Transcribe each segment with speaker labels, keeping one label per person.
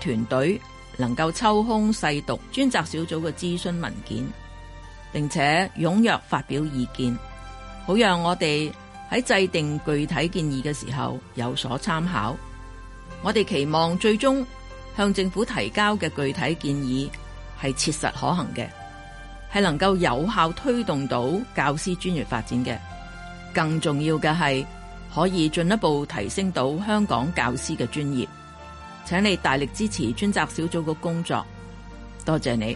Speaker 1: 團隊能夠抽空細讀專責小組嘅諮詢文件，並且踴躍發表意見，好讓我哋喺制定具體建議嘅時候有所參考。我哋期望最終向政府提交嘅具體建議係切實可行嘅，係能夠有效推動到教師專業發展嘅。更重要嘅係可以進一步提升到香港教師嘅專業。請你大力支持專責小組嘅工作，多謝你。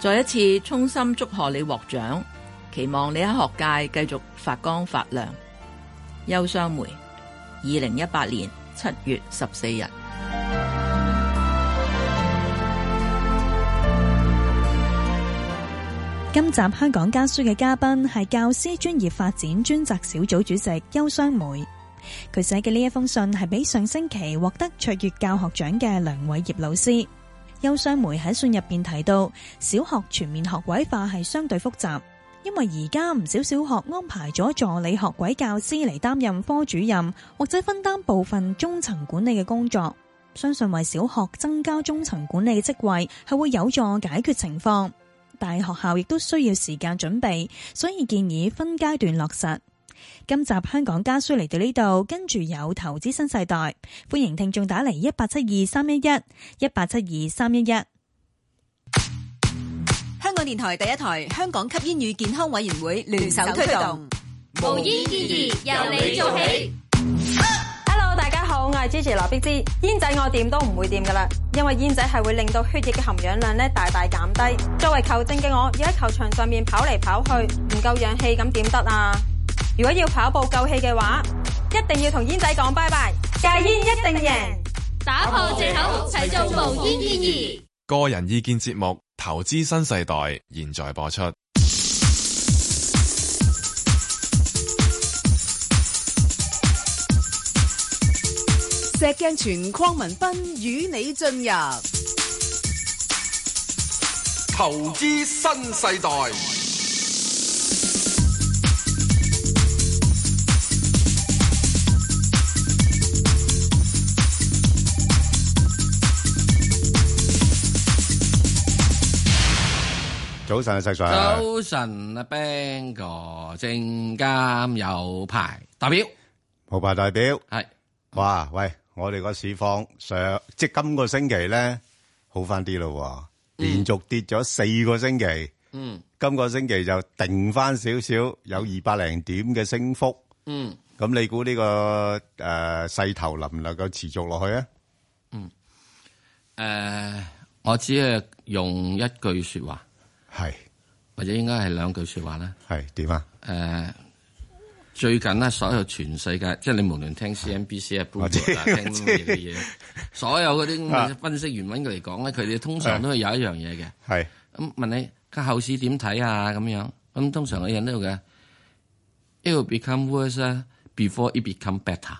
Speaker 1: 再一次衷心祝賀你獲獎，期望你喺學界繼續發光發亮。邱湘梅，二零一八年七月十四日。
Speaker 2: 今集香港家書嘅嘉賓係教師專業發展專責小組主席邱湘梅。佢寫嘅呢一封信係俾上星期獲得卓越教學獎嘅梁偉業老師。邱湘梅喺信入邊提到，小學全面學位化係相對複雜，因為而家唔少小學安排咗助理學位教師嚟擔任科主任，或者分擔部分中層管理嘅工作。相信為小學增加中層管理嘅職位係會有助解決情況。大學校亦都需要時間準備，所以建議分階段落實。今集香港家書嚟到呢度，跟住有投資新世代，歡迎聽眾打嚟一八七二三一一一八七二三一一。
Speaker 3: 香港電台第一台、香港吸煙與健康委員會聯手推動，
Speaker 4: 無煙建議由你做起。
Speaker 5: Hello，大家好，我係 Gigi 羅碧芝。煙仔我掂都唔會掂噶啦，因為煙仔係會令到血液嘅含氧量咧大大減低。作為球證嘅我，要喺球場上面跑嚟跑去，唔夠氧氣咁點得啊！如果要跑步夠氣嘅話，一定要同煙仔講拜拜，戒煙一定贏。
Speaker 4: 打破借口，齊做無煙建議。
Speaker 6: 個人意見節目《投資新世代》現在播出。
Speaker 7: 石鏡泉鄺民彬與你進入
Speaker 8: 投資新世代。
Speaker 9: 早晨啊，石 Sir。
Speaker 10: 早晨啊，Bang 哥，證監有牌代表，
Speaker 9: 無牌代表
Speaker 10: 係。
Speaker 9: 哇，喂，我哋個市況上即係今個星期咧好翻啲咯，連續跌咗四個星期，
Speaker 10: 嗯
Speaker 9: 今個星期就定翻少少，有二百零點嘅升幅。
Speaker 10: 嗯，
Speaker 9: 咁你估呢個誒勢頭能唔能夠持續落去啊？
Speaker 10: 誒，我只係呃用一句說話，
Speaker 9: 係
Speaker 10: 或者應該係兩句說話啦。
Speaker 9: 係點啊？
Speaker 10: 誒，最近咧，所有全世界，即係你無論聽 CNBC 啊、Bloomberg 啊、
Speaker 9: 我知
Speaker 10: 聽乜嘢嘅嘢， 所有嗰啲咁嘅分析原文嚟講咧，佢哋通常啊都係有一樣嘢嘅。
Speaker 9: 係
Speaker 10: 咁問你個後市點睇啊？咁樣咁通常嘅人都嘅，it will become worse 啊，before it become better，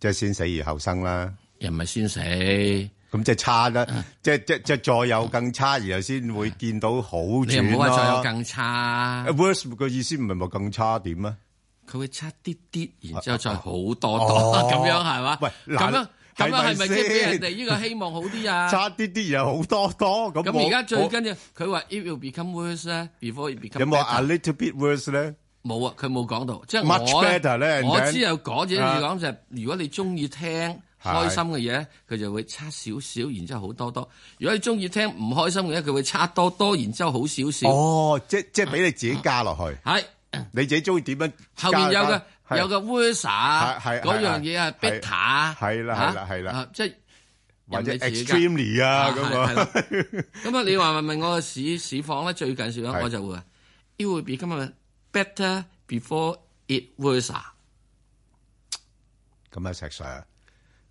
Speaker 9: 即係先死而後生啦。
Speaker 10: 又唔係先死。你
Speaker 9: 咁即係差啦，即係即係即係再有更差，然後先會見到好
Speaker 10: 又
Speaker 9: 轉
Speaker 10: 唔好話再有
Speaker 9: 咯。
Speaker 10: 更差，啊
Speaker 9: worse 個意思唔係咪更差點啊？
Speaker 10: 佢會差啲啲，然之後再好多多
Speaker 9: 哦
Speaker 10: 咁樣係嘛？
Speaker 9: 喂
Speaker 10: 咁樣咁樣係咪即係俾
Speaker 9: 係咪
Speaker 10: 人
Speaker 9: 先
Speaker 10: 哋 呢個希望好啲啊？
Speaker 9: 差啲啲又好多多咁我。
Speaker 10: 咁而家最
Speaker 9: 我
Speaker 10: 緊要，佢話 it will become worse 咧，before it become
Speaker 9: 有冇 a
Speaker 10: better。
Speaker 9: little bit worse 咧？
Speaker 10: 冇啊，佢冇講到，即係
Speaker 9: Much
Speaker 10: 我
Speaker 9: better 咧
Speaker 10: 我
Speaker 9: and
Speaker 10: 只
Speaker 9: then-
Speaker 10: 有講只嘢講就係，如果你中意聽
Speaker 9: 係
Speaker 10: 開心嘅嘢咧，佢就會差少少，然之後好多多；如果你中意聽唔開心嘅咧，佢會差多多，然之後好少少。
Speaker 9: 哦，即即係俾你自己加落去，
Speaker 10: 係
Speaker 9: 你自己中意點樣加？
Speaker 10: 後面有個
Speaker 9: 係
Speaker 10: 有個 versa
Speaker 9: 係
Speaker 10: 嗰樣嘢啊
Speaker 9: 係係
Speaker 10: ，beta
Speaker 9: 係啦
Speaker 10: 啊
Speaker 9: 係啦係啦
Speaker 10: 啊即係
Speaker 9: 或者
Speaker 10: 人哋自己加
Speaker 9: extremely 啊
Speaker 10: 啊
Speaker 9: 咁
Speaker 10: 係啦
Speaker 9: 啊，
Speaker 10: 咁啊，你話問問我個市市況咧，最近市況
Speaker 9: 係
Speaker 10: 我就會話，it will be 今日 better before it worse。
Speaker 9: 咁啊石 Sir，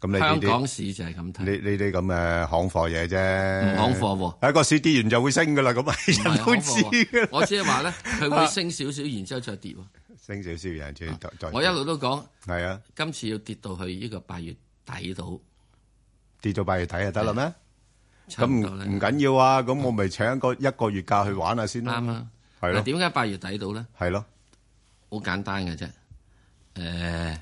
Speaker 9: 咁你
Speaker 10: 香
Speaker 9: 呢
Speaker 10: 港
Speaker 9: 啲
Speaker 10: 市就係咁睇
Speaker 9: 你，呢啲咁嘅行貨嘢啫，
Speaker 10: 唔行貨喎
Speaker 9: 喺個市跌完就會升噶啦，咁
Speaker 10: 唔
Speaker 9: 係
Speaker 10: 係
Speaker 9: 人都
Speaker 10: 行貨
Speaker 9: 知
Speaker 10: 喎
Speaker 9: 㗎啦啊
Speaker 10: 我只係話咧，佢會升少少，然之後再跌喎。
Speaker 9: 升少少人先再再。
Speaker 10: 我一路都講，
Speaker 9: 係啊，
Speaker 10: 今次要跌到去呢個八月底度，
Speaker 9: 跌到八月底就得啦咩？
Speaker 10: 差
Speaker 9: 咁
Speaker 10: 唔
Speaker 9: 唔
Speaker 10: 多咧。
Speaker 9: 唔緊要啊，咁我咪請一個一個月假去玩下先咯，
Speaker 10: 啱啊。
Speaker 9: 係
Speaker 10: 嗱，
Speaker 9: 咯
Speaker 10: 點解八月底度咧？
Speaker 9: 係咯，
Speaker 10: 好簡單嘅啫。誒，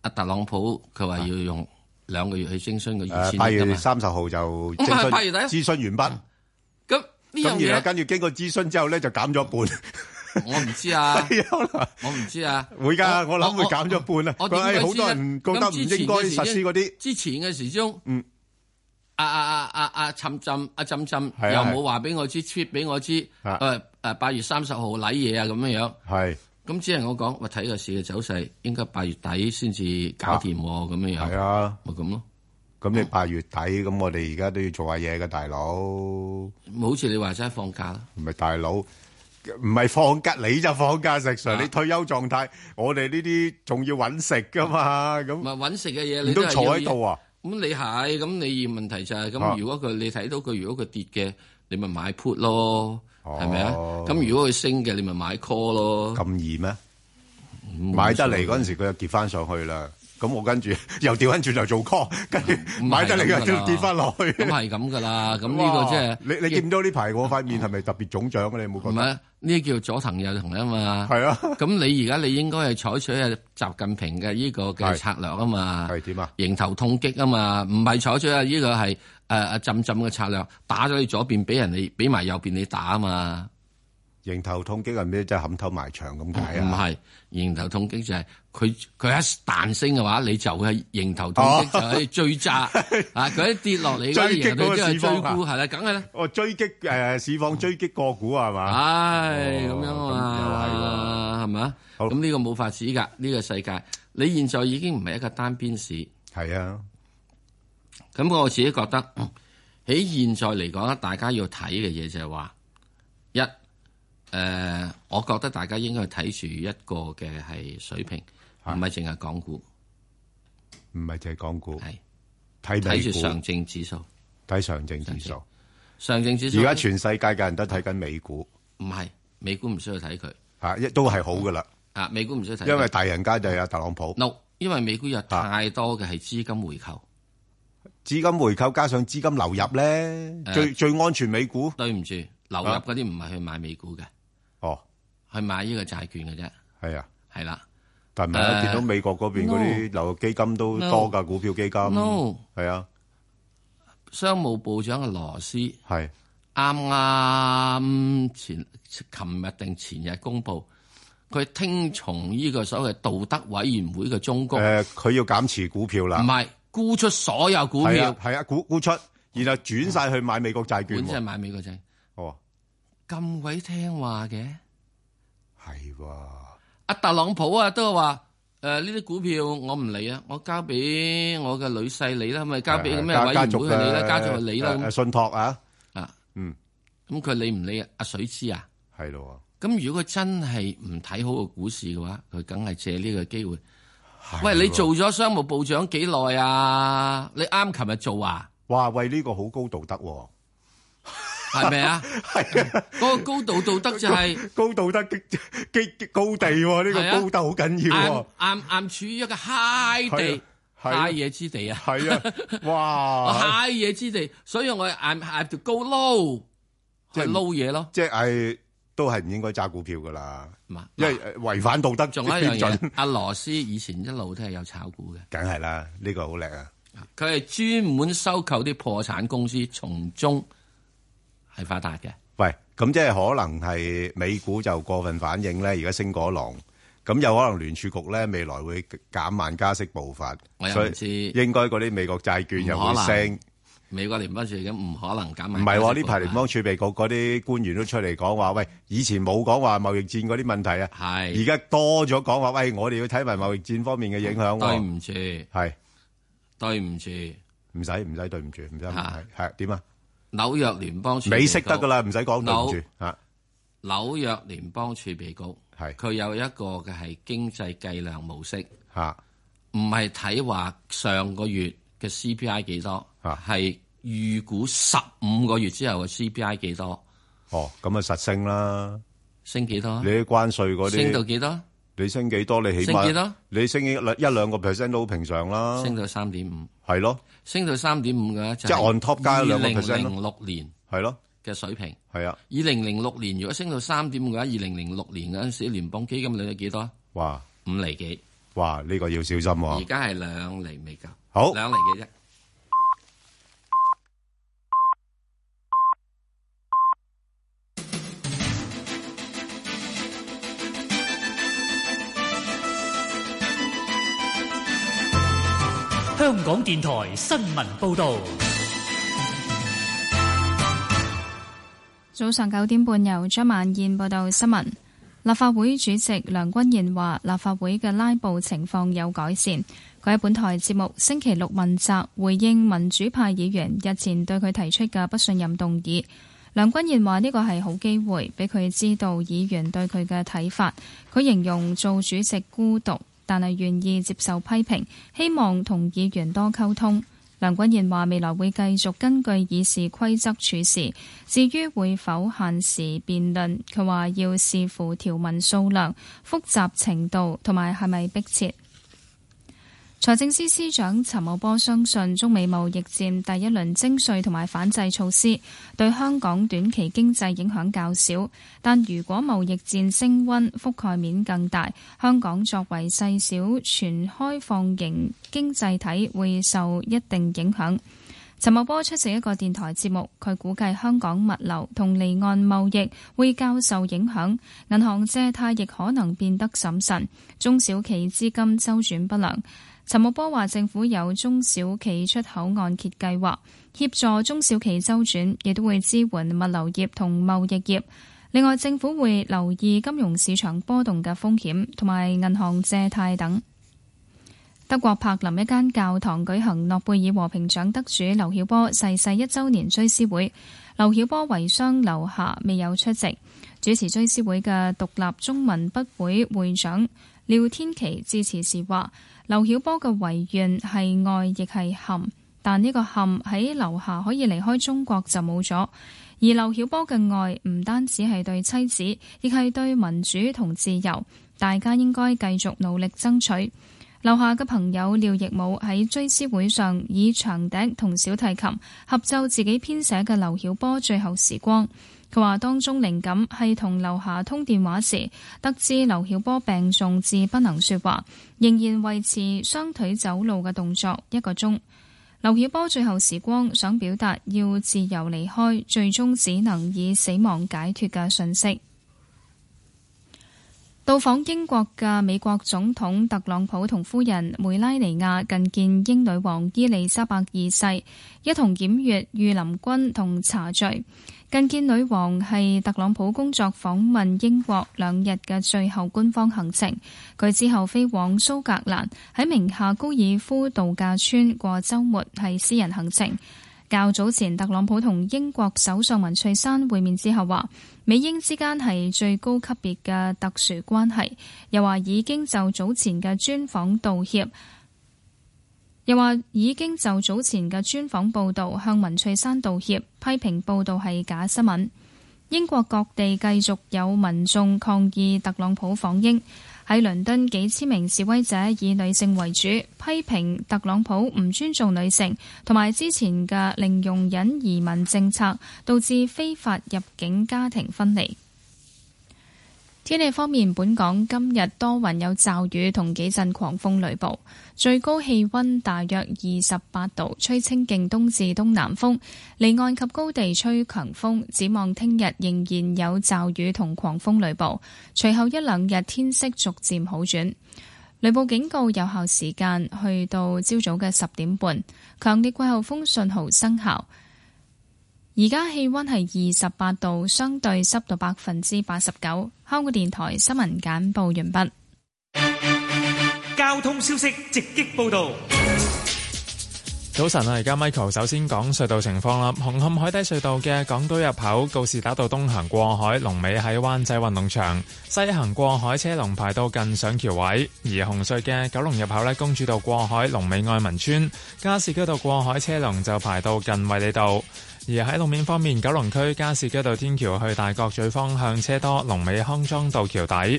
Speaker 10: 阿特朗普佢話要用兩個月去徵詢個意
Speaker 9: 誒
Speaker 10: 見
Speaker 9: 八
Speaker 10: 㗎
Speaker 9: 月
Speaker 10: 嘛
Speaker 9: 三十號就徵
Speaker 10: 咁係
Speaker 9: 詢
Speaker 10: 八月底啊
Speaker 9: 諮詢完畢，
Speaker 10: 咁呢樣
Speaker 9: 咁然後
Speaker 10: 嘢
Speaker 9: 跟住經過諮詢之後咧就減咗一半，
Speaker 10: 我唔知啊，
Speaker 9: 係啊可能。
Speaker 10: 我唔知啊，
Speaker 9: 會㗎我諗會
Speaker 10: 我
Speaker 9: 減咗一半啊
Speaker 10: 我點
Speaker 9: 佢
Speaker 10: 會
Speaker 9: 係好
Speaker 10: 知啫
Speaker 9: 多人覺得
Speaker 10: 咁
Speaker 9: 唔
Speaker 10: 之前
Speaker 9: 應該
Speaker 10: 嘅時
Speaker 9: 實施嗰啲
Speaker 10: 之前嘅時鐘，
Speaker 9: 嗯，
Speaker 10: 啊啊啊啊啊，浸浸啊浸浸，
Speaker 9: 係啊
Speaker 10: 又冇話俾我知，tweet 俾我知，
Speaker 9: 啊
Speaker 10: 誒誒八月三十號禮嘢啊咁樣樣。
Speaker 9: 係
Speaker 10: 咁只能我講，我睇個市嘅走勢，應該八月底先至搞掂喎，咁樣樣。
Speaker 9: 係，啊。
Speaker 10: 咪咁咯。
Speaker 9: 咁你八月底咁，我哋而家都要做下嘢嘅，大佬
Speaker 10: 好似你話齋放假啦，
Speaker 9: 唔係大佬，唔係放假你就放假食 Sir，你退休狀態，我哋呢啲仲要揾食噶嘛，
Speaker 10: 唔
Speaker 9: 咁
Speaker 10: 係揾食嘅嘢，
Speaker 9: 唔
Speaker 10: 你都
Speaker 9: 通
Speaker 10: 係
Speaker 9: 坐喺
Speaker 10: 要
Speaker 9: 度啊？
Speaker 10: 咁你係，咁你要問題就係、
Speaker 9: 啊
Speaker 10: 咁，如果佢你睇到佢如果佢跌嘅，你咪買 put 咯，係咪啊？
Speaker 9: 哦
Speaker 10: 咁如果佢升嘅，你咪買 call 咯。
Speaker 9: 咁易咩？
Speaker 10: 咁
Speaker 9: 買得嚟嗰陣時，佢就跌翻上去啦。咁我跟住 又調翻轉頭做 call，跟住買得嚟佢就跌翻落去。
Speaker 10: 咁係咁噶啦。咁呢個
Speaker 9: 哇
Speaker 10: 即係
Speaker 9: 你你見唔到呢排我塊面係咪特別腫脹啊？你有冇
Speaker 10: 唔
Speaker 9: 覺得？
Speaker 10: 係呢叫左藤右藤啊嘛。
Speaker 9: 係啊，
Speaker 10: 咁你而家你應該係採取係習近平嘅呢個嘅
Speaker 9: 係
Speaker 10: 策略啊嘛，
Speaker 9: 係點啊？
Speaker 10: 迎頭痛擊啊嘛，唔係採取啊呢個係誒誒浸浸嘅策略，打咗你左邊，俾人哋俾埋右邊你打啊嘛。
Speaker 9: 迎頭痛擊係咩？即係冚頭埋牆咁解
Speaker 10: 哦唔
Speaker 9: 啊？
Speaker 10: 係迎頭痛擊就係佢佢一彈升嘅話，你就係迎頭痛擊，就係 追揸啊！佢一跌落嚟嗰
Speaker 9: 哦追擊
Speaker 10: 啲
Speaker 9: 嗰
Speaker 10: 人
Speaker 9: 個
Speaker 10: 哋即係
Speaker 9: 市況
Speaker 10: 追
Speaker 9: 啊
Speaker 10: 沽，係啦，梗係啦，
Speaker 9: 我追擊誒市況追擊個股係嘛？
Speaker 10: 唉
Speaker 9: 哦
Speaker 10: 咁樣
Speaker 9: 咁又係喎
Speaker 10: 啊啊嘛，係嘛？
Speaker 9: 好
Speaker 10: 咁呢個冇法子㗎，呢個世界你現在已經唔係一個單邊市，
Speaker 9: 系啊，
Speaker 10: 咁我自己覺得 嗯喺現在嚟講，大家要睇嘅嘢就係話一誒、呃我覺得大家應該睇住一個嘅係水平，唔係淨係港股，
Speaker 9: 唔係淨係港股，
Speaker 10: 係
Speaker 9: 睇美
Speaker 10: 睇住
Speaker 9: 股，
Speaker 10: 上證指數。
Speaker 9: 睇上證指數。
Speaker 10: 上證指數
Speaker 9: 而家全世界嘅人都睇緊美股，
Speaker 10: 唔係美股唔需要睇佢
Speaker 9: 吓一都係好噶啦，
Speaker 10: 啊，美股唔需要睇佢，
Speaker 9: 因為大人家就係阿特朗普，啊
Speaker 10: no，因為美股有太多嘅係資金回購。
Speaker 9: 資金回購加上資金流入咧，
Speaker 10: 誒
Speaker 9: 最最安全美股。啊
Speaker 10: 對唔住，流入嗰啲唔係去買美股嘅，
Speaker 9: 哦，
Speaker 10: 去買呢個債券嘅啫，
Speaker 9: 係啊，
Speaker 10: 係啦。
Speaker 9: 但係咧
Speaker 10: 誒
Speaker 9: 見到美國嗰邊嗰啲流入基金都
Speaker 10: No
Speaker 9: 多噶，股票基金
Speaker 10: No
Speaker 9: 係啊，
Speaker 10: 商務部長嘅羅斯啱
Speaker 9: 係
Speaker 10: 啱前琴日定前日公布，佢聽從呢個所謂道德委員會嘅忠告，唔
Speaker 9: 誒，呃佢要減持股票啦，
Speaker 10: 係沽出所有股
Speaker 9: 係
Speaker 10: 票
Speaker 9: 啊，，係啊，沽沽出，然後轉晒去買美國債券
Speaker 10: 本身係
Speaker 9: 喎。
Speaker 10: 買美國債，
Speaker 9: 哦，
Speaker 10: 咁鬼聽話嘅。
Speaker 9: 係喎。
Speaker 10: 阿特朗普啊，都話誒呢啲股票我唔理啊，我交俾我嘅女婿你啦，咪交俾咩
Speaker 9: 家
Speaker 10: 委員會
Speaker 9: 家
Speaker 10: 去
Speaker 9: 族
Speaker 10: 你
Speaker 9: 嘅
Speaker 10: 啦，家族去你啦
Speaker 9: 誒誒
Speaker 10: 咁
Speaker 9: 信託啊，
Speaker 10: 啊，
Speaker 9: 嗯，
Speaker 10: 咁佢理唔理啊？阿水知啊？
Speaker 9: 係咯
Speaker 10: 咁如果佢真係唔睇好個股市嘅話，佢梗係借呢個機會。
Speaker 9: 喎。
Speaker 10: 喂，
Speaker 9: 係
Speaker 10: 你
Speaker 9: 喎
Speaker 10: 做咗商務部長幾耐啊？你啱琴日做啊？
Speaker 9: 哇喂呢個好高道德喎，
Speaker 10: 係咪啊？
Speaker 9: 係啊
Speaker 10: 嗰個高度道德就係
Speaker 9: 高道德極極極高地喎，呢
Speaker 10: 係
Speaker 9: 個
Speaker 10: 啊
Speaker 9: 高德好緊要
Speaker 10: 啱
Speaker 9: 喎。
Speaker 10: 啱啱處於一個 high 地
Speaker 9: 係啊
Speaker 10: high 嘢之地啊！
Speaker 9: 係啊， 哇！
Speaker 10: high 嘢之地，所以我 I'm I have to go low，
Speaker 9: 即
Speaker 10: 即
Speaker 9: 係
Speaker 10: 係撈嘢咯。
Speaker 9: 即係都係唔應該揸股票噶啦，
Speaker 10: 嘛，
Speaker 9: 因為誒違反道德
Speaker 10: 仲有一樣
Speaker 9: 標準，
Speaker 10: 嘢，阿羅斯以前一路都係有炒股嘅，
Speaker 9: 梗係啦，呢個好叻啊！
Speaker 10: 佢係專門收購啲破產公司，從中係發達嘅。
Speaker 9: 喂，咁即係可能係美股就過分反應咧，而家升嗰浪，咁有可能聯儲局咧未來會減慢加息步伐，
Speaker 10: 我又唔
Speaker 9: 所以
Speaker 10: 知
Speaker 9: 應該嗰啲美國債券又會
Speaker 10: 唔可能
Speaker 9: 升。
Speaker 10: 美國聯邦儲咁唔可能減
Speaker 9: 唔
Speaker 10: 埋。
Speaker 9: 係喎，呢排聯邦儲備局嗰啲官員都出嚟講話，喂，以前冇講話貿易戰嗰啲問題啊，而
Speaker 10: 係
Speaker 9: 家多咗講話，喂，我哋要睇埋貿易戰方面嘅影響
Speaker 10: 對
Speaker 9: 喎。
Speaker 10: 唔住，
Speaker 9: 係，
Speaker 10: 對唔住，
Speaker 9: 唔使唔使對唔住，唔使唔
Speaker 10: 嚇
Speaker 9: 使，係點啊？
Speaker 10: 紐約聯邦儲備局
Speaker 9: 美息得噶。啦，唔使講對唔住嚇，
Speaker 10: 紐約聯邦儲備局
Speaker 9: 係
Speaker 10: 佢有一個嘅係經濟計量模式，
Speaker 9: 嚇
Speaker 10: 唔係睇話上個月嘅 CPI 幾多，
Speaker 9: 啊
Speaker 10: 係預估十五個月之後嘅 CPI 幾多，
Speaker 9: 哦，咁啊實升啦，
Speaker 10: 升幾多啊
Speaker 9: 你？啲關税嗰
Speaker 10: 升到
Speaker 9: 啲，
Speaker 10: 幾多？
Speaker 9: 你升幾多？你起碼
Speaker 10: 升幾多？
Speaker 9: 你升一兩一兩個 percent 都好平常啦，
Speaker 10: 升到三點五，
Speaker 9: 係咯，
Speaker 10: 升到三點五嘅就
Speaker 9: 即係 on top 加兩個 percent 咯
Speaker 10: 零六年
Speaker 9: 係咯，
Speaker 10: 嘅水平。
Speaker 9: 係啊，
Speaker 10: 二零零六年如果升到三點五嘅話，二零零六年嗰陣時聯邦基金利率幾多啊？
Speaker 9: 哇，
Speaker 10: 五厘幾，
Speaker 9: 哇！呢個要小心
Speaker 10: 而
Speaker 9: 喎。
Speaker 10: 家係兩厘未夠，
Speaker 9: 好
Speaker 10: 兩厘嘅啫。
Speaker 11: 香港電台新聞報道，
Speaker 12: 早上九點半，由張萬燕報道新聞。立法會主席梁君彥話：立法會嘅拉布情況有改善。佢喺本台節目星期六問責，回應民主派議員日前對佢提出嘅不信任動議。梁君彥話：呢個係好機會，俾佢知道議員對佢嘅睇法。佢形容做主席孤獨，但係願意接受批評，希望同議員多溝通。梁君彥話：未來會繼續根據議事規則處事。至於會否限時辯論，佢話要視乎條文數量、複雜程度同埋係咪迫切。財政司司長陳茂波相信中美貿易戰第一輪徵稅同埋反制措施對香港短期經濟影響較少，但如果貿易戰升溫，覆蓋面更大，香港作為細小全開放型經濟體會受一定影響。陳茂波出席一個電台節目，佢估計香港物流同離岸貿易會較受影響，銀行借貸亦可能變得審慎，中小企資金周轉不良。陳茂波話：政府有中小企出口按揭計劃，協助中小企周轉，亦都會支援物流業同貿易業。另外，政府會留意金融市場波動嘅風險，同埋銀行借貸等。德國柏林一間教堂舉行諾貝爾和平獎得主劉曉波逝世一週年追思會，劉曉波遺孀劉霞未有出席。主持追思會嘅獨立中文筆會會長廖天琪致辭時話：劉曉波嘅遺願係愛亦係憾，但呢個憾喺劉霞可以離開中國就冇咗。而劉曉波嘅愛唔單止係對妻子，亦係對民主同自由，大家應該繼續努力爭取。留下嘅朋友廖亦武喺追思會上以長笛同小提琴合奏自己編寫嘅《劉曉波最後時光》。佢話當中靈感係同劉霞通電話時，得知劉曉波病重至不能說話，仍然維持雙腿走路嘅動作一個鐘。劉曉波最後時光想表達要自由離開，最終只能以死亡解脫嘅訊息。到訪英國嘅美國總統特朗普同夫人梅拉尼亞近見英女王伊麗莎白二世，一同檢閱御林軍同茶敘。近見女王係特朗普工作訪問英國兩日嘅最後官方行程，佢之後飛往蘇格蘭，喺名下高爾夫度假村過週末，係私人行程。較早前，特朗普同英國首相文翠珊會面之後話，美英之間係最高級別嘅特殊關係，又話已經就早前嘅專訪道歉，又話已經就早前嘅專訪報導向文翠珊道歉，批評報導係假新聞。英國各地繼續有民眾抗議特朗普訪英，喺倫敦幾千名示威者以女性為主，批評特朗普唔尊重女性，同埋之前嘅零容忍移民政策，導致非法入境家庭分離。天氣方面，本港今日多雲有驟雨同幾陣狂風雷暴，最高氣溫大約二十八度，吹清勁東至東南風，離岸及高地吹強風。展望聽日仍然有驟雨同狂風雷暴，隨後一兩日天色逐漸好轉。雷暴警告有效時間去到朝早嘅十點半，強烈季候風信號生效。而家氣溫係二十八度，相對濕度百分之八十九。香港電台新聞簡報完畢。
Speaker 13: 交通消息直擊報道。
Speaker 14: 早晨啊，而家 Michael 首先講隧道情況啦。紅磡海底隧道嘅港島入口告士打道東行過海，龍尾喺灣仔運動場；西行過海車龍排到近上橋位。而紅隧嘅九龍入口呢，公主道過海，龍尾愛民村；加士居道過海車龍就排到近衛理道。而喺路面方面，九龍區加士居道天橋去大角咀方向車多，龍尾康莊道橋底。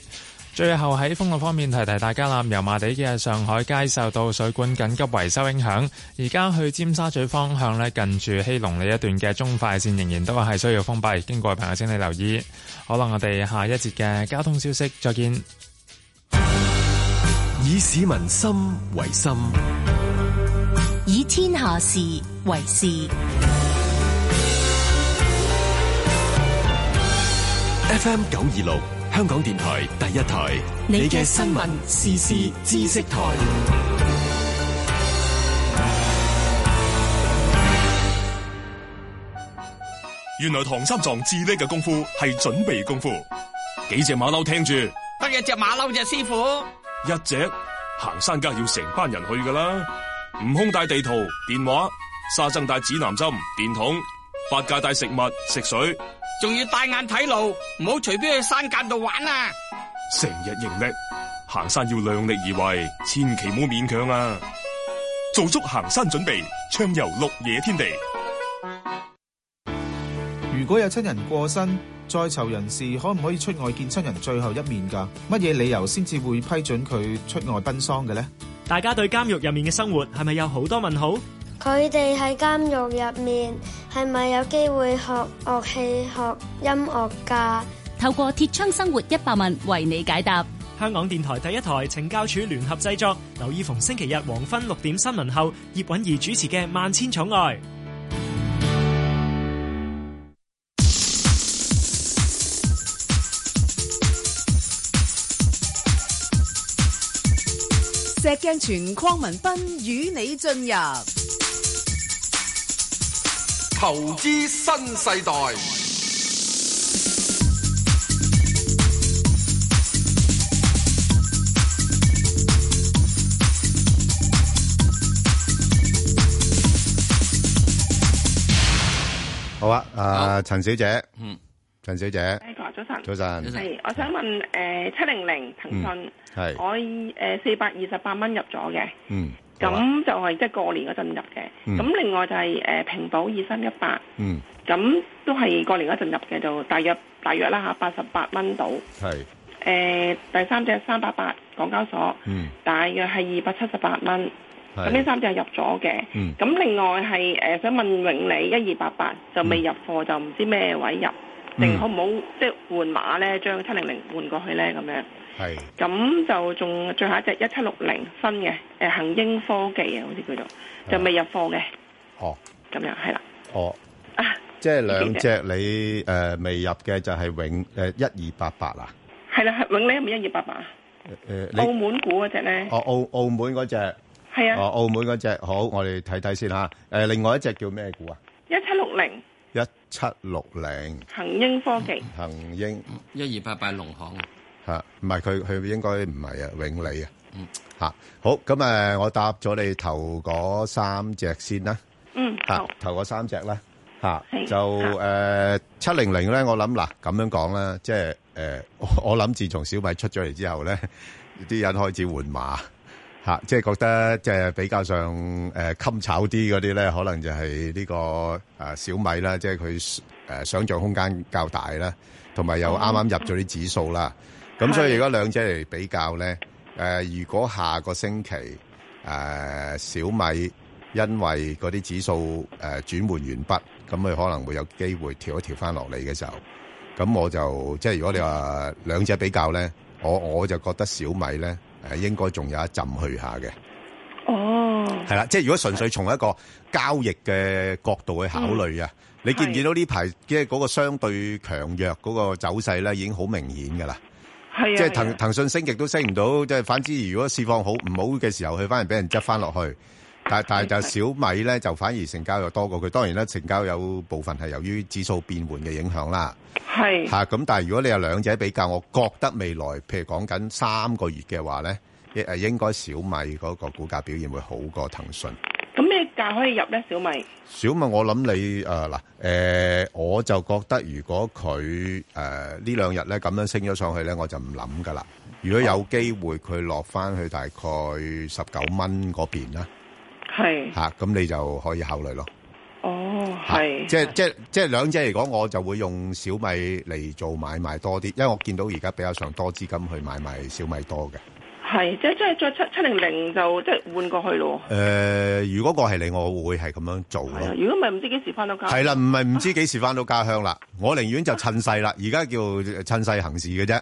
Speaker 14: 最後喺封路方面提提大家啦，油麻地嘅上海街受到水管緊急維修影響，而家去尖沙咀方向呢，近住希隆里一段嘅中快線仍然都係需要封閉，經過嘅朋友請你留意。好啦，我哋下一節嘅交通消息再見。
Speaker 15: 以以市民心為心，
Speaker 4: 以天下事為事。
Speaker 15: FM 九二六，香港電台第一台，你嘅新聞時事知識台。
Speaker 16: 原來唐三藏最叻嘅功夫係準備功夫。幾隻馬騮聽住，
Speaker 17: 得一隻馬騮啫，師傅。
Speaker 16: 一隻行山梗係要成班人去噶啦。悟空帶地圖、電話，沙僧帶指南針、電筒，八戒帶食物、食水，
Speaker 17: 仲要帶眼睇路，唔好隨便去山間度玩啊！
Speaker 16: 成日盈力，行山要量力而為，千祈唔好勉強啊！做足行山準備，暢遊綠野天地。
Speaker 2: 如果有親人過身，在囚人士可唔可以出外見親人最後一面㗎？乜嘢理由先至會批准佢出外奔喪嘅呢？
Speaker 18: 大家對監獄入面嘅生活係咪有好多問號？
Speaker 19: 佢哋喺監獄入面係咪有機會學樂器、學音樂㗎？
Speaker 20: 透過鐵窗生活一百問為你解答。
Speaker 18: 香港電台第一台懲教署聯合製作，留意逢星期日黃昏六點新聞後，葉韻儀主持嘅《萬千寵愛》。
Speaker 7: 石鏡泉鄺民彬與你進入
Speaker 8: 投資新世代。
Speaker 9: 好啊，啊陳小姐，
Speaker 10: 嗯，
Speaker 9: 陳小姐，
Speaker 21: 早晨，
Speaker 9: 早晨，嗯
Speaker 21: 係，我想問誒七零零騰訊，
Speaker 9: 係
Speaker 21: 我誒四百二十八蚊入咗嘅，
Speaker 9: 嗯，好啊
Speaker 21: 咁就係即係過年嗰陣入嘅。
Speaker 9: 嗯
Speaker 21: 咁另外就係誒平保二三一八，
Speaker 9: 嗯，
Speaker 21: 咁都係過年嗰陣入嘅，就大約大約啦嚇，八十八蚊到。
Speaker 9: 係，
Speaker 21: 誒第三隻三百八港交所，
Speaker 9: 嗯，
Speaker 21: 大約係二百七十八蚊。
Speaker 9: 係
Speaker 21: 咁呢三隻係入咗嘅。
Speaker 9: 嗯
Speaker 21: 咁另外係誒想問永利一二八八就未入貨，就唔知咩位入，定
Speaker 9: 嗯
Speaker 21: 好唔好即係換馬咧，將七零零換過去咧咁樣。
Speaker 9: 係，
Speaker 21: 咁就仲最後一隻一七六零新嘅，誒恒英科技啊，好似叫做就未入貨嘅，
Speaker 9: 哦，
Speaker 21: 咁樣係啦。
Speaker 9: 哦，即係兩隻你誒未入嘅就係永誒一二八八啊，
Speaker 21: 係啦，係永利係咪一二八八啊？
Speaker 9: 誒你
Speaker 21: 澳門股嗰只咧，
Speaker 9: 哦澳澳門嗰隻。
Speaker 21: 係
Speaker 9: 哦，
Speaker 21: 啊，
Speaker 9: 澳門嗰只好，我哋睇睇先吓。誒、另外一隻叫咩股啊？
Speaker 21: 一七六零
Speaker 9: 一七六零
Speaker 21: 恒英科技
Speaker 9: 恒英
Speaker 10: 一二八八農行，啊
Speaker 9: 嚇，唔係佢佢應該唔係啊，永利啊
Speaker 10: 嗯
Speaker 9: 嚇、好，咁誒，我答咗你頭嗰三隻先啦。
Speaker 21: 嗯
Speaker 9: 嚇，頭啊嗰三隻啦嚇，
Speaker 21: 係
Speaker 9: 就誒七零零咧，我諗嗱咁樣講啦，即係誒、我 我諗自從小米出咗嚟之後咧， 啲人開始換馬嚇、即係覺得即係比較上誒、襟炒啲嗰啲咧，可能就係呢、個誒、小米啦，即係佢誒想像空間較大啦，同埋又
Speaker 21: 哦
Speaker 9: 啱啱入咗啲指數啦，咁、所以如果兩者嚟比較咧，誒、如果下個星期。誒、小米因為嗰啲指數誒、轉換完畢，咁佢可能會有機會調一調翻落嚟嘅時候，咁我就即係如果你話兩者比較咧，我我就覺得小米咧誒應該仲有一陣去下嘅，
Speaker 21: 哦，
Speaker 9: 係啦，即係如果純粹從一個交易嘅角度去考慮啊，你見唔見到呢排即係嗰個相對強弱嗰個走勢咧已經好明顯㗎啦。
Speaker 21: 係啊，
Speaker 9: 即係
Speaker 21: 係
Speaker 9: 騰
Speaker 21: 啊
Speaker 9: 騰訊升極都升唔到，即係反之，如果市況好唔好嘅時候，佢反而俾人執翻落去。但但係就小米咧，就反而成交又多過佢。當然啦，成交有部分係由於指數變換嘅影響啦。
Speaker 21: 係
Speaker 9: 嚇咁，但係如果你有兩者比較，我覺得未來譬如講緊三個月嘅話咧，應誒應該小米嗰個股價表現會好過騰訊。
Speaker 21: 咁咩價可以入咧？小米
Speaker 9: 小米，我諗你誒呃嗱誒，我就覺得如果佢誒呢兩日咧咁樣升咗上去咧，我就唔諗噶啦。如果有機會佢落翻去大概十九蚊嗰邊啦，
Speaker 21: 係
Speaker 9: 嚇、咁你就可以考慮咯。
Speaker 21: 哦
Speaker 9: 嚇
Speaker 21: 係，
Speaker 9: 即係即係即係兩者嚟講，我就會用小米嚟做買賣多啲，因為我見到而家比較上多資金去買賣小米多嘅。
Speaker 21: 係即係即係再七七零零就即係換過去咯。
Speaker 9: 誒、呃如果我係你，我會係咁樣做
Speaker 21: 係啊
Speaker 9: 咯。
Speaker 21: 如果唔係唔知幾時翻到家。
Speaker 9: 係啦，唔係唔知幾時翻到家鄉啦。我寧願就趁勢啦，而家叫趁勢行事嘅啫。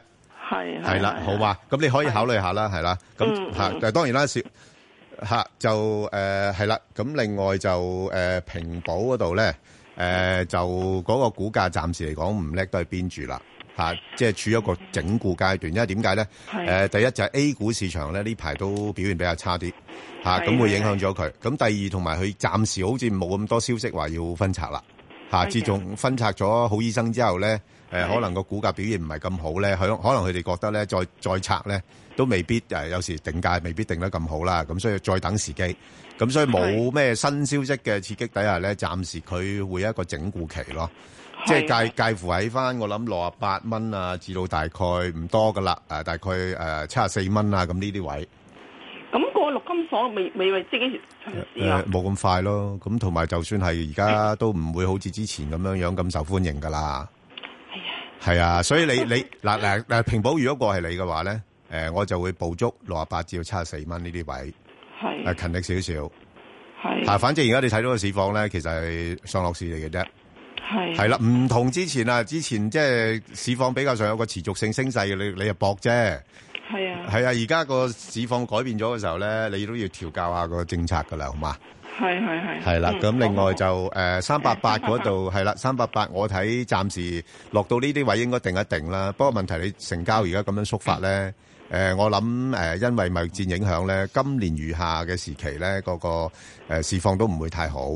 Speaker 21: 係
Speaker 9: 係
Speaker 1: 啊
Speaker 9: 啦，好嘛，咁你可以考慮下啦，係啦，
Speaker 21: 嗯
Speaker 9: 咁嚇，
Speaker 21: 嗯
Speaker 9: 但係當然啦，少嚇就誒係啦，咁另外就誒呃平保嗰度咧，誒就嗰個股價暫時嚟講唔叻都係邊住啦。嚇，即係處於一個整固階段，因為點解咧？誒、
Speaker 1: 係
Speaker 9: 第一就係 A 股市場咧呢排都表現比較差啲嚇，
Speaker 1: 係
Speaker 9: 咁、會影響咗佢。咁第二同埋佢暫時好似冇咁多消息話要分拆啦嚇，
Speaker 1: 係嘅
Speaker 9: 自從分拆咗好醫生之後咧，誒、
Speaker 1: 係
Speaker 9: 可能個股價表現唔係咁好咧，佢可能佢哋覺得咧再再拆咧都未必誒，有時定價未必定得咁好啦，咁所以再等時機。咁所以冇咩新消息嘅刺激底下咧，暫時佢會有一個整固期咯。即係介介乎喺翻我諗六啊八蚊啊，至到大概唔多噶啦，誒大概誒七啊四蚊啊，咁呢啲位
Speaker 21: 咁個陸金所未未為即幾長市啊
Speaker 9: 誒？冇咁快咯。咁同埋就算係而 家都唔會好似之前咁樣樣咁受歡迎噶啦。
Speaker 21: 哎
Speaker 9: 係啊，所以 你你嗱嗱嗱平保如果過係你嘅話咧，誒我就會捕捉六啊八至到七啊四蚊呢啲位，
Speaker 21: 係
Speaker 9: 誒勤力少少。
Speaker 21: 係
Speaker 9: 啊，反正而家你睇到個市況咧，其實係上落市嚟嘅啫。
Speaker 21: 係
Speaker 9: 係啦，唔同之前啊，之前即係市況比較上有個持續性升勢，你你就搏啫。
Speaker 21: 係啊
Speaker 9: 係啊，而家個市況改變咗嘅時候咧，你都要調教下個政策噶啦，好嘛？
Speaker 21: 係係係
Speaker 9: 係啦，
Speaker 21: 嗯
Speaker 9: 咁另外就誒三八八嗰度係啦，三八八我睇暫時落到呢啲位應該定一定啦。不過問題你成交而家咁樣縮法咧，誒我諗誒因為貿易戰影響咧，今年餘下嘅時期咧，嗰個誒市況都唔會太好。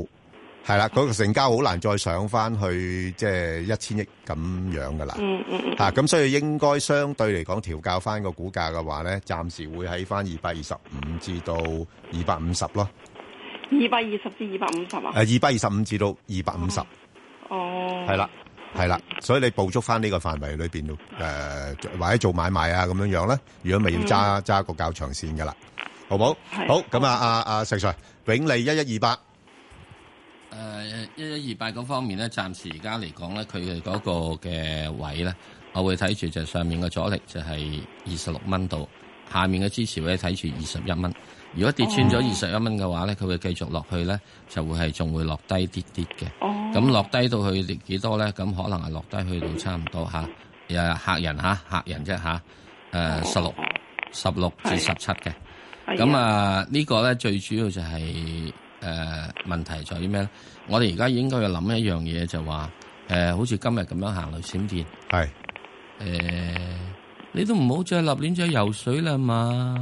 Speaker 9: 係啦，嗰個成交好難再上翻去即係一千億咁樣噶啦。
Speaker 21: 嗯嗯嗯
Speaker 9: 嚇，咁所以應該相對嚟講調校翻個股價嘅話咧，暫時會喺翻二百二十五至到二百五十咯。
Speaker 21: 二百二十至二百五十啊？
Speaker 9: 誒二百二十五至到二百五十，
Speaker 21: 哦，
Speaker 9: 係啦，係啦，所以你捕捉翻呢個範圍裏邊度誒，或者做買賣啊咁樣樣啦。如果咪要揸揸個較長線噶啦，好冇？好咁啊，阿阿石 Sir，永利一一二八，
Speaker 10: 誒呃一一二八嗰方面咧，暫時而家嚟講咧，佢嘅嗰個嘅位咧，我會睇住就係上面嘅阻力就係二十六蚊度，下面嘅支持位睇住二十一蚊。如果跌穿咗
Speaker 21: 哦
Speaker 10: 二十一蚊嘅話咧，佢會繼續落去咧，就會係仲會落低啲啲嘅。
Speaker 21: 哦
Speaker 10: 咁落低到去幾多咧？咁可能係落低去到差唔多嚇，誒客人嚇，客人啫嚇，
Speaker 21: 哦
Speaker 10: 誒呃十六十六至十七嘅。
Speaker 21: 係
Speaker 10: 咁啊，呢個咧最主要就係誒問題在於咩咧？我哋而家應該要諗一樣嘢，就話誒，好似今日咁樣行雷閃電，
Speaker 9: 係
Speaker 10: 誒，你都唔好再立亂再游水啦嘛。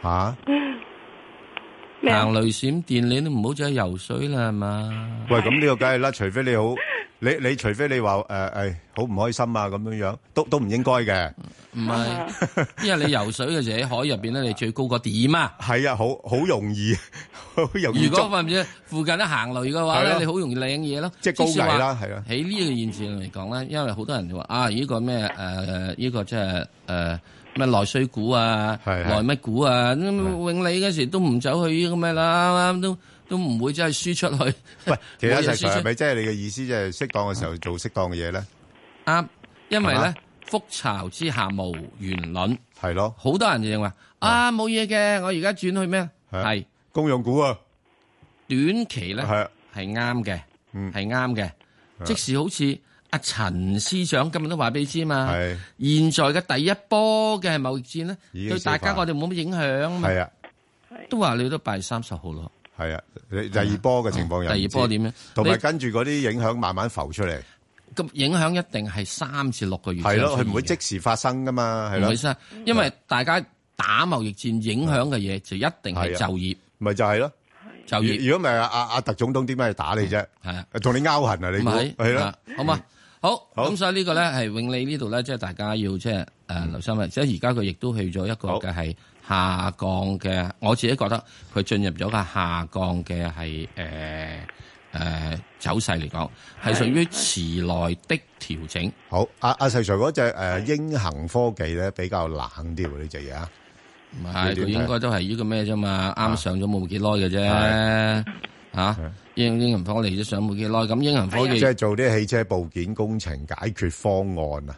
Speaker 9: 嚇！
Speaker 21: 咩啊
Speaker 10: 行雷閃電，你都唔好再游水啦嘛。
Speaker 9: 喂，咁呢個梗係啦，除非你 好，你你除非你話誒誒好唔開心啊咁樣樣，都都唔應該嘅。
Speaker 10: 唔 係，因為你游水嘅時候喺海入邊咧，你最高個點啊？
Speaker 9: 係啊，好好容易， 好容易
Speaker 10: 如果
Speaker 9: 捉
Speaker 10: 或者附近一行雷嘅話
Speaker 9: 係
Speaker 10: 咧，
Speaker 9: 咯
Speaker 10: 你好容易領嘢咯。
Speaker 9: 即係高危啦
Speaker 10: 即使話
Speaker 9: 係啊
Speaker 10: 喺呢個現象嚟講咧，因為好多人就話啊，呢個咩誒呢個即係誒咩內需股啊，內乜股啊，咁永利嗰時都唔走去呢個咩啦，都都唔會真係輸出去。
Speaker 9: 喂，其實
Speaker 10: 冇嘢
Speaker 9: 實
Speaker 10: 輸出
Speaker 9: 上係咪即係你嘅意思，即係適當嘅時候做適當嘅嘢咧？
Speaker 10: 啱，因為
Speaker 9: 係
Speaker 10: 咧
Speaker 9: 嘛
Speaker 10: 覆巢之下無完卵，
Speaker 9: 係咯，
Speaker 10: 好多人就認為啊冇嘢嘅，我而家轉去咩？係
Speaker 9: 公用股啊，
Speaker 10: 短期咧
Speaker 9: 係
Speaker 10: 係啱嘅，
Speaker 9: 嗯
Speaker 10: 係啱嘅。
Speaker 9: 啊
Speaker 10: 即使好似阿陳司長今日都話俾你知嘛，現在嘅第一波嘅貿易戰咧，
Speaker 9: 經
Speaker 10: 對大
Speaker 9: 消
Speaker 10: 家
Speaker 9: 化
Speaker 10: 我哋冇乜影響嘛。
Speaker 9: 係啊，
Speaker 10: 都話你都八月三十號咯。
Speaker 9: 係啊，你第二波嘅情況又唔知
Speaker 10: 哦第二波點咧
Speaker 9: 同埋
Speaker 10: 你
Speaker 9: 跟住嗰啲影響慢慢浮出嚟，
Speaker 10: 咁影響一定係三至六個月。
Speaker 9: 係咯，佢唔會即時發生噶嘛，係
Speaker 10: 唔
Speaker 9: 咯
Speaker 10: 會，生，因為大家打貿易戰影響嘅嘢就一定係就業。
Speaker 9: 啊咪就係咯，
Speaker 10: 就業
Speaker 9: 如如果唔係阿阿阿特總統點解要打你啫？
Speaker 10: 係啊，
Speaker 9: 同你拗痕啊，你
Speaker 10: 唔
Speaker 9: 估
Speaker 10: 係
Speaker 9: 係
Speaker 10: 啊
Speaker 9: 咯，嗯
Speaker 10: 好嘛？好，咁所以呢個咧係永利呢度咧，即係大家要即係誒留心啦。即係而家佢亦都去咗一個嘅係下降嘅，我自己覺得佢進入咗個下降嘅呃係誒
Speaker 9: 嗯
Speaker 10: 誒走勢嚟講，係屬於遲來的調整。
Speaker 9: 好，阿阿細 Sir 嗰只誒英恒科技咧比較冷啲喎，呢只嘢啊，
Speaker 10: 唔係佢應該都係呢個咩啫嘛，啱上咗冇幾耐嘅啫嚇。英英銀科技都上冇幾耐，咁英銀科技
Speaker 9: 即係做啲汽車部件工程解決方案啊，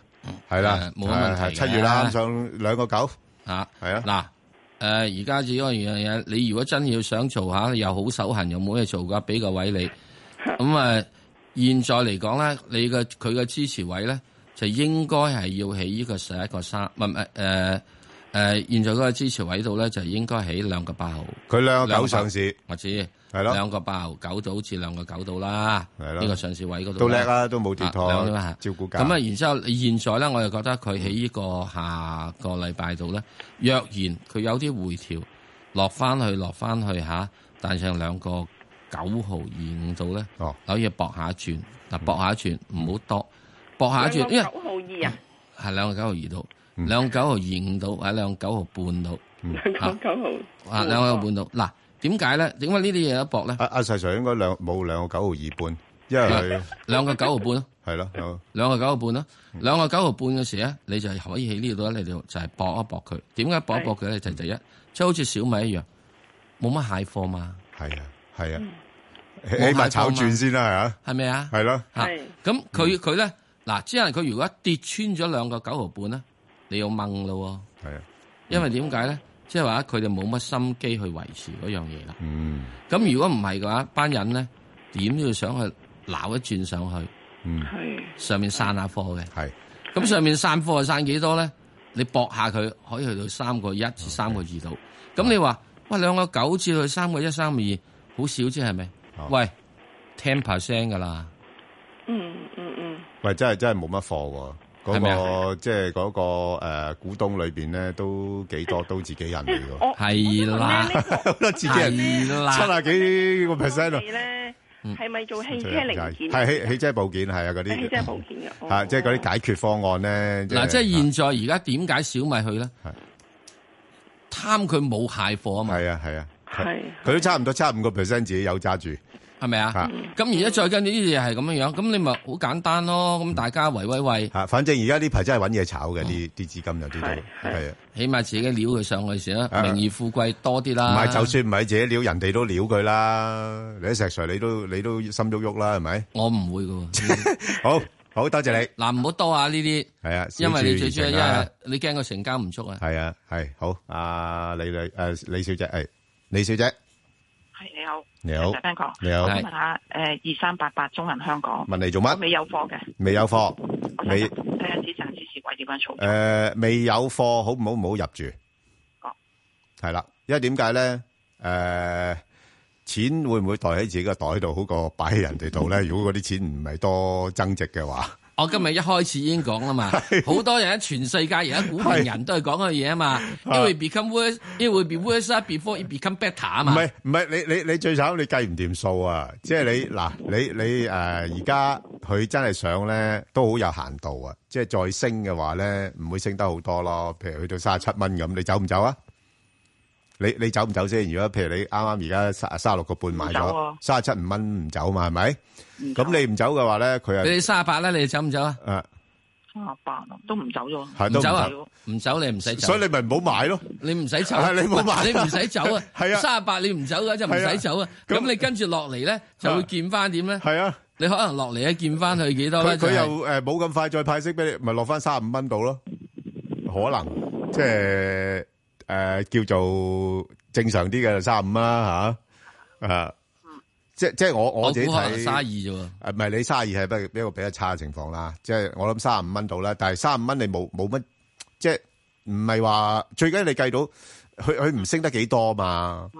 Speaker 9: 係啦，
Speaker 10: 誒冇乜問題
Speaker 9: 係
Speaker 10: 嘅
Speaker 9: 七月啦，啱上兩個九，
Speaker 10: 啊，
Speaker 9: 係啊，
Speaker 10: 嗱。誒而家只嗰樣嘢，你如果真要想做下，又好手痕，又冇嘢做噶，俾 呃個位你。咁啊，現在嚟講咧，你嘅佢嘅支持位咧就應該係要喺呢個十一個三，唔係誒誒，現在嗰個支持位度咧，就應該喺兩個八毫。
Speaker 9: 佢兩個九上市，
Speaker 10: 我知
Speaker 9: 係咯
Speaker 10: 兩個八毫九到好似兩個九到啦，
Speaker 9: 係咯
Speaker 10: 呢個上市位嗰度
Speaker 9: 都叻啦都冇跌妥
Speaker 10: 兩個八毫
Speaker 9: 照顧價
Speaker 10: 咁啊，然之後現在咧，我又覺得佢喺呢個下個禮拜度咧，若然佢有啲回調落翻去落翻去嚇，但上兩個九毫二五度咧，
Speaker 9: 哦
Speaker 10: 可以搏下一轉嗱，
Speaker 9: 嗯
Speaker 10: 搏下一轉唔好多，搏下一轉，因為
Speaker 21: 九毫二啊，
Speaker 10: 係兩個九毫二度，
Speaker 9: 嗯
Speaker 10: 兩九毫二五度，或者兩九毫半度，
Speaker 21: 兩個九毫
Speaker 10: 啊兩個九毫半度。嗱，點解咧？點解呢啲嘢有一搏咧？
Speaker 9: 阿阿 Sir Sir 應該兩冇兩個九毫二半，因為佢
Speaker 10: 啊兩個九毫半咯，
Speaker 9: 係咯，
Speaker 10: 兩個九毫半咯，
Speaker 9: 嗯
Speaker 10: 兩個九毫半嘅時咧，你就係可以喺呢度咧，你就就係搏一搏佢。點解搏一搏佢咧？就係第一，即係好似小米一樣，冇乜蟹貨嘛。
Speaker 9: 係啊，係啊，起
Speaker 10: 冇蟹貨嘛
Speaker 9: 碼炒轉先啦，
Speaker 10: 係咪啊？
Speaker 9: 係咯，
Speaker 10: 嚇咁佢佢咧嗱，只係佢如果一跌穿咗兩個九毫半咧，你要掹咯
Speaker 9: 喎。係啊，
Speaker 10: 因為點解咧？即係話佢哋冇乜心機去維持嗰樣嘢啦。
Speaker 9: 嗯，
Speaker 10: 咁如果唔係嘅話，班人咧點都要想去鬧一轉上去。
Speaker 9: 嗯，
Speaker 10: 上面散下貨嘅。
Speaker 9: 係。
Speaker 10: 咁上面散貨係散幾多咧？你搏下佢可以去到三個一
Speaker 9: 嗯
Speaker 10: 至三個二度。咁你話喂兩個九至去三個一、三個二，好少啫係咪？
Speaker 9: 哦
Speaker 10: 喂，ten percent 㗎啦。
Speaker 21: 嗯嗯嗯，
Speaker 9: 喂，真係真係冇乜貨喎，嗰
Speaker 10: 係咪
Speaker 9: 個即係嗰個誒股東裏邊咧都幾多都自己人
Speaker 21: 嗯
Speaker 9: 嚟㗎喎，
Speaker 10: 係啦，
Speaker 9: 好多自己人，
Speaker 10: 係啦
Speaker 9: 七啊幾個 percent 喎。
Speaker 21: 咧
Speaker 9: 嗯
Speaker 21: 係咪做汽車零件？
Speaker 9: 係，汽-汽車部件，係啊，嗰啲。
Speaker 21: 汽車部件嘅。哦
Speaker 9: 啊，即係嗰啲解決方案呢，
Speaker 10: 嗱，即
Speaker 9: 即係-
Speaker 10: 係現在而家點解小米去咧？貪佢冇蟹貨啊嘛。
Speaker 9: 係啊係啊。
Speaker 21: 係。
Speaker 9: 佢都差唔多75%自己有揸住。啊。
Speaker 10: 咁而家再跟住呢啲嘢係咁樣樣，咁你咪好簡單咯。
Speaker 9: 嗯
Speaker 10: 咁大家圍威喂，
Speaker 21: 嗯
Speaker 9: 啊，反正而家呢排真係搵嘢炒嘅，啲-啲資金有啲都。係啊。啊
Speaker 10: 起碼自己撩佢上去先啦，名義富貴多啲啦。
Speaker 9: 唔係，就算唔係自己料，人哋都料佢啦。你喺石Sir，你都-你都心喐喐啦，係咪？ 好，好，多謝你。係啊，
Speaker 10: 因為你最
Speaker 9: 小注怡情啊
Speaker 10: 主要，因
Speaker 9: 啦。
Speaker 10: 為你驚個成交唔足啊。
Speaker 9: 係啊，係，好，啊，李女-誒，李小姐，係。李小姐。
Speaker 1: 系你好，
Speaker 9: 你好
Speaker 1: 聽講
Speaker 9: 你好
Speaker 1: 我想問下诶二三八八中銀香港
Speaker 9: 問你做乜
Speaker 1: 我未有貨嘅，
Speaker 9: 未有貨，未
Speaker 1: 睇下市場指示位點樣操作。
Speaker 9: 诶呃未有貨，好唔好唔好入住？係啦，因為點解咧？诶、錢錢會唔會袋喺自己個袋度，好過擺喺人哋度咧？如果嗰啲錢唔係多增值嘅話，
Speaker 10: 我哦今日一開始已經講 啦嘛，好多人喺全世界而家股評人都係講嗰樣嘢啊嘛
Speaker 9: 係
Speaker 10: ，it will become worse, it will be worse before it become better 啊
Speaker 9: 唔
Speaker 10: 嘛。
Speaker 9: 係唔係，你你你最慘，你計唔掂數啊！即係你嗱，你你诶，呃而家佢真係上咧，都好有限度啊！即係再升嘅話咧，唔會升得好多咯。譬如去到三十七蚊咁，你走唔走啊？你你走唔走先？如果譬如你啱啱而家三三六個半買
Speaker 10: 唔走
Speaker 9: 咗
Speaker 10: 啊，
Speaker 9: 三十七五蚊唔走嘛，係咪？咁你唔走嘅話咧，佢啊
Speaker 10: 你三十八啦，你走唔走啊？
Speaker 9: 啊
Speaker 1: 三啊八啊都唔走咗，
Speaker 9: 係都
Speaker 10: 唔
Speaker 9: 唔
Speaker 10: 走啊
Speaker 9: 走，
Speaker 10: 唔走你唔使走。
Speaker 9: 所以你咪唔好買咯。
Speaker 10: 你 唔使走，
Speaker 9: 係啊你唔好買！
Speaker 10: 你唔使走啊
Speaker 9: 係啊
Speaker 10: 三十八你唔走嘅就唔
Speaker 9: 係啊
Speaker 10: 使走啊！咁你跟住落嚟咧，就會見翻點咧？
Speaker 9: 係啊，
Speaker 10: 你可能落嚟咧見翻去幾多
Speaker 9: 佢
Speaker 10: 咧？
Speaker 9: 佢
Speaker 10: 就係
Speaker 9: 又诶冇咁快再派息俾你，咪落翻三十五蚊度咯。可能即係诶、呃叫做正常啲嘅三十五啦吓，啊即即係我我
Speaker 10: 我
Speaker 9: 自己
Speaker 10: 估可能
Speaker 9: 睇
Speaker 10: 卅二啫
Speaker 9: 誒
Speaker 10: 喎。
Speaker 9: 唔係你三廿二係比一個比較差嘅情況啦，即係我諗三十五蚊到啦，但係三十五蚊你冇冇乜，即係唔係話最緊要你計到佢佢唔升得幾多嘛？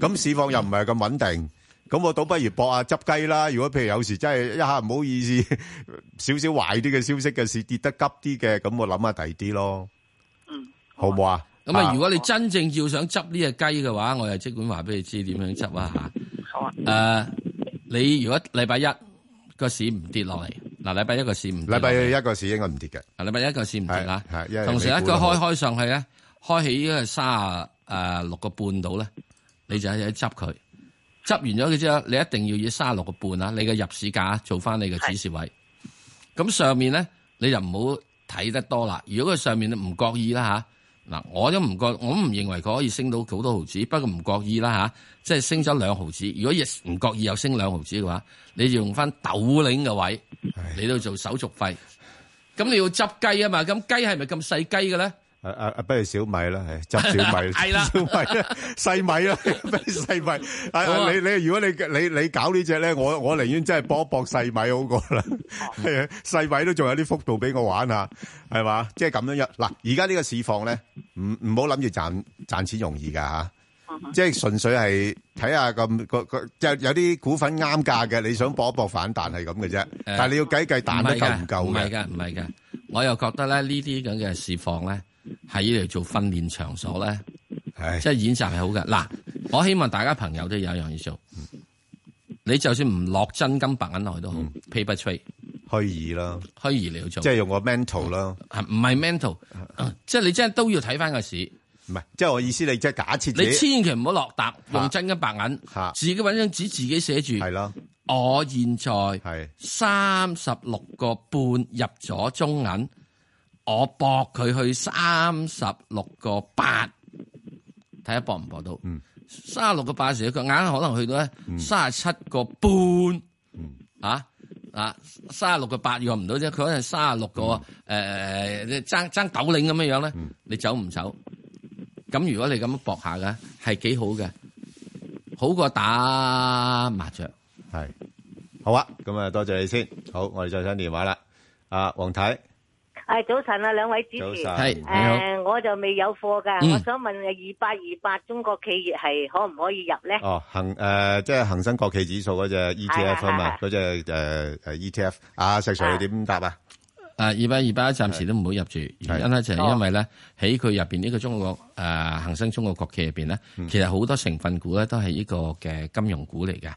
Speaker 9: 咁市況又唔係咁穩定，咁我倒不如搏下執雞啦。如果譬如有時真係一下唔好意思， 少少壞啲嘅消息嘅事跌得急啲嘅，咁我諗下第二啲咯。好唔好啊？
Speaker 10: 咁啊，如果你真正要想執呢只雞嘅話，我又即管話俾你知點樣執 啊嚇。
Speaker 1: 好啊。
Speaker 10: 誒，你如果禮拜一個市唔跌落嚟，嗱禮拜一個市唔跌落嚟
Speaker 9: 禮拜一個市應該唔跌嘅，
Speaker 10: 啊禮拜一個市唔跌啦，
Speaker 9: 係因為
Speaker 10: 同時
Speaker 9: 美
Speaker 10: 一
Speaker 9: 股
Speaker 10: 個
Speaker 9: 都好
Speaker 10: 開開上去咧，開起呢個卅誒六個半度咧，你就喺度執佢。執完咗佢之後，你一定要以卅六個半啊，你嘅入市價做翻你嘅指示位。咁上面咧，你就唔好睇得多啦。如果佢上面唔覺意啦吓，嗱、我都唔覺，我唔認為佢可以升到好多毫子，不過唔覺意啦吓、即係升咗兩毫子。如果亦唔覺意又升兩毫子嘅話，你就用翻豆領嘅位嚟到做手續費。咁你要執雞啊嘛，咁雞係咪咁細雞嘅咧？
Speaker 9: 啊啊啊！不如小米啦，係執小米，
Speaker 10: 係啦
Speaker 9: 小米啦，細米啊 啦，不如細米。啊
Speaker 10: 好
Speaker 9: 啊！
Speaker 10: 啊
Speaker 9: 你你如果你你你搞呢只咧，我我寧願真係搏一搏細米好過啦。係
Speaker 10: 哦
Speaker 9: 啊，細米都仲有啲幅度俾我玩下，係嘛？即係咁樣樣。嗱，而家呢個市況咧，唔唔好諗住賺賺錢容易㗎嚇。
Speaker 10: 嗯
Speaker 9: 即係純粹係睇下咁個個，即係有啲股份啱價嘅，你想搏一搏反彈係咁嘅啫。但係你要計計彈得夠唔夠
Speaker 10: 呃唔
Speaker 9: 嘅。
Speaker 10: 係㗎，唔係㗎。我又覺得咧，呢啲咁嘅市況咧，喺嚟做訓練場所咧，即係演習係好嘅。嗱，我希望大家朋友都有一樣嘢做，你就算唔落真金白銀落去都好，paper trade
Speaker 9: 嗯虛擬啦，
Speaker 10: 虛擬你要做，啊
Speaker 9: 即係用個 mental 啦，啊
Speaker 10: 唔係 mental，即係你真係都要睇翻個市。
Speaker 9: 唔係，即係我意思，你即係假設
Speaker 10: 你
Speaker 9: 自己
Speaker 10: 千祈唔好落搭，用真金白銀，自己揾張紙自己寫住。係
Speaker 9: 啦，
Speaker 10: 我現在三十六個半入咗中銀，我搏佢去三十六個八，睇下搏唔搏到。三十六個八嘅時候，佢硬可能去到咧三十七個半，啊啊三十六個八用唔到啫，佢可能三十六個誒爭爭斗領咁樣樣咧，你走唔走？咁如果你咁樣搏下嘅，係幾好嘅，好過打麻雀。
Speaker 9: 係好啊。咁啊，多謝你先。好，我哋再上電話啦。啊，黃太，
Speaker 22: 系早晨啊，兩位主持，
Speaker 9: 早晨係你好
Speaker 22: 誒我就未有貨㗎，
Speaker 9: 嗯
Speaker 22: 我想問二八二八中國企業係可唔可以入咧？
Speaker 9: 哦，恒诶，即係恒生國企指數嗰只 ETF 啊嘛，嗰只呃诶诶 ETF。啊，石 Sir 你點答啊？
Speaker 10: 呃誒二百二百暫時都唔好入住，原因咧就係因為咧喺佢入邊呢個中國誒恒生中國國企入邊咧，其實好多成分股咧都係呢個嘅金融股嚟嘅。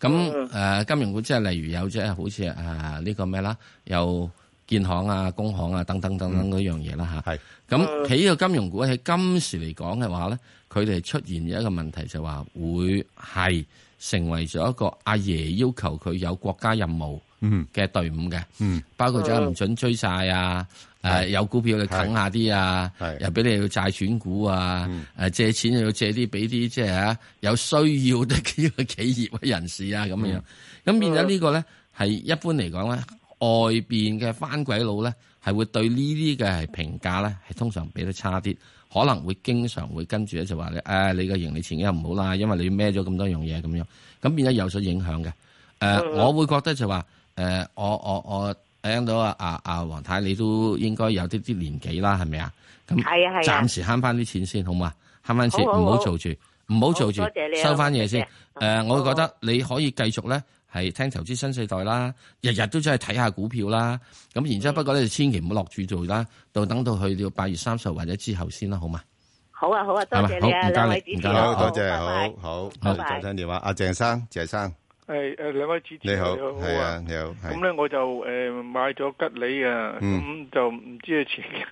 Speaker 10: 咁誒金融股即係例如有即係好似誒呢個咩啦，有建行啊、工行啊等等等等嗰樣嘢啦嚇。係。咁喺呢個金融股喺今時嚟講嘅話咧，佢哋出現有一個問題就話會係成為咗一個阿爺要求佢有國家任務
Speaker 9: 嗯
Speaker 10: 嘅隊伍嘅。
Speaker 9: 嗯，
Speaker 10: 包括咗唔
Speaker 9: 嗯
Speaker 10: 准追晒啊，誒有股票你啃下啲啊，又俾你要債轉股啊，誒借錢又要借啲俾啲即係啊有需要嘅呢個企業嘅人士啊咁樣，咁變咗呢個咧係一般嚟講咧，外邊嘅翻鬼佬咧係會對呢啲嘅係評價咧係通常俾得差啲。可能會經常會跟住咧就話你，誒、你個盈利前景又唔好啦，因為你孭咗咁多樣嘢咁樣，咁變咗有所影響嘅。誒、
Speaker 12: 嗯
Speaker 10: 我會覺得就話，誒、我我我聽到啊啊啊黃太，你都應該有啲啲年紀啦，係咪啊？咁
Speaker 22: 係啊係啊
Speaker 10: 暫時慳翻啲錢先，好啊嘛？慳翻錢，
Speaker 22: 好好
Speaker 10: 唔好
Speaker 22: 好
Speaker 10: 做住，唔好做住
Speaker 22: 好多謝，你啊
Speaker 10: 收翻嘢先
Speaker 22: 多謝。嗯
Speaker 10: 誒、我會覺得你可以繼續咧。係聽投資新世代啦，日日都真係睇下股票啦。咁然之
Speaker 22: 嗯
Speaker 10: 後，不過咧，千祈唔好落注做啦，到等到去到八月三十或者之後先啦，好嘛？
Speaker 22: 好啊，好啊，多謝
Speaker 10: 好
Speaker 22: 你啊，
Speaker 10: 唔該
Speaker 22: 兩
Speaker 10: 你
Speaker 22: 位主持，
Speaker 9: 好，
Speaker 10: 唔該你
Speaker 22: 好
Speaker 9: 多謝，
Speaker 22: 拜拜
Speaker 9: 好好，
Speaker 22: 拜
Speaker 9: 我
Speaker 22: 拜
Speaker 9: 哋再聽電話。阿鄭生，鄭生，
Speaker 23: 诶诶，两位主持
Speaker 9: 你好，
Speaker 23: 係
Speaker 9: 係啊，你好，
Speaker 23: 咁
Speaker 9: 係。
Speaker 23: 咧我就诶买咗吉利啊，
Speaker 9: 嗯
Speaker 23: 咁就唔知佢前景，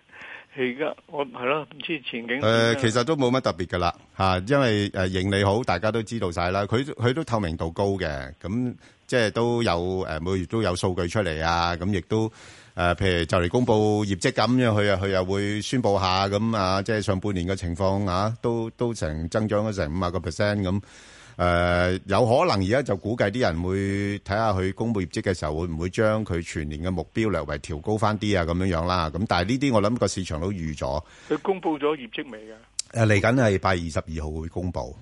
Speaker 23: 而家我係咯，唔知前景點啊。
Speaker 9: 诶，其實都冇乜特別噶啦吓，嚇因為诶盈利好，大家都知道晒啦。佢佢都透明度高嘅，咁即係都有诶每月都有數據出嚟啊。咁亦都诶，誒譬如就嚟公布業績咁樣，佢又佢又會宣佈下咁啊，即係上半年嘅情況啊，都都成增長咗成五啊個 percent 咁。誒、有可能而家就估計啲人會睇下佢公佈業績嘅時候，會唔會將佢全年嘅目標略為調高翻啲啊咁樣樣啦。咁但係呢啲我諗個市場都預咗。
Speaker 23: 佢公布咗業績未㗎？
Speaker 9: 诶，呃嚟緊係八月二十二號會公布，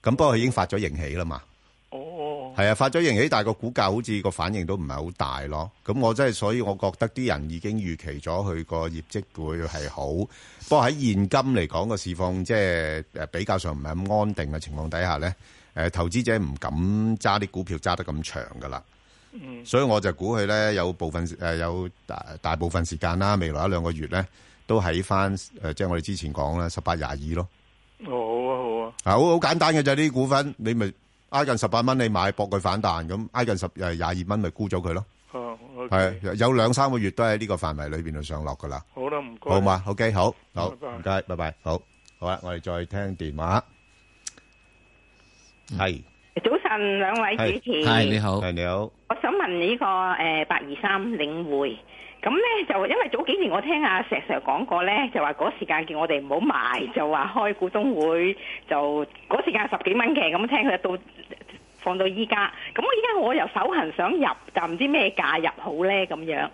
Speaker 9: 咁不過佢已經發咗盈喜啦嘛。
Speaker 23: 哦，
Speaker 9: 係啊，發咗盈喜，但係個股價好似個反應都唔係好大咯。咁我真係，所以我覺得啲人已經預期咗佢個業績會係好。不過喺現今嚟講個市況，即係诶比較上唔係咁安定嘅情況底下咧，诶、投資者唔敢揸啲股票揸得咁長噶啦。
Speaker 23: 嗯，
Speaker 9: 所以我就估佢咧有部分誒、呃有大大部分時間啦，未來一兩個月咧都喺翻誒，呃即係我哋之前講啦，十八廿二咯。
Speaker 23: 好啊好啊，
Speaker 9: 啊，好好簡單嘅就呢啲股份，你咪挨近十八蚊你買，搏佢反彈咁，挨近十誒廿二蚊咪沽咗佢咯。
Speaker 23: 哦，OK，
Speaker 9: 係有有兩三個月都喺呢個範圍裏邊度上落噶啦。
Speaker 23: 好啦，唔該。
Speaker 9: 好嘛？OK，好，好，
Speaker 23: 拜拜
Speaker 9: 唔該，拜拜，好，好啦，我哋再聽電話，係，
Speaker 24: 早晨，兩位主持，
Speaker 9: 係，你好，
Speaker 24: 我想問呢、呃個誒八二三領匯，咁咧就因為早幾年我聽阿石 Sir 講過咧，就話嗰時間叫我哋唔好賣，就話開股東會，就嗰時間十幾蚊嘅，咁聽佢到放到依家，咁我依家我又手痕想入，但唔知咩價入好咧咁樣。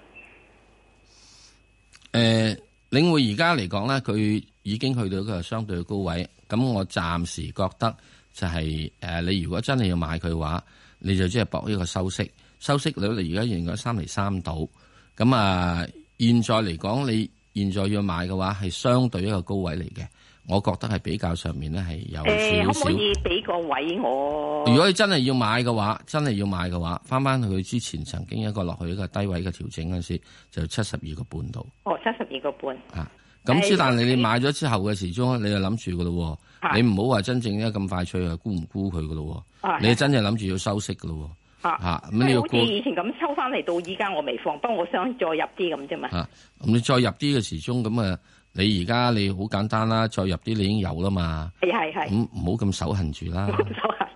Speaker 10: 誒、領匯而家嚟講咧，佢已經去到一個相對高位，咁我暫時覺得就係、呃你如果真係要買佢嘅話，你就即係搏一個收息，收息率你而家現咗三厘三度，咁啊，現在嚟講你現在要買嘅話係相對一個高位嚟嘅，我覺得係比較上面咧係
Speaker 24: 诶、
Speaker 10: 有
Speaker 24: 呃
Speaker 10: 少
Speaker 24: 可唔
Speaker 10: 少
Speaker 24: 可。以俾個位我？
Speaker 10: 如果你真係要買嘅話，真係要買嘅話，翻翻去佢之前曾經一個落去一個低位嘅調整嗰陣時，就七十二個半度。
Speaker 24: 哦，七十二個半，
Speaker 10: 啊。咁之但你你買咗之後嘅時鐘，你就諗住噶咯
Speaker 24: 啊
Speaker 10: 喎，你唔好話真正咧咁快脆啊，沽唔沽佢噶咯
Speaker 24: 啊
Speaker 10: 喎，你真係諗住要收息噶咯喎，
Speaker 24: 啊
Speaker 10: 啊
Speaker 24: 因
Speaker 10: 咁你
Speaker 24: 為
Speaker 10: 要
Speaker 24: 好似
Speaker 10: 沽
Speaker 24: 以前咁抽翻嚟到依家我未放，不過我想再入啲咁啫嘛。
Speaker 10: 啊，咁你再入啲嘅時鐘咁啊，你而家你好簡單啦，再入啲你已經有啦嘛，
Speaker 24: 係係
Speaker 10: 咁
Speaker 24: 係，
Speaker 10: 唔好咁手痕住啦，
Speaker 24: 手痕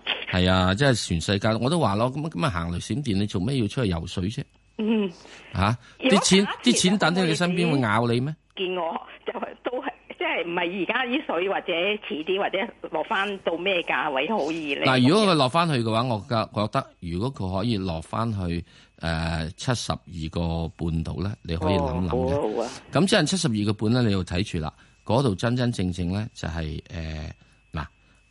Speaker 10: 係啊，即係全世界我都話咯，咁咁啊行雷閃電，你做咩要出去游水啫？
Speaker 24: 嗯，
Speaker 10: 吓
Speaker 24: 如果
Speaker 10: 啲錢
Speaker 24: 假設
Speaker 10: 啲錢等喺你身邊會咬你咩？
Speaker 24: 見我就係都係即係唔係而家啲水或者遲啲或者落翻到咩價位可以咧？
Speaker 10: 嗱，如果佢落翻去嘅話，我覺覺得如果佢可以落翻去誒七十二個半度咧，你可以諗諗
Speaker 24: 哦
Speaker 10: 嘅。
Speaker 24: 好啊
Speaker 10: 咁即係七十二個半咧，你要睇住啦。嗰度真真正正咧就係誒嗱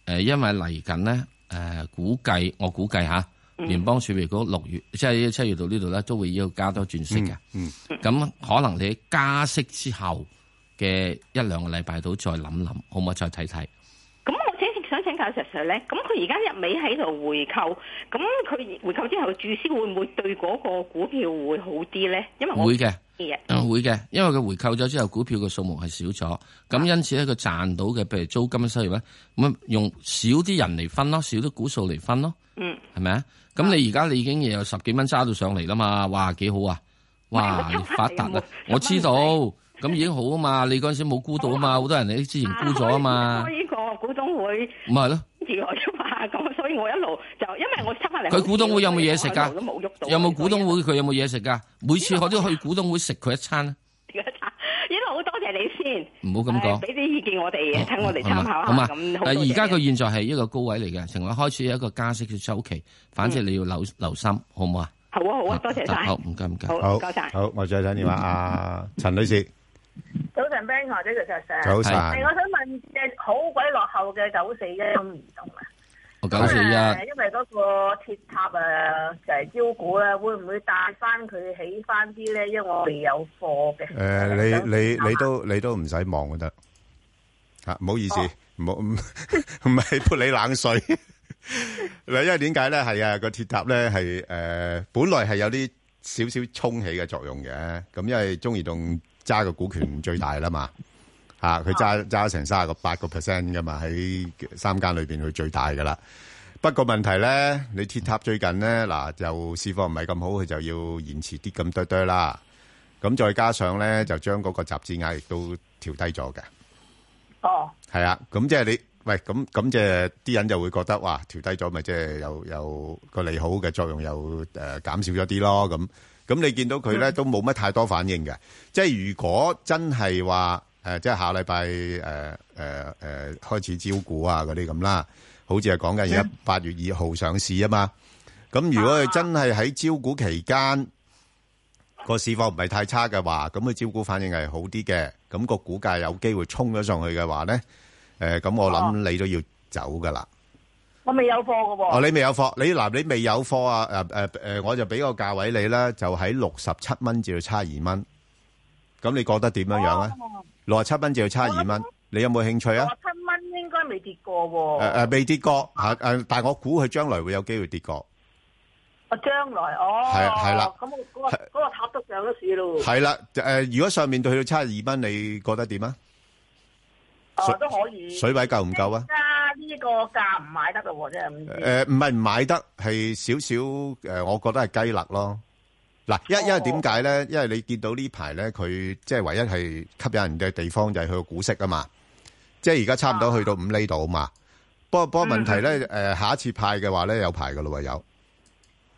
Speaker 10: 誒，因為嚟緊咧誒估計我估計嚇
Speaker 25: 嗯
Speaker 10: 聯邦儲備局六月即係七月到呢度咧，都會要加多轉息嘅。
Speaker 25: 嗯
Speaker 10: 咁可能你加息之後嘅一兩個禮拜度再諗諗，好唔好？再睇睇。
Speaker 24: 咁我請想請教石 Sir 咧，咁佢而家入尾喺度回購，咁佢回購之後注銷會唔會對嗰個股票會好啲咧？因為我
Speaker 10: 會嘅
Speaker 24: 知啊嘅，
Speaker 10: 嗯會嘅，因為佢回購咗之後，股票嘅數目係少咗，咁因此咧佢賺到嘅，譬如租金嘅收入咧，咁啊用少啲人嚟分咯，少啲股數嚟分咯，
Speaker 24: 嗯，
Speaker 10: 係咪啊？咁你而家你已經有十幾蚊揸到上嚟啦嘛，哇幾好啊！哇發達啊！我知道，咁已經好啊嘛，你嗰陣時冇沽到啊嘛，好多人你之前沽咗啊嘛，
Speaker 24: 開呢個股東會
Speaker 10: 咪係咯。
Speaker 24: 跟住我啫嘛，咁所以我一路就因為我出翻嚟，
Speaker 10: 佢股東會有冇嘢食啊
Speaker 24: 我一路都冇喐
Speaker 10: 㗎？
Speaker 24: 到，
Speaker 10: 有冇股東會佢有冇嘢食㗎？每次我都去股東會食佢一餐啊！
Speaker 24: 一路好多謝你先，
Speaker 10: 唔好咁講
Speaker 24: 誒俾啲意見我哋，等我哋參考
Speaker 10: 好嘛
Speaker 24: 下。咁好
Speaker 10: 但
Speaker 24: 多謝
Speaker 10: 而家佢現在係一個高位嚟嘅，成為開始有一個加息嘅周期，反正你要留留心，好唔好啊？
Speaker 24: 好啊好啊，多謝晒。
Speaker 10: 好，唔該唔該，
Speaker 9: 好，
Speaker 24: 唔該晒
Speaker 9: 好，我再聽電話，阿陳女士。
Speaker 21: 早晨 Ben 哥，姐姐石 Sir。
Speaker 9: 早晨
Speaker 21: 係我想問隻好鬼落後嘅九四一中移動啊。
Speaker 10: 我九四一
Speaker 21: 咁啊因為嗰個鐵塔啊，就係招股啊，會唔會帶翻佢起翻啲咧？因為我未有啊貨嘅。
Speaker 9: 誒，你-你-你都-啊你都唔使望就得。嚇，唔好意思，
Speaker 21: 哦
Speaker 9: 唔好- 唔係潑你冷水。 啊嗱，因為點解呢？係啊，個鐵塔呢，係，誒，本來係有啲少少沖起嘅作用嘅。咁因為中移動揸個股權最大啦嘛。嚇，佢揸-揸成38%㗎嘛，喺三間裏邊佢最大㗎啦。不過問題呢，你鐵塔最近呢，嗱，就市況唔係咁好，佢就要延遲啲咁多多啦。咁再加上咧，就將嗰個集資額亦都調低咗嘅，
Speaker 21: 哦，
Speaker 9: 係啊，咁即係你喂，咁咁即係啲人就會覺得哇，調低咗咪即係有有個利好嘅作用又誒、呃、減少咗啲咯，咁咁你見到佢咧都冇乜太多反應嘅，即係如果真係話誒，即係下禮拜誒誒誒開始招股啊嗰啲咁啦，好似係講緊而家八月二號上市啊嘛，咁如果佢真係喺招股期間。個市況唔係太差嘅話，咁佢招股反應係好啲嘅，咁、個股價有機會衝咗上去嘅話咧，誒、咁我諗你都要走噶啦。
Speaker 21: 我未有貨嘅喎。
Speaker 9: 哦，你未有貨，你嗱你未有貨啊？誒誒誒，呃我就俾個價位你啦，就喺六十七蚊至到差二蚊。咁你覺得點樣樣啊？
Speaker 21: 哦
Speaker 9: 六十七蚊至到差二蚊，你有冇興趣啊？
Speaker 21: 我七蚊應該未跌過喎。
Speaker 9: 誒誒，未跌過嚇誒，但係我估佢將來會有機會跌過。
Speaker 21: 我將來哦。
Speaker 9: 係係啦
Speaker 21: 咁我嗰個嗰個塔都上咗市咯。
Speaker 9: 係啦，誒，如果上面去到差二蚊，你覺得點啊？
Speaker 21: 哦，都可以。
Speaker 9: 水位夠唔夠啊？
Speaker 21: 加呢個價唔買得咯喎，真係唔知。
Speaker 9: 呃誒唔係唔買得，係少少誒，我覺得係雞肋咯。嗱，因因為點解咧？因為你見到呢排咧，佢即係唯一係吸引人嘅地方就係佢個股息啊嘛，即係而家差唔多去到五厘度啊嗯嘛。不過不過問題咧，誒、下一次派嘅話咧，有排噶咯喎有。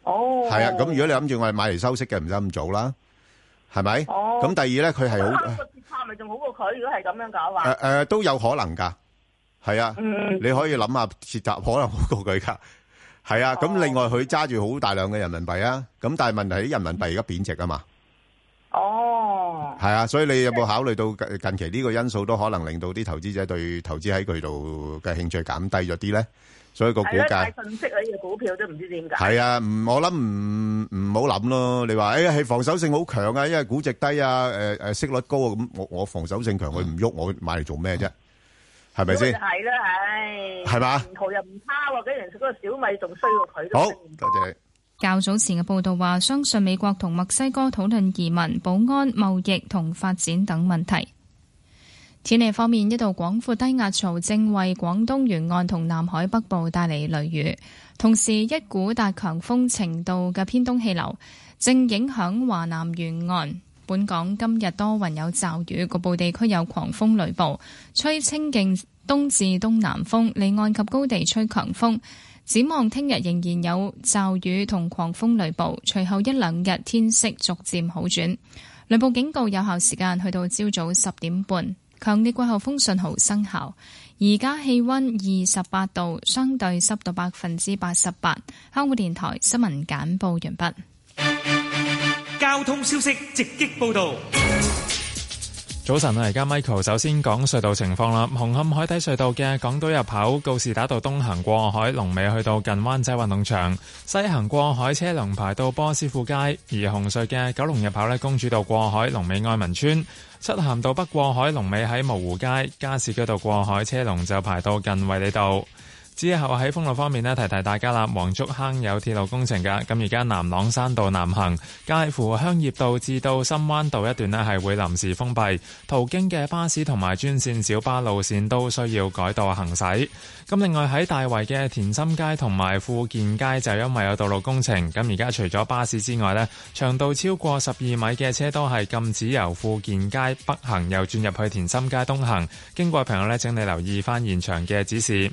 Speaker 21: 哦。
Speaker 9: 係啊，咁如果你諗住我係買嚟收息嘅，唔使咁早啦，係咪？
Speaker 21: 哦
Speaker 9: 咁啊第二咧，佢係好。
Speaker 21: 個鐵塔咪仲好過佢，如果係咁樣搞話。
Speaker 9: 誒誒、都有可能㗎，係啊，
Speaker 21: 嗯
Speaker 9: 你可以諗下鐵塔可能好過佢㗎，係啊。咁、另外佢揸住好大量嘅人民幣啊，咁但係問題啲人民幣而家貶值啊嘛，
Speaker 21: 哦。
Speaker 9: 係啊，所以你有冇考慮到近-近期呢個因素都可能令到啲投資者對投資喺佢度嘅興趣減低咗啲呢？所以個股
Speaker 25: 係啦，
Speaker 9: 價
Speaker 25: 太信息啊，呢個股票都唔知點解。
Speaker 9: 係啊，唔-我諗唔-唔好諗咯。你話，哎呀，係防守性好強啊，因為估值低啊，誒，誒，息率高啊，咁我-我防守性強，佢唔喐，我買嚟做咩啫？係咪先？
Speaker 25: 咁咪就係啦，唉，
Speaker 9: 係嘛？
Speaker 25: 銀行又唔差喎，竟然嗰個小米仲衰過佢都
Speaker 9: 好，
Speaker 25: 真係。
Speaker 9: 多謝你。
Speaker 12: 較早前嘅報道話，相信美國同墨西哥討論移民、保安、貿易同發展等問題。天氣方面，一道廣闊低壓槽正為廣東沿岸同南海北部帶嚟雷雨，同時一股達強風程度嘅偏東氣流正影響華南沿岸。本港今日多雲有驟雨，局部地區有狂風雷暴，吹清勁東至東南風，離岸及高地吹強風。展望聽日仍然有驟雨同狂風雷暴，隨後一兩日天色逐漸好轉。雷暴警告有效時間去到朝早十點半，強烈季候風信號生效。而家氣温二十八度，相對濕度百分之八十八。香港電台新聞簡報完畢。
Speaker 18: 交通消息直擊報道。
Speaker 14: 早晨啊，而家 Michael 首先講隧道情況啦。紅磡海底隧道嘅港島入口告士打道東行過海，龍尾去到近灣仔運動場；西行過海車龍排到波斯富街。而紅隧嘅九龍入口呢，公主道過海，龍尾愛民村；漆咸道北過海，龍尾喺蕪湖街；加士居道過海車龍就排到近衛理道。之後喺封路方面呢，提提大家啦。黃竹坑有鐵路工程㗎，咁而家南朗山道南行，介乎香葉道至到深灣道一段呢，係會臨時封閉，途經嘅巴士同埋專線小巴路線都需要改道行駛。咁另外喺大圍嘅田心街同埋富健街就因為有道路工程，咁而家除咗巴士之外呢，長度超過十二米嘅車都係禁止由富健街北行，右轉入去田心街東行。經過嘅朋友呢，請你留意翻現場嘅指示。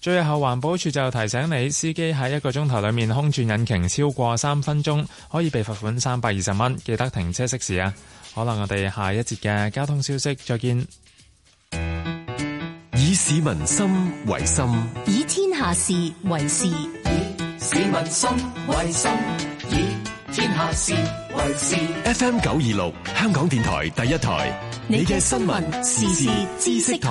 Speaker 14: 最後，環保署就提醒你，司機喺一個鐘頭裏面空轉引擎超過三分鐘，可以被罰款三百二十蚊。記得停車熄匙啊！可能我哋下一節嘅交通消息再見。
Speaker 15: 以市民心為心，
Speaker 4: 以天下事為事，
Speaker 17: 市民心為心，以天下事為事。
Speaker 15: FM 九二六，香港電台第一台，你嘅新聞時事知識台，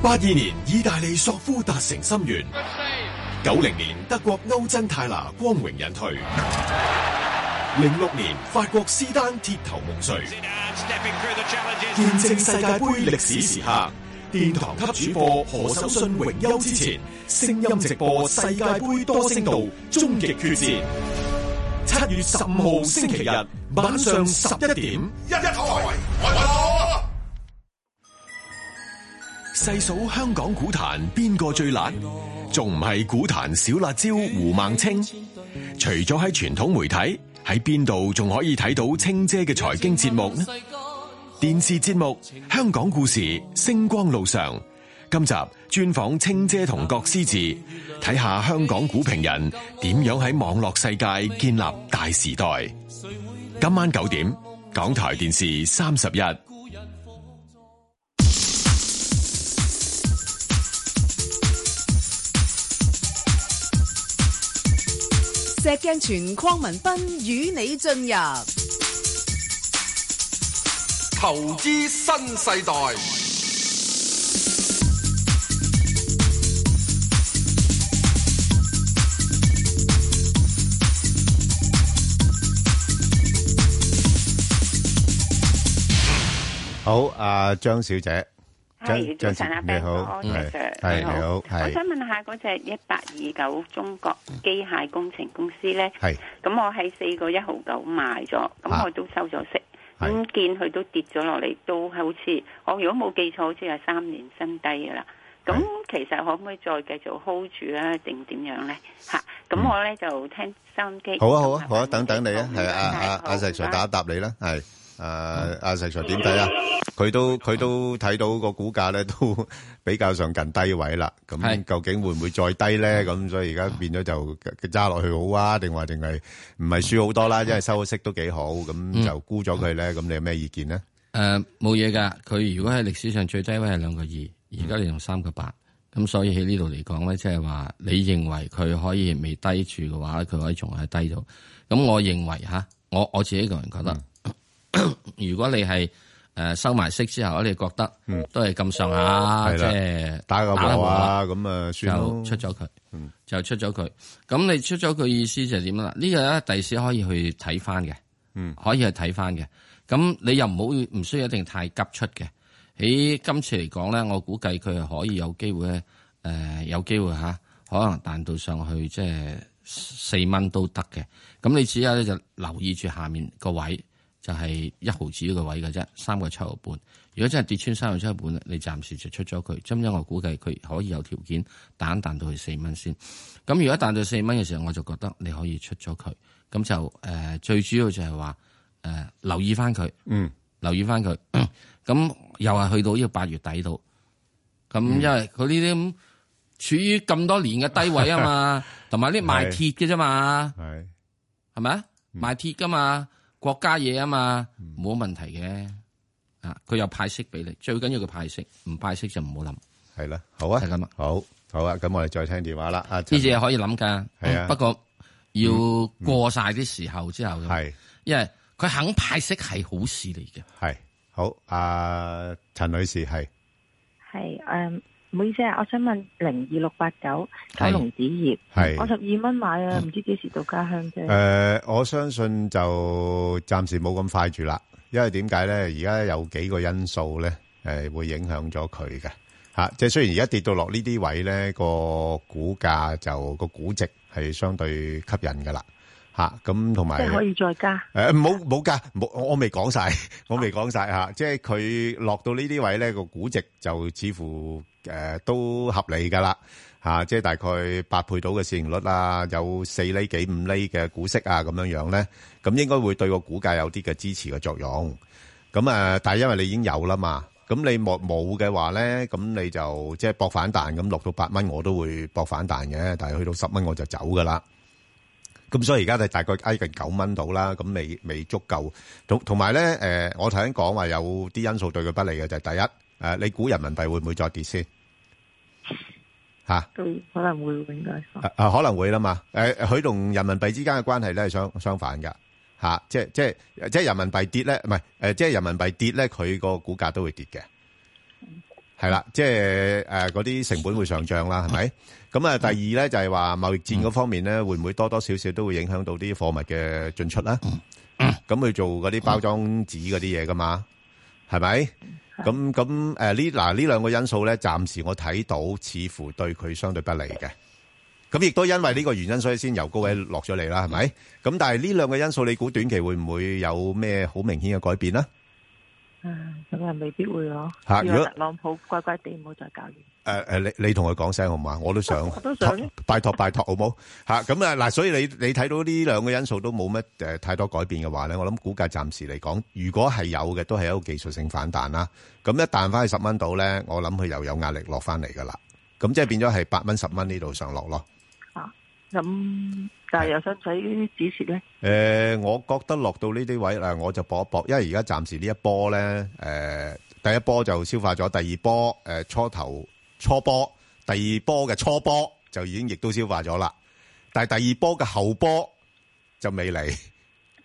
Speaker 15: 八二年意大利索夫達成心願，九零年德國歐珍泰拿光榮引退，零六年法國斯丹鐵頭夢碎，見證世界盃歷史時刻。殿堂級主播何守信榮休之前，聲音直播世界盃多聲道終極決戰，七月十五號星期日晚上十一點。
Speaker 8: 一一台。
Speaker 15: 細數香港股壇邊個最辣，仲唔係股壇小辣椒胡孟青？除咗喺傳統媒體，喺邊度仲可以睇到青姐嘅財經節目呢？電視節目《香港故事》星光路上，今集專訪青姐同郭思治，睇下香港股評人點樣喺網絡世界建立大時代。今晚九點，港台電視三十一。
Speaker 7: 石鏡泉鄺民彬與你進入
Speaker 8: 投資新世代，
Speaker 9: 好，啊，張小姐。
Speaker 21: 係
Speaker 9: 張-
Speaker 21: 早晨
Speaker 9: 張小
Speaker 21: 啊
Speaker 9: 姐，
Speaker 21: ，Ben
Speaker 9: 你好。
Speaker 21: 哥，
Speaker 9: 係，
Speaker 21: 石 Sir，
Speaker 9: 係，
Speaker 21: 你好
Speaker 9: 你好，
Speaker 21: 我
Speaker 9: 係。
Speaker 21: 想問下嗰只一八二九中國機械工程公司咧，
Speaker 9: 係
Speaker 21: 咁我喺四個一毫九買咗，
Speaker 9: 啊
Speaker 21: 咁我都收咗息，
Speaker 9: 係
Speaker 21: 咁見佢都跌咗落嚟，都好似我如果冇記錯，好似係三年新低噶啦。咁其實可唔可以再繼續 hold 住啊？定點樣咧？嚇、
Speaker 9: 嗯
Speaker 6: 咁我咧就聽收音機。
Speaker 9: 好啊，好啊，好啊，等等你啊，系啊，阿阿阿
Speaker 6: 好
Speaker 9: 石 Sir
Speaker 6: 唔
Speaker 9: 答
Speaker 6: 該
Speaker 9: 一答你啦，系，诶，阿石 Sir 點睇啊？佢都佢都睇到個股價咧，都 比較上近低位啦。咁究竟會唔會再低咧？咁所以而家變咗就揸落去好啊，定話定係唔係輸好多啦？因為收息都幾好，咁就沽咗佢咧。咁你有咩意見咧？
Speaker 10: 诶，呃冇嘢噶，佢如果喺歷史上最低位係兩個二，而家你用三個八，咁所以喺呢度嚟講咧，即係話你認為佢可以未低住嘅話，佢可以仲喺低度。咁我認為吓，我我自己個人覺得，如果你係诶收埋息之後，你覺得都係咁上下，
Speaker 9: 嗯係
Speaker 10: 即
Speaker 9: 啦
Speaker 10: 係
Speaker 9: 打個
Speaker 10: 得
Speaker 9: 和
Speaker 10: 和
Speaker 9: 啊
Speaker 10: 啦
Speaker 9: 咁啊算咯
Speaker 10: 就嗯出咗佢，就出咗佢。咁你出咗佢意思就係點啦？呢個咧第時可以去睇翻嘅。
Speaker 9: 嗯，
Speaker 10: 可以係睇翻嘅。咁你又唔好唔需要一定太急出嘅。喺今次嚟講咧，我估計佢係可以有機會咧，誒、呃有機會嚇，可能彈到上去即係四蚊都得嘅。咁你只有咧就留意住下面個位，就係、一毫子個位嘅啫，三個七毫半。如果真係跌穿三個七毫半，你暫時就出咗佢。咁因為我估計佢可以有條件彈一彈到去四蚊先。咁如果彈到四蚊嘅時候，我就覺得你可以出咗佢。咁就誒、呃最主要就係話誒留意翻佢，
Speaker 9: 嗯，
Speaker 10: 留意翻佢。 咁又係去到呢個八月底度，咁因為佢呢啲咁處於咁多年嘅低位啊 嘛，同埋呢賣鐵嘅啫嘛，
Speaker 9: 係嗯
Speaker 10: 係咪啊？賣鐵噶嘛，國家嘢啊嘛，冇問題嘅。啊，佢又派息俾你，最緊要佢派息，唔派息就唔好諗。
Speaker 9: 係啦，好啊，係咁啊，好，好啊，咁我哋再聽電話啦。阿
Speaker 10: 呢隻嘢可以諗㗎，嗯
Speaker 9: 係啊嗯
Speaker 10: 不過要過晒啲時候之後，
Speaker 9: 係
Speaker 10: 因為佢肯派息係好事嚟嘅。
Speaker 9: 係好，阿陳女士係。
Speaker 11: 系诶，誒唔好意思啊，我想問零二六八九九龍紙業，
Speaker 9: 係
Speaker 11: 我十二蚊買啊，唔知幾時到家鄉啫。
Speaker 9: 诶、我相信就暫時冇咁快住啦，因為點解咧？而家有幾個因素咧，诶、會影響咗佢嘅吓。即係雖然而家跌到落呢啲位咧，個股價就個估值係相對吸引噶啦吓。咁同埋
Speaker 11: 即係可以再加。
Speaker 9: 诶，冇冇噶，冇我我未講晒，我未講晒吓，即係佢落到呢啲位咧，個估值就似乎诶、呃都合理噶啦吓，即係大概八倍到嘅市盈率啊，有四厘幾五厘嘅股息啊，咁樣樣咧，咁應該會對個股價有啲嘅支持嘅作用。咁啊，但係因為你已經有啦嘛，咁你冇冇嘅話咧，咁你就即係搏反彈，咁落到八蚊我都會搏反彈嘅，但係去到十蚊我就走噶啦。咁所以而家就大概挨近九蚊到啦，咁未未足夠。同同埋咧，誒、我頭先講話有啲因素對佢不利嘅就係、第一，誒、呃你估人民幣會唔會再跌先？嚇、
Speaker 11: 都可能會應該。
Speaker 9: 啊啊，可能會啦嘛。誒、佢同人民幣之間嘅關係咧係相相反㗎。嚇、即係即係即係人民幣跌咧，唔係誒，即係人民幣跌咧，佢個股價都會跌嘅。係啦，即係誒嗰啲成本會上漲啦，係咪？咁啊，第二咧就係話貿易戰嗰方面咧，會唔會多多少少都會影響到啲貨物嘅進出啦？咁佢做嗰啲包裝紙嗰啲嘢噶嘛，係咪？咁咁誒呢嗱呢兩個因素咧，暫時我睇到似乎對佢相對不利嘅。咁亦都因為呢個原因，所以先由高位落咗嚟啦，係咪？咁但係呢兩個因素，你估短期會唔會有咩好明顯嘅改變呢？
Speaker 11: 啊咁又未必會咯。
Speaker 9: 嚇
Speaker 11: 如
Speaker 9: 如
Speaker 11: 果
Speaker 9: 果
Speaker 11: 特朗普乖乖地唔好再搞嘢。
Speaker 9: 誒、誒，呃你你同佢講聲好嘛？我都想，
Speaker 11: 我都想
Speaker 9: 託拜託拜託好冇嚇咁啊嗱，所以你你睇到呢兩個因素都冇乜誒太多改變嘅話咧，我諗估計暫時嚟講，如果係有嘅，都係一個技術性反彈啦。咁一彈翻去十蚊度咧，我諗佢又有壓力落翻嚟噶啦。咁即係變咗係八蚊十蚊呢度上落咯。
Speaker 11: 啊，咁但係又想使指示咧，
Speaker 9: 誒、呃我覺得落到呢啲位啦，我就搏一搏，因為而家暫時呢一波咧，誒、第一波就消化咗，第二波誒、呃初頭初波，第二波嘅初波就已經亦都消化咗啦，但係第二波嘅後波就未嚟，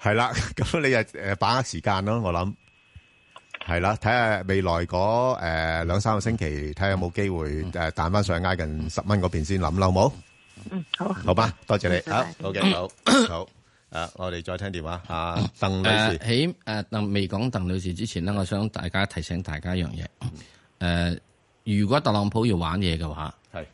Speaker 9: 係啦，咁你就誒把握時間咯，我諗係啦，睇下未來嗰誒兩三個星期，睇下有冇機會誒彈翻上挨近十蚊嗰邊先諗啦，好冇？
Speaker 11: 嗯好啊。
Speaker 9: 好吧，多謝你。好
Speaker 11: 拜拜
Speaker 9: ，OK，好， 好。誒，我哋再聽電話。啊，鄧女
Speaker 10: 誒
Speaker 9: 士，
Speaker 10: 喺誒呃鄧未講鄧女士之前咧，我想大家提醒大家一樣嘢。誒、
Speaker 9: 嗯
Speaker 10: 呃如果特朗普要玩嘢嘅話，
Speaker 9: 係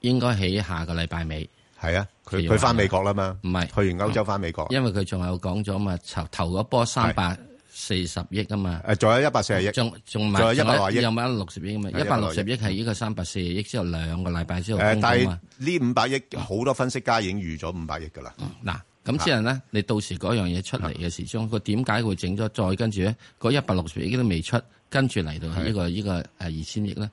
Speaker 10: 應該喺下個禮拜尾。
Speaker 9: 係啊，佢佢翻美國啦嘛，
Speaker 10: 呃唔係嗯
Speaker 9: 去完歐洲翻美國。
Speaker 10: 因為佢仲有講咗嘛，頭頭嗰波三百四十億啊嘛，
Speaker 9: 誒，仲有一百四十億，
Speaker 10: 仲仲埋
Speaker 9: 仲有一百六十億
Speaker 10: 有埋六十億啊嘛，
Speaker 9: 係
Speaker 10: 一百六十
Speaker 9: 160
Speaker 10: 億係呢個三百四十億之後兩個禮拜之後
Speaker 9: 誒，
Speaker 10: 公
Speaker 9: 但
Speaker 10: 佈
Speaker 9: 係
Speaker 10: 啊
Speaker 9: 呢五百億好多分析家已經預咗五百億㗎啦。
Speaker 10: 嗱，嘛，咁之後咧，你到時嗰樣嘢出嚟嘅時鐘，佢點解會整咗再跟住咧？嗰一百六十億都未出，跟住嚟到呢個呢個誒二千億咧，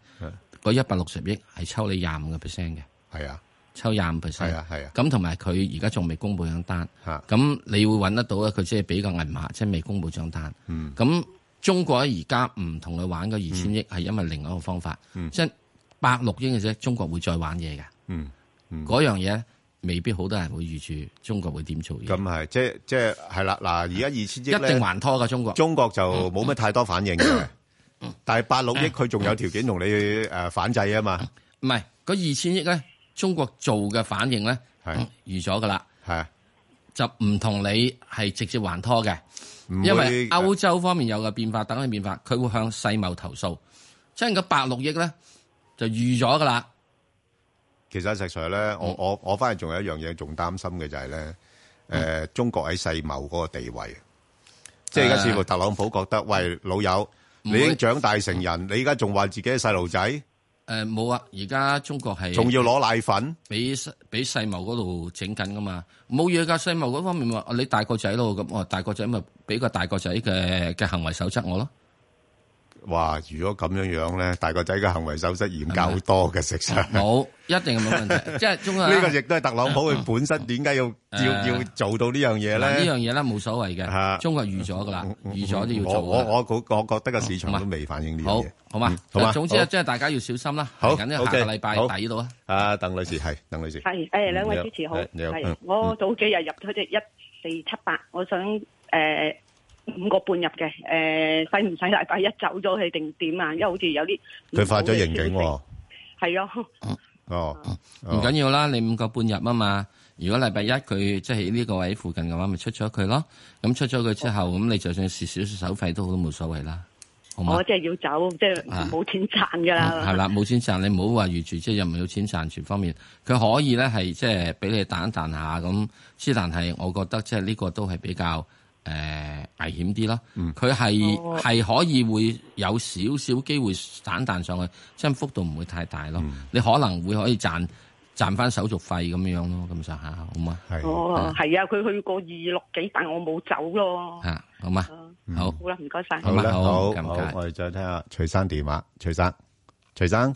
Speaker 10: 嗰一百六十億係抽你廿五個 percent 嘅，
Speaker 9: 係啊，
Speaker 10: 抽廿五 percent，
Speaker 9: 係啊係啊
Speaker 10: 咁同埋佢而家仲未公布張單，咁你會揾得到咧？佢即係俾個銀碼，即係未公布張單。
Speaker 9: 嗯
Speaker 10: 咁中國而家唔同佢玩嗰二千億，係因為另外一個方法，即係百六億嘅啫，中國會再玩嘢嘅。
Speaker 9: 嗯，
Speaker 10: 嗰樣嘢呢未必好多人會預住中國會點做嘢。
Speaker 9: 咁係即係即係係啦，嗱，而家二千億
Speaker 10: 一定還拖㗎中國嗯
Speaker 9: 中國就冇乜太多反應嘅，嗯但係八六億佢仲有條件同你誒反制啊嘛。
Speaker 10: 唔係嗯嗰二千億咧，中國做嘅反應咧，
Speaker 9: 係
Speaker 10: 嗯預咗噶啦，
Speaker 9: 係
Speaker 10: 就唔同你係直接還拖嘅，
Speaker 9: 唔會
Speaker 10: 因為歐洲方面有個變化，等佢變化，佢會向世貿投訴，即係嗰百六億咧就預咗噶啦，
Speaker 9: 其實石 Sir 咧，我我我反而仲有一樣嘢仲擔心嘅就係咧，誒中國喺世貿嗰個地位，即係而家似乎特朗普覺得，喂老友，你已經長大成人，你而家仲話自己係細路仔，
Speaker 10: 誒冇啊，而家中國係
Speaker 9: 仲要攞奶粉，
Speaker 10: 俾世俾世貿嗰度整緊噶嘛，冇嘢㗎。世貿嗰方面話啊你大個仔咯，咁我大個仔咪俾個大個仔嘅嘅行為守則我咯。
Speaker 9: 哇！如果咁樣樣咧，大個仔嘅行為守則嚴格好多嘅石 Sir，
Speaker 10: 冇一定冇 問題，即係中國
Speaker 9: 呢個亦都係特朗普佢本身點解要要
Speaker 10: 誒
Speaker 9: 要做到呢樣嘢咧？
Speaker 10: 嗱呢樣嘢咧冇所謂嘅，中國啊預咗
Speaker 9: 嗯
Speaker 10: 噶啦，預咗都要
Speaker 9: 我
Speaker 10: 做㗎
Speaker 9: 我
Speaker 10: 啦。
Speaker 9: 我估我覺得個市場都未反映呢樣嘢，
Speaker 10: 好嘛
Speaker 9: 嗯好嘛，
Speaker 10: 總之
Speaker 9: 好
Speaker 10: 即係大家要小心啦。
Speaker 9: 好
Speaker 10: 嚟緊呢下個
Speaker 9: OK，
Speaker 10: 禮拜
Speaker 9: 好
Speaker 10: 底到啊。
Speaker 9: 啊，鄧女士係，鄧女士
Speaker 13: 系诶，两位主持好，
Speaker 9: 嗯你好嗯你
Speaker 13: 系
Speaker 9: 好
Speaker 13: 我早幾日入咗只一四七八，我想诶五個半入嘅，诶使唔使禮拜一走咗佢定點啊？因為好似有啲
Speaker 9: 佢發咗刑警喎，
Speaker 13: 係啊，
Speaker 9: 哦，
Speaker 10: 嗯唔緊要啦，你五個半日啊嘛。如果禮拜一佢即係呢個位附近嘅話，咪出咗佢咯。咁出咗佢之
Speaker 9: 哦
Speaker 10: 後，咁你就算蝕少少手費都好，都冇所謂啦。好嘛啊
Speaker 13: 我？即係要走，即係冇錢賺噶啦。
Speaker 10: 係啦，冇錢賺，你唔好話預住，即係又唔有錢賺全方面。佢可以咧係即係俾你彈一彈下咁，之但係我覺得即係呢個都係比較誒、呃危險啲咯。
Speaker 9: 嗯
Speaker 10: 佢係係可以會有少少機會彈彈上去，即係幅度唔會太大咯。
Speaker 9: 嗯
Speaker 10: 你可能會可以賺賺翻手續費咁樣咯，咁上下好嘛？
Speaker 9: 係嗯
Speaker 13: 哦，係啊，佢去過二六幾，但我冇走咯。
Speaker 10: 啊，好嘛，好。
Speaker 13: 好啦，唔該晒。
Speaker 9: 好啦，好，好，
Speaker 10: 咁解
Speaker 9: 我哋再聽下徐生電話，徐生，徐生，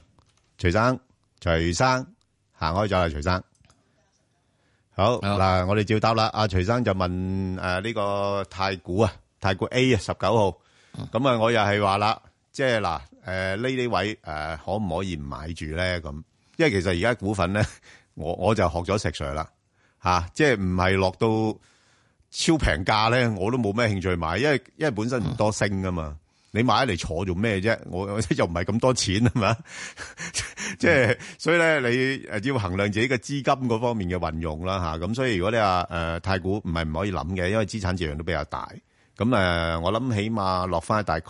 Speaker 9: 徐生，徐生，行開咗啦，徐生。好嗱，我哋照答啦。阿徐生就問誒呢個太古啊，太古 A 啊，十九號。咁啊，我又係話啦，即係嗱誒呢啲位誒可唔可以唔買住咧？咁，因為其實而家股份咧，我我就學咗石 Sir 啦嚇、即係唔係落到。超平價咧，我都冇咩興趣買，因為因為本身唔多升噶嘛。你買嚟坐做咩啫？我 我又唔係咁多錢啊係咪？ 即係所以咧，你呃誒要衡量自己嘅資金嗰方面嘅運用啦吓。咁、所以如果你話誒、呃太古唔係唔可以諗嘅，因為資產質量都比較大。咁誒、呃我諗起碼落翻大概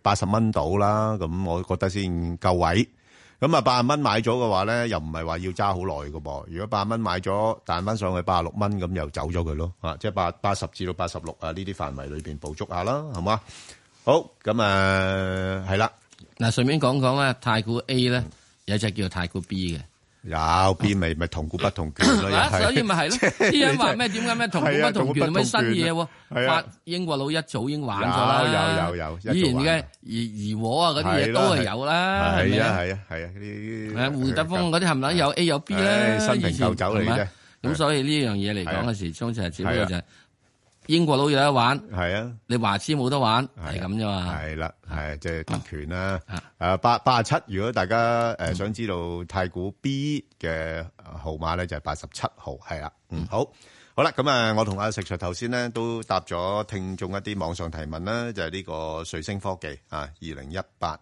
Speaker 9: 八十蚊到啦。咁我覺得先夠位。咁啊，八十蚊買咗嘅話咧，又唔係話要揸好耐嘅噃。如果八十蚊買咗，彈翻上去八十六蚊，咁又走咗佢咯。啊，即係八八十至到八十六啊，呢啲範圍裏邊捕捉下啦，係嘛？好，咁啊，係啦，
Speaker 10: 嗱，順便講講咧，太古 A Dạ, 咧有隻叫太古 B Ờ, 嘅。
Speaker 9: 有邊咪咪同股不同權咯，又
Speaker 10: 啊
Speaker 9: 係
Speaker 10: 所以咪 係咯，啲人話咩點解咩同股
Speaker 9: 係啊
Speaker 10: 不同權有咩新嘢
Speaker 9: 同股不同
Speaker 10: 喎？
Speaker 9: 權啊係啊
Speaker 10: 法英國佬一早已經玩咗啦，
Speaker 9: 有有有有
Speaker 10: 以
Speaker 9: 一
Speaker 10: 前
Speaker 9: 早玩
Speaker 10: 嘅怡怡和啊嗰啲嘢都係有啦，係咪
Speaker 9: 係
Speaker 10: 啊
Speaker 9: 啊係啊係啊，啲
Speaker 10: 誒胡德峰嗰啲冚唪唥有 A 有 B
Speaker 9: 唉
Speaker 10: 啦，
Speaker 9: 新瓶舊酒嚟
Speaker 10: 以
Speaker 9: 啫
Speaker 10: 前係咪咁所以呢樣嘢嚟講嘅時鐘就係只不過就
Speaker 9: 係
Speaker 10: 係英國佬有得玩，
Speaker 9: 係啊，
Speaker 10: 你華資冇得玩，係咁啫嘛。啊
Speaker 9: 係啦，係即係特權啦。誒八八十七，如果大家誒想知道太古 B 嘅號碼咧，就係八十七號，係啦。嗯，好，好啦，咁啊，我同阿石 Sir 頭先咧都答咗聽眾一啲網上提問啦，就係呢個瑞星科技啊，二零一八。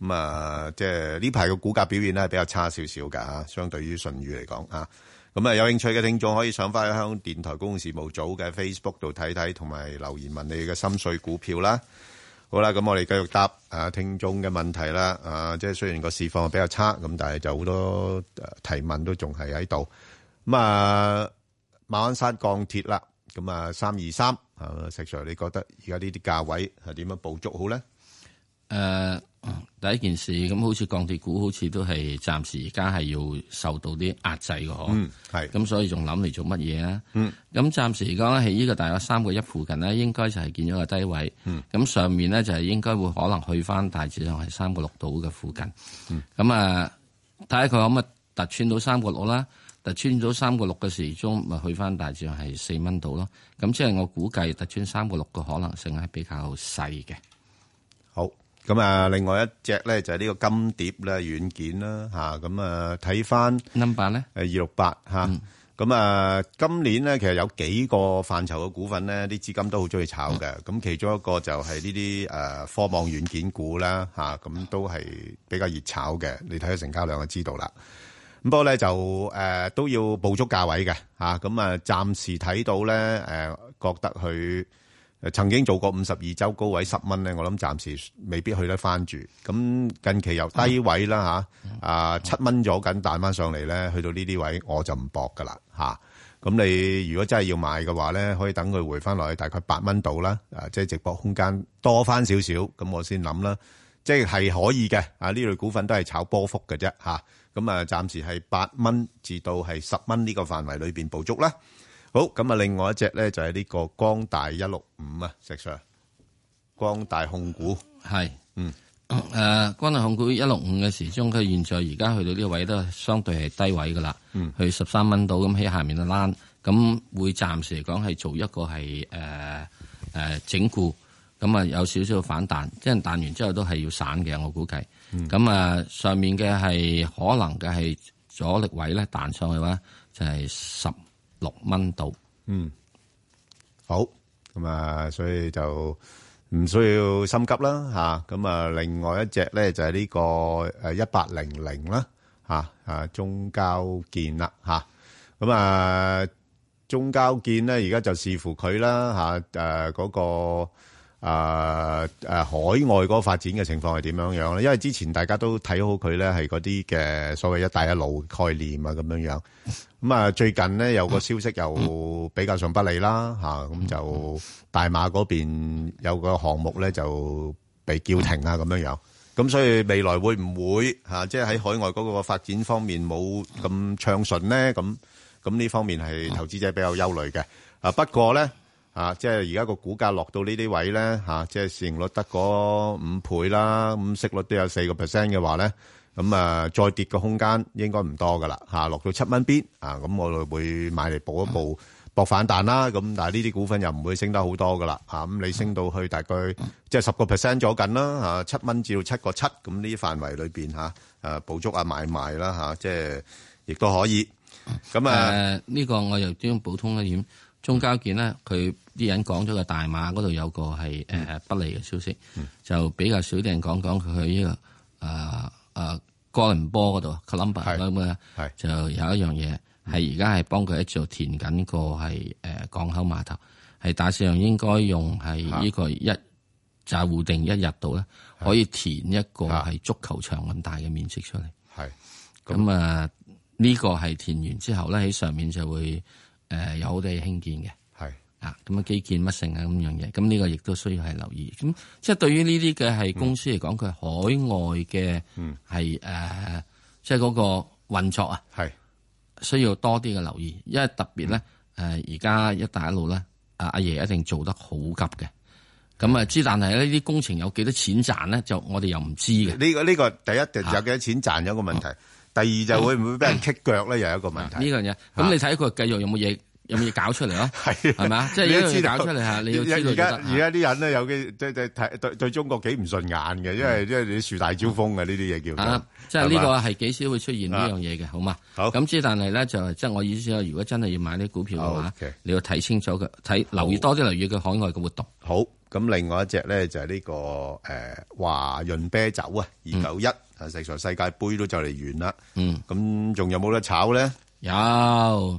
Speaker 9: 咁啊，即係呢排嘅股價表現咧比較差少少㗎嚇，相對於舜宇嚟講啊。咁啊，有興趣嘅聽眾可以上翻去香港電台公共事務組嘅 Facebook 度睇睇，同埋留言問你嘅心水股票啦。好啦，咁我哋繼續答啊聽眾嘅問題啦。啊，即係雖然個市況比較差，咁但係就好多呃提問都仲係喺度。咁啊，馬鞍山鋼鐵啦，咁啊三二三啊，石 Sir 你覺得而家呢啲價位係點樣捕捉好咧？
Speaker 10: 诶、第一件事咁，好似鋼鐵股好似都係暫時而家係要受到啲壓制嘅嗬。
Speaker 9: 嗯，系。
Speaker 10: 咁所以仲諗嚟做乜嘢啊？
Speaker 9: 嗯。
Speaker 10: 咁暫時嚟講咧，喺呢個大約三個一附近咧，應該就係見咗個低位。
Speaker 9: 嗯。
Speaker 10: 咁上面咧就係應該會可能去翻大致上係三個六度嘅附近。
Speaker 9: 嗯。
Speaker 10: 咁啊，睇下佢可唔可以突穿到三個六啦？突穿咗三個六嘅時鐘，咪去翻大致上係四蚊度咯。咁即係我估計突穿三個六嘅可能性係比較細嘅。
Speaker 9: 好，咁啊，另外一隻咧就係呢個金碟咧軟件啦吓，咁啊睇翻
Speaker 10: number 嗯咧，
Speaker 9: 诶二六八吓，咁啊今年咧其實有幾個範疇嘅股份咧，啲資金都好中意炒嘅，
Speaker 10: 嗯
Speaker 9: 咁、其中一個就係呢啲诶科網軟件股啦吓，咁、都係比較熱炒嘅，你睇下成交量就知道啦。咁不過咧就誒、呃都要捕捉價位嘅嚇，咁啊暫時睇到咧誒、呃，覺得佢呃曾經做過五十二周高位十蚊咧，我諗暫時未必去得翻住。咁近期由低位啦嚇，啊七蚊咗緊彈翻上嚟咧，去到呢啲位我就唔搏噶啦嚇。咁你如果真係要買嘅話咧，可以等佢回翻落去大概八蚊度啦，啊，即係直播空間多翻少少，咁我先諗啦。即係可以嘅，啊呢類股份都係炒波幅嘅啫嚇。咁啊，暫時係八蚊至到係十蚊呢個範圍裏邊捕捉啦。好，咁啊，另外一隻咧就係呢個光大一六五啊，石 Sir，光大控股
Speaker 10: 係
Speaker 9: 嗯
Speaker 10: 誒、光呃能控股一六五嘅時鐘，佢現在而家去到呢個位都係相對係低位噶啦，
Speaker 9: 嗯
Speaker 10: 去十三蚊度咁喺下面嘅欄，咁會暫時嚟講係做一個係誒誒呃整固，咁啊有少少反彈，即係彈完之後都係要散嘅，我估計。
Speaker 9: 嗯
Speaker 10: 咁啊、上面嘅係可能嘅係阻力位咧彈上去嘅話，就係十六蚊度。
Speaker 9: 嗯，好，咁啊，所以就唔需要心急啦吓。咁啊，另外一隻咧就係呢個誒一八零零啦吓啊，中交建啦吓。咁啊，中交建咧而家就視乎佢啦吓誒嗰個。啊誒、海外嗰個發展嘅情況係點樣樣咧？因為之前大家都睇好佢咧，係嗰啲嘅所謂一帶一路概念啊咁樣樣。咁啊，最近咧有個消息又比較上不利啦嚇，咁、就大馬嗰邊有個項目咧就被叫停啊咁樣樣。咁所以未來會唔會嚇、即係喺海外嗰個發展方面冇咁暢順咧？咁咁呢方面係投資者比較憂慮嘅。啊，不過咧。啊，即係而家個股價落到呢啲位咧，嚇、即係市盈率得嗰五倍啦，咁息率都有四個 percent 嘅話咧，咁啊再跌嘅空間應該唔多噶啦，嚇、落到七蚊邊啊，咁我就會買嚟補一補搏反彈啦。咁但係呢啲股份又唔會升得好多噶啦，嚇、咁你升到去大概即係十個 percent 左近啦，嚇、七蚊至到七個七咁呢啲範圍裏邊嚇，誒、捕捉啊買賣啦嚇、即係亦都可以。咁啊。
Speaker 10: 誒呃呢個我又將補充一點，中交建呢，佢啲人講咗個大馬嗰度有個係
Speaker 9: 嗯
Speaker 10: 誒不利嘅消息，就比較少啲人講講佢去呢個誒誒哥倫坡嗰度 Columbus 咁啊，就有一樣嘢
Speaker 9: 嗯
Speaker 10: 係而家係幫佢喺度填緊個係誒港口碼頭，係打算應該用係呢個一。就係固定一日度咧，可以填一個係足球場咁大嘅面積出嚟。
Speaker 9: 係
Speaker 10: 咁啊，呢個係填完之後咧，喺上面就會誒有好多嘢興建嘅。
Speaker 9: 係
Speaker 10: 啊，咁啊基建乜性啊咁樣嘢，咁呢個亦都需要係留意。咁即係對於呢啲嘅係公司嚟講，佢、
Speaker 9: 嗯
Speaker 10: 海外嘅係誒，即係嗰個運作啊，
Speaker 9: 係
Speaker 10: 需要多啲嘅留意，因為特別咧
Speaker 9: 嗯
Speaker 10: 誒而家一帶一路咧，阿阿爺一定做得好急嘅。咁啊，之但係呢啲工程有幾多錢賺咧，就我哋又唔知嘅。
Speaker 9: 呢個呢個第一就
Speaker 10: 啊
Speaker 9: 有幾多錢賺咗個問題，第二就會唔會俾人棘腳咧，又有一個問題。
Speaker 10: 呢樣嘢，咁你睇佢繼續有冇嘢有冇嘢搞出嚟咯？
Speaker 9: 啊 係
Speaker 10: 係咪啊？即係
Speaker 9: 你
Speaker 10: 有
Speaker 9: 都
Speaker 10: 嘢
Speaker 9: 知道
Speaker 10: 搞出嚟啊嚇，你要知道
Speaker 9: 而
Speaker 10: 就
Speaker 9: 家
Speaker 10: 得
Speaker 9: 而家啲人咧有嘅，即係睇對對中國幾唔順眼嘅，因為因為你樹大招風嘅呢啲嘢叫做
Speaker 10: 嗯啊，即係呢
Speaker 9: 係
Speaker 10: 個
Speaker 9: 嘛啊
Speaker 10: 係幾少會出現呢樣嘢嘅，好嘛？
Speaker 9: 好
Speaker 10: 咁之，但係咧就係即係我意思啊係，如果真係要買啲股票嘅話
Speaker 9: OK，
Speaker 10: 你要睇清楚佢，睇留意多啲留意佢海外嘅活動。
Speaker 9: 好，咁另外一隻咧就係呢、個誒、華潤啤酒啊，二九一啊，實上世界盃都就嚟完啦。
Speaker 10: 嗯，
Speaker 9: 咁仲有冇得炒啊咧？
Speaker 10: 有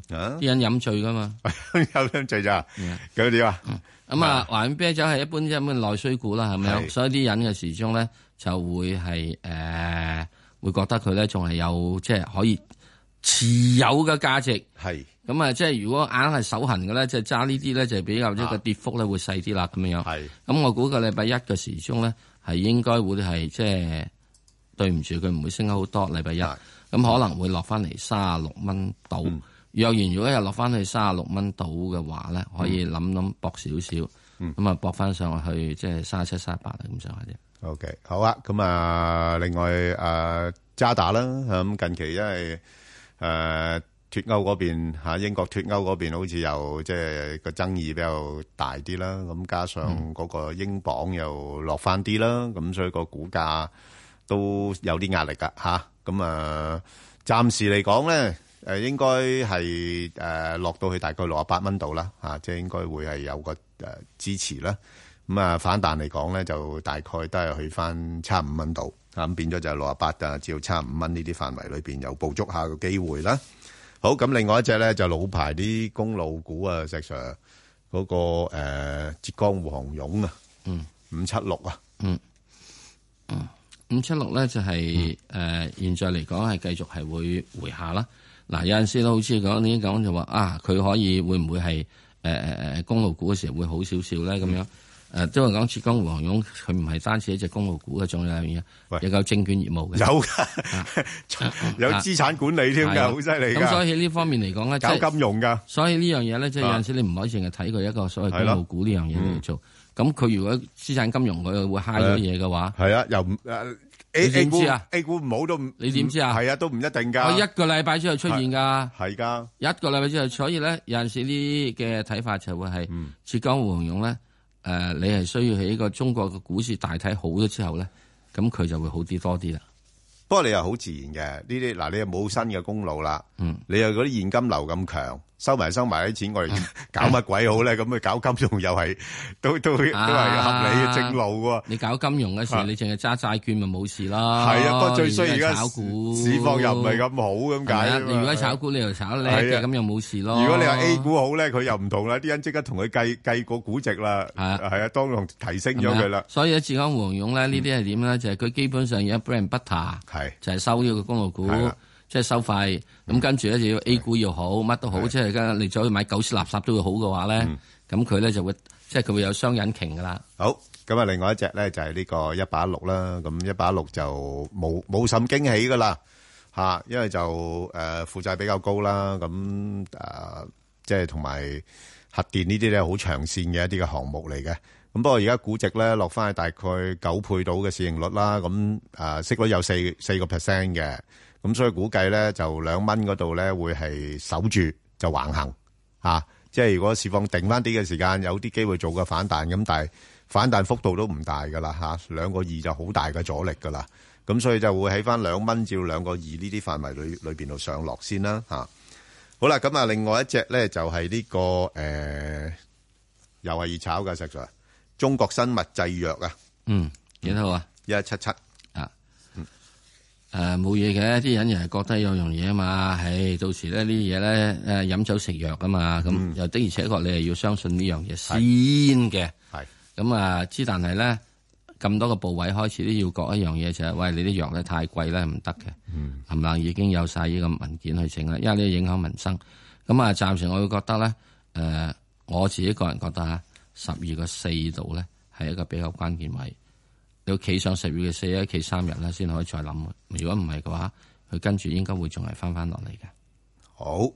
Speaker 10: 啲人飲醉噶 嘛，
Speaker 9: 有飲醉咋？咁點啊？
Speaker 10: 咁啊，華潤啤酒係一般一般內需股啦，係咪啊
Speaker 9: 係
Speaker 10: 所以啲人嘅時鐘咧就會係誒、呃、會覺得佢咧仲係有即係可以持有嘅價值。
Speaker 9: 係
Speaker 10: 咁啊，即係如果硬係手痕嘅咧，即係揸呢啲咧就比較一個跌幅咧會細啲啦，咁樣樣。
Speaker 9: 啊係
Speaker 10: 咁，我估個禮拜一嘅時鐘咧係應該會係即係對唔住佢唔會升得好多，禮拜一咁可能會落翻嚟三啊六蚊到。
Speaker 9: 嗯
Speaker 10: 若然如果又落翻去三啊六蚊到嘅話咧，可以諗諗搏少少，咁啊搏翻上去即係三七三八啊咁上下啫。
Speaker 9: 啊呃 OK，好啊，咁啊，另外，啊，渣打啦，咁近期因為，誒，脫歐嗰邊，嚇，英國脫歐嗰邊好似又即係個爭議比較大啲啦，咁加上呃嗰個英鎊又落返啲啦，咁所以個股價都有啲壓力㗎，嚇，咁，啊，暫時嚟講呢，誒，應該係，誒，落到去大概68蚊度啦，嚇，即係應該會係有個，誒，支持啦。呃咁啊反彈嚟講咧，就大概都係去翻差五蚊度，咁變咗就六啊八啊至到差五蚊呢啲範圍裏邊有捕捉下個機會啦。好，咁另外一隻咧就老牌啲公路股啊，石 Sir 嗰、個、呃、浙江滬航勇啊，
Speaker 10: 嗯，
Speaker 9: 五七六啊，
Speaker 10: 嗯，五七六咧就係、誒、現在嚟講係繼續係會回下啦。嗱、有陣時都好似講你講就話啊，佢可以會唔會係誒誒誒公路股嘅時候會好少少咧咁樣？誒、都係講浙江滬航勇，佢唔係單止一隻公路股嘅，仲有一樣嘢，亦有證券業務嘅，啊
Speaker 9: 有㗎， 有資產管理添
Speaker 10: 係啊
Speaker 9: 㗎，好犀利
Speaker 10: 咁所以
Speaker 9: 㗎，
Speaker 10: 喺呢方面嚟講咧，即
Speaker 9: 搞
Speaker 10: 係
Speaker 9: 金融㗎，
Speaker 10: 所以呢樣嘢咧，即係有
Speaker 9: 啊
Speaker 10: 陣時你唔可以淨係睇佢一個所謂
Speaker 9: 係
Speaker 10: 公
Speaker 9: 咯嗯
Speaker 10: 路股呢樣嘢嚟做。咁佢如果資產金融佢會蝦咗嘢嘅話，
Speaker 9: 係啊，又唔誒 A
Speaker 10: 你
Speaker 9: A
Speaker 10: 點
Speaker 9: 股
Speaker 10: 知啊
Speaker 9: A 股唔好都唔，
Speaker 10: 你點知啊
Speaker 9: 係啊，都唔一定㗎，
Speaker 10: 我一個禮拜之後出現㗎，
Speaker 9: 係㗎，
Speaker 10: 一個禮拜之後，所以咧有陣時呢嘅睇法就會係
Speaker 9: 嗯
Speaker 10: 浙江滬航勇咧，誒你係需要喺個中國嘅股市大體好咗之後咧，咁佢就會好啲多啲啦。
Speaker 9: 不過你又好自然嘅，呢啲嗱你又冇新嘅公路啦，
Speaker 10: 嗯
Speaker 9: 你又嗰啲現金流咁強，收埋收埋啲錢， 我哋搞乜鬼好咧？咁去搞金融又係 都都都係合理嘅正路喎。
Speaker 10: 啊你搞金融嘅時候，
Speaker 9: 啊
Speaker 10: 你淨係揸債券咪冇事啦。
Speaker 9: 係啊，不過最衰而
Speaker 10: 你
Speaker 9: 家
Speaker 10: 係炒股
Speaker 9: 市市況又唔係咁好咁
Speaker 10: 係
Speaker 9: 解
Speaker 10: 咪啊
Speaker 9: 啊
Speaker 10: 你
Speaker 9: 嘛。
Speaker 10: 如果炒股你又炒叻
Speaker 9: 係
Speaker 10: 嘅，
Speaker 9: 啊
Speaker 10: 咁又冇事咯。啊
Speaker 9: 如果你話 A 股好咧，佢又唔同啦，啲人即刻同佢計計個估值啦，係啊，當堂提升咗佢
Speaker 10: 係咪
Speaker 9: 啦嗯
Speaker 10: 啊。所以咧，浙江滬航勇咧，呢啲係點咧？就係佢基本上有 brand butter，
Speaker 9: 係
Speaker 10: 就係收呢個公路股
Speaker 9: 係啦，嗯
Speaker 10: 即係收費。咁跟住咧就要 A 股要好，乜都好，
Speaker 9: 係嗯
Speaker 10: 即係而家你走去買狗屎垃圾都會好嘅話咧，咁佢咧就會即係佢會有雙引擎噶啦。
Speaker 9: 好，咁啊，另外一隻咧就係呢個一八六啦，咁一八六就冇冇甚驚喜噶啦，吓、因為就誒負債比較高啦，咁誒、呃即係同埋核電呢啲咧好長線嘅一啲嘅項目嚟嘅，咁不過而家估值咧落翻去大概九倍到嘅市盈率啦，咁誒、呃息率有四四個 percent 嘅，咁所以估計咧就兩蚊嗰度咧會係守住就橫行。啊，即係如果市況定翻啲嘅時間，有啲機會做個反彈咁，但係反彈幅度都唔大噶啦嚇，兩個二就好大嘅阻力噶啦，咁所以就會喺翻兩蚊至兩個二呢啲範圍裏裏邊度上落先啦嚇、好啦，咁啊，另外一隻咧就係呢、個誒、呃又係熱炒嘅石 Sir，中國生物製藥啊，
Speaker 10: 嗯，幾多啊？
Speaker 9: 一一七七
Speaker 10: 啊，誒冇嘢嘅，啲人又係覺得有樣嘢啊嘛，唉，到時咧呢啲嘢咧誒飲酒食藥啊嘛，咁又的而且確你係要相信呢樣嘢先嘅。
Speaker 9: 嗯係
Speaker 10: 咁啊，之但係咧咁多個部位開始都要講一樣嘢就係，喂你啲藥咧太貴咧唔得嘅，
Speaker 9: 嗯
Speaker 10: 係咪啊已經有晒呢個文件去整啦，因為呢影響民生。咁啊，暫時我會覺得咧，誒、我自己個人覺得啊，十二個四度咧係一個比較關鍵位。你要企上十二嘅四一企三日啦，先可以再諗。如果唔係嘅話，佢跟住應該會仲係翻翻落嚟嘅。
Speaker 9: 好，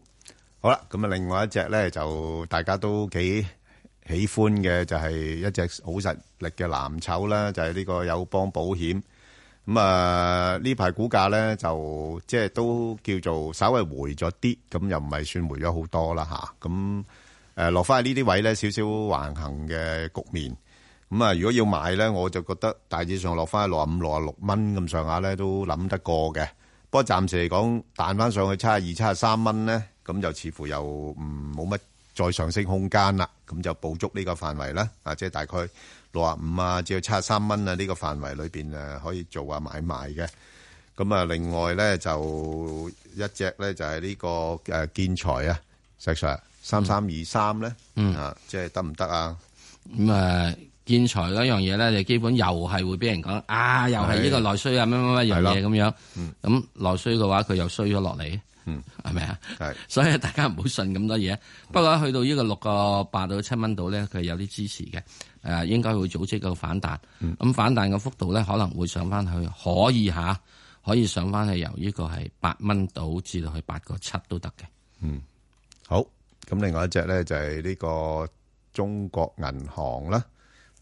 Speaker 9: 好啦，咁啊，另外一隻咧就大家都幾喜歡嘅，就係、一隻好實力嘅藍籌啦，就係、呢個友邦保險。咁啊，呢排股價咧就即係都叫做稍微回咗啲，咁又唔係算回咗好多啦吓，咁誒落翻喺呢啲位咧，少少橫行嘅局面。咁啊，如果要買咧，我就覺得大致上落翻六啊五、六啊六蚊咁上下咧，都諗得過嘅。不過暫時嚟講，彈翻上去七啊二、七啊三蚊咧，咁就似乎又唔冇乜再上升空間啦。咁就捕捉呢個範圍啦，啊，即係大概六啊五啊，至到七啊三蚊啊呢個範圍裏邊誒，可以做下買賣嘅。咁啊，另外咧就一隻咧就係呢、個誒、呃建材啊，石 Sir 三三二三咧，
Speaker 10: 嗯
Speaker 9: 啊，即係得唔得啊？
Speaker 10: 咁啊，建材嗰樣嘢咧，就基本又係會俾人講啊，又係呢個內需啊，乜乜乜樣嘢咁樣。咁內需嘅話，佢又衰咗落嚟。
Speaker 9: 嗯，
Speaker 10: 係咪啊？
Speaker 9: 係，
Speaker 10: 所以大家唔好信咁多嘢。不過去到呢個六個八到七蚊度咧，佢係有啲支持嘅。誒、應該會組織個反彈。咁、
Speaker 9: 嗯
Speaker 10: 反彈嘅幅度咧，可能會上翻去，可以下，可以上翻去由呢個係八蚊到至到去八個七都得嘅。
Speaker 9: 嗯，好。咁另外一隻咧就係呢個中國銀行啦。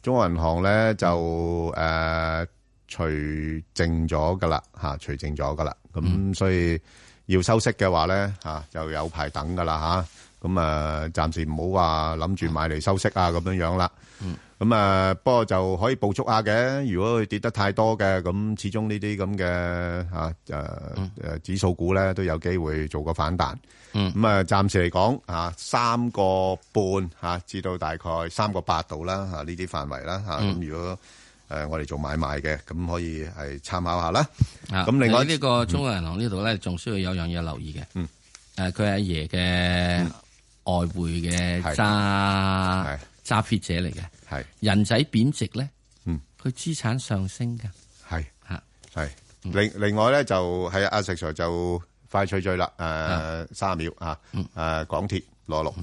Speaker 9: 中國銀行咧就誒、呃除淨咗噶啦嚇，除淨咗噶啦。咁、所以要收息嘅話咧嚇、就有排等噶啦嚇。咁啊，暫時唔好話諗住買嚟收息啊咁樣樣啦。咁啊，不過就可以捕捉下嘅。如果佢跌得太多嘅，咁始終呢啲咁嘅啊誒誒指數股咧，都有機會做個反彈。
Speaker 10: 嗯
Speaker 9: 咁啊，暫時嚟講啊，三個半嚇至到大概三個八度啦嚇，啊呢啲範圍啦嚇。啊
Speaker 10: 嗯
Speaker 9: 咁如果誒我哋做買賣嘅，咁可以係參考下啦。
Speaker 10: 啊
Speaker 9: 咁另外
Speaker 10: 喺呢個中啊國銀行呢度咧，仲需要有樣嘢留意嘅。
Speaker 9: 嗯。
Speaker 10: 誒，佢係阿爺嘅外匯嘅
Speaker 9: 係
Speaker 10: 揸揸 fit 者嚟嘅。
Speaker 9: 係。
Speaker 10: 人仔貶值咧，
Speaker 9: 嗯，
Speaker 10: 佢資產上升㗎。
Speaker 9: 係
Speaker 10: 嚇
Speaker 9: 係。另另外咧就係阿石 Sir 就快脆脆啦，誒三十秒啊，
Speaker 10: 嗯
Speaker 9: 誒港鐵攞六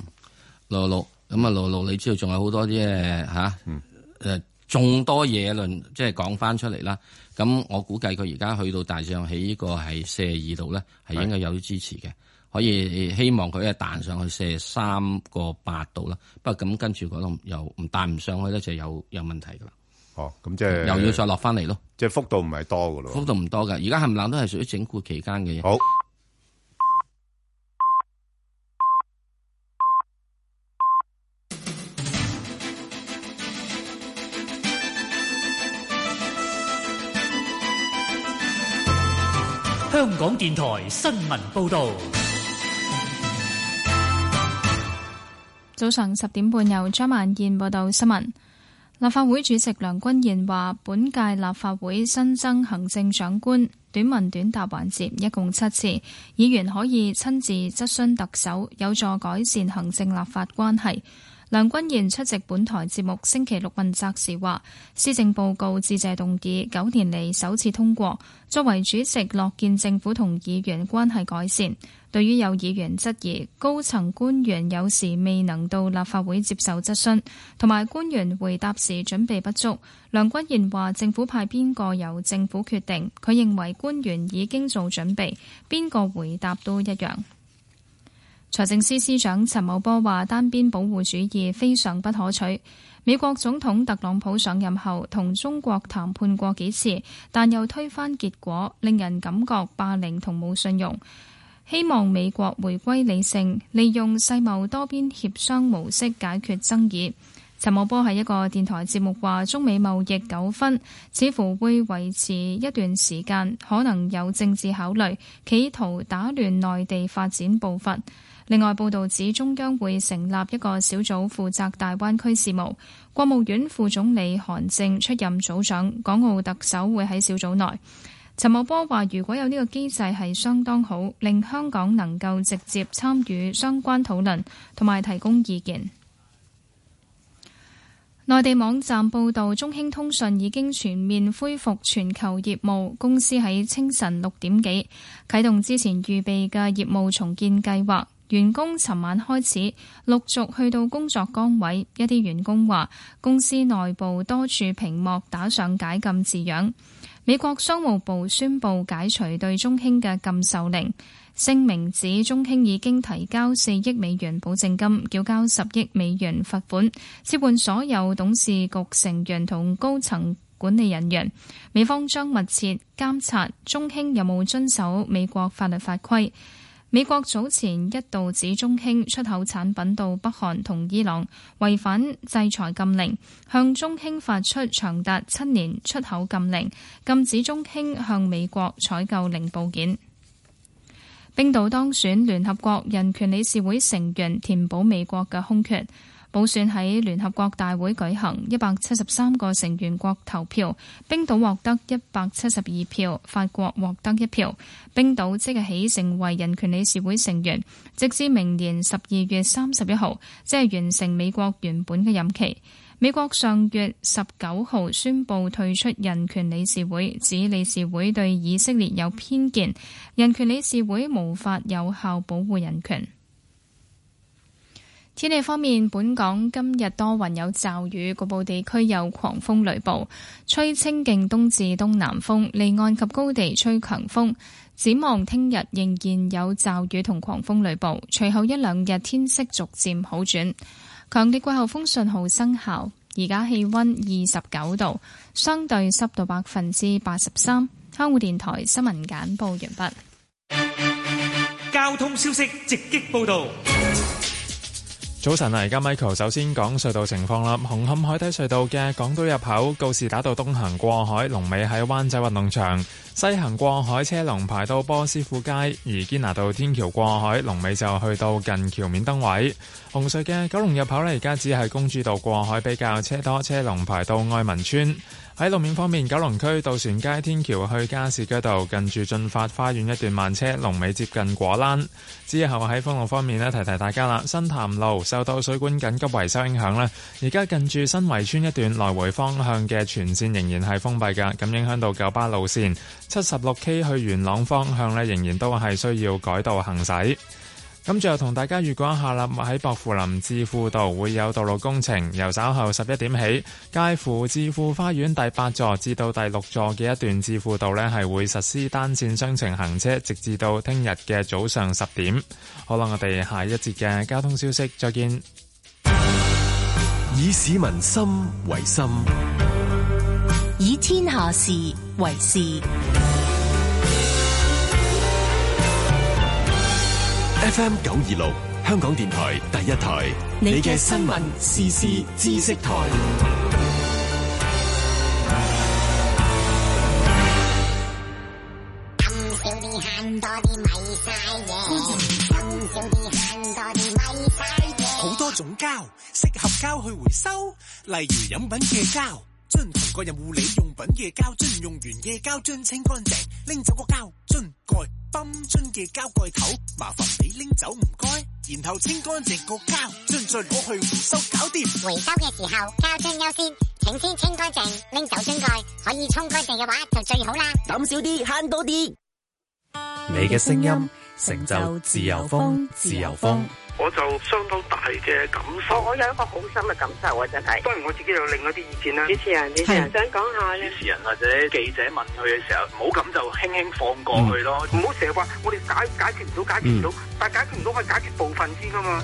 Speaker 10: 羅六咁啊，羅六你知道仲有好多啲誒嚇
Speaker 9: 嗯
Speaker 10: 誒眾多嘢論，即係講翻出嚟啦。咁我估計佢而家去到大上喺呢個係四十二度咧，係應該有啲支持嘅。可以希望佢係彈上去四十三個八度啦，不過咁跟住嗰度又唔彈唔上去咧，就有有問題噶啦。
Speaker 9: 哦，咁即係
Speaker 10: 又要再落翻嚟咯，
Speaker 9: 即係幅度唔係多噶咯。
Speaker 10: 幅度唔多噶，而家冚唪唥都係屬於整固期間嘅嘢。
Speaker 9: 好。
Speaker 16: 香港電台新聞報道，
Speaker 12: 早上十點半由張萬燕報道新聞。立法會主席梁君彥話：本屆立法會新增行政長官，短問短答環節一共七次，議員可以親自質詢特首，有助改善行政立法關係。梁君彥出席本台節目星期六問責時話：施政報告致謝動議九年嚟首次通過，作為主席樂見政府同議員關係改善。對於有議員質疑高層官員有時未能到立法會接受質詢，同埋官員回答時準備不足，梁君彥話政府派邊個由政府決定，佢認為官員已經做準備，邊個回答都一樣。財政司司長陳茂波話：單邊保護主義非常不可取。美國總統特朗普上任後同中國談判過幾次，但又推翻結果，令人感覺霸凌同冇信用。希望美國回歸理性，利用世貿多邊協商模式解決爭議。陳茂波喺一個電台節目話：中美貿易糾紛似乎會維持一段時間，可能有政治考慮，企圖打亂內地發展步伐。另外，報道指中央會成立一個小組負責大灣區事務，國務院副總理韓正出任組長，港澳特首會喺小組內。陳茂波話：如果有呢個機制係相當好，令香港能夠直接參與相關討論，同埋提供意見。內地網站報道，中興通訊已經全面恢復全球業務。公司喺清晨六點幾啟動之前預備嘅業務重建計劃，員工尋晚開始陸續去到工作崗位。一啲員工話，公司內部多處屏幕打上解禁字樣。美國商務部宣布解除對中興嘅禁售令，聲明指中興已經提交四億美元保證金，繳交十億美元罰款，撤換所有董事局成員同高層管理人員。美方將密切監察中興有冇遵守美國法律法規。美國早前一度指中興出口產品到北韓同伊朗違反制裁禁令，向中興發出長達七年出口禁令，禁止中興向美國採購零部件。冰島當選聯合國人權理事會成員，填補美國嘅空缺。補選喺聯合國大會舉行，一百七十三個成員國投票，冰島獲得一百七十二票，法國獲得一票。冰島即日起成為人權理事會成員，直至明年十二月三十一號，即係完成美國原本嘅任期。美國上月十九號宣布退出人權理事會，指理事會對以色列有偏見，人權理事會無法有效保護人權。天氣方面，本港今日多雲有驟雨，局部地區有狂風雷暴，吹清勁東至東南風，離岸及高地吹強風。展望聽日仍然有驟雨同狂風雷暴，隨後一兩日天色逐漸好轉。強烈季候風信號生效，而家氣溫二十九度，相對濕度百分之八十三。香港電台新聞簡報完
Speaker 16: 畢。交通消息直擊報道。
Speaker 14: 早晨啊！而家 Michael 首先講隧道情況啦。紅磡海底隧道嘅港島入口告士打道東行過海，龍尾喺灣仔運動場；西行過海車龍排到波斯富街，而堅拿道天橋過海龍尾就去到近橋面燈位。紅隧嘅九龍入口呢，而家只係公主道過海比較車多，車龍排到愛民村。喺路面方面，九龍區渡船街天橋去加士居道近住進發花園一段慢車，龍尾接近果欄。之後喺封路方面呢，提提大家啦。新潭路受到水管緊急維修影響呢，而家近住新圍村一段來回方向嘅全線仍然係封閉㗎，咁影響到九巴路線七十六 K 去元朗方向呢，仍然都係需要改道行駛。咁最後同大家預告一下啦，喺薄扶林置富道會有道路工程，由稍後十一點起，介乎置富花園第八座至到第六座嘅一段置富道呢係會實施單線雙程行車，直至到聽日嘅早上十點。好啦，我哋下一節嘅交通消息再見。
Speaker 15: 以市民心為心，
Speaker 4: 以天下事為事。
Speaker 15: FM 九二六，香港電台第一台，你嘅新聞、時事、知識台。
Speaker 1: 慳少啲，慳多啲，咪嘥嘢。慳少啲，慳多啲，咪嘥嘢。
Speaker 16: 好多種膠，適合膠去回收，例如飲品嘅膠樽同個人護理用品嘅膠樽，用完嘅膠樽清乾淨，拎走個膠樽蓋。泵樽嘅膠蓋頭，麻煩你拎走唔該，然後清乾淨個膠樽再攞去回收搞掂。
Speaker 1: 回收嘅時候，膠樽優先，請先清乾淨，拎走樽蓋，可以沖乾淨嘅話就最好啦。
Speaker 2: 抌少啲，慳多啲。
Speaker 19: 你嘅聲音成就自由風，自由風。
Speaker 20: 我就相當大嘅感受，
Speaker 26: 我有一個好深嘅感受啊！真係，
Speaker 20: 當然我自己有另外啲意見啦。
Speaker 26: 主持人，主持人想講下咧。
Speaker 27: 主持人或者記者問佢嘅時候，唔好咁就輕輕放過佢咯，
Speaker 20: 唔好成日話我哋解解決唔到，解決唔到，嗯、但係解決唔到可以解決部分先噶嘛。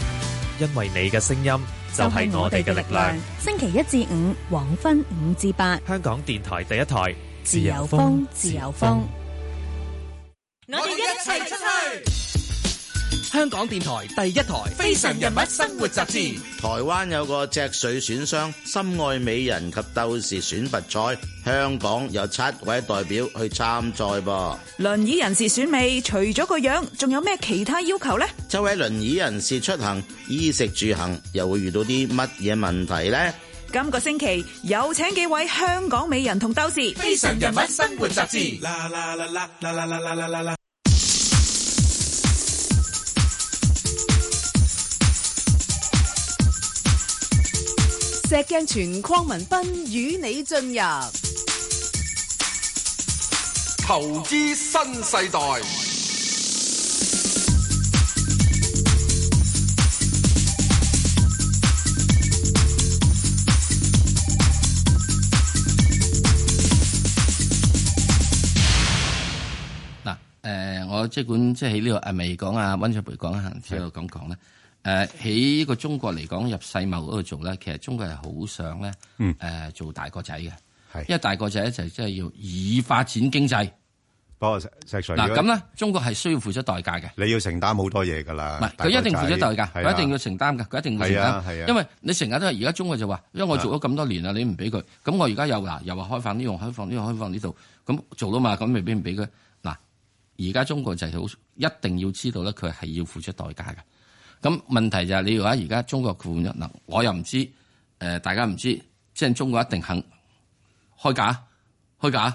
Speaker 19: 因為你嘅聲音就係我哋嘅力量。
Speaker 2: 星期一至五黃昏五至八，
Speaker 19: 香港電台第一台，
Speaker 2: 自由風，自由風，
Speaker 16: 我哋一齊出去。香港電台第一台《非常人物生活雜誌》。
Speaker 28: 台灣有個脊髓損傷心愛美人及鬥士選拔賽，香港有七位代表去參賽噃。
Speaker 29: 輪椅人士選美，除咗個樣，仲有咩其他要求呢？
Speaker 28: 周圍輪椅人士出行、衣食住行，又會遇到啲乜嘢問題呢？
Speaker 29: 今個星期有請幾位香港美人同鬥士《
Speaker 16: 非常人物生活雜誌》。
Speaker 7: 石鏡泉鄺民彬與你進入
Speaker 8: 投資新世代。
Speaker 10: 嗱，誒，我即管即係喺呢度阿美講啊，溫卓培講啊，之後咁講咧。誒喺呢個中國嚟講入世貿嗰度做咧，其實中國係好想咧誒、
Speaker 9: 嗯
Speaker 10: 呃、做大個仔嘅，因為大個仔就即係要以發展經濟。
Speaker 9: 不過石 Sir，
Speaker 10: 嗱咁咧，中國係需要付出代價嘅。
Speaker 9: 你要承擔好多嘢㗎啦。
Speaker 10: 唔係，佢一定付出代價，佢一定要承擔㗎，佢一定要承
Speaker 9: 啊係啊係
Speaker 10: 擔。
Speaker 9: 啊
Speaker 10: 因為你成日都係而家中國就話，因為我做咗咁多年啦，你唔俾佢，咁我而家又嗱又話開放呢樣開放呢樣開放呢度，咁做啦嘛，咁未必唔俾佢。嗱，而家中國就係好一定要知道咧，佢係要付出代價嘅。咁問題就係你話而家中國換一能，我又唔知，誒、呃、大家唔知，即係中國一定肯開價，開價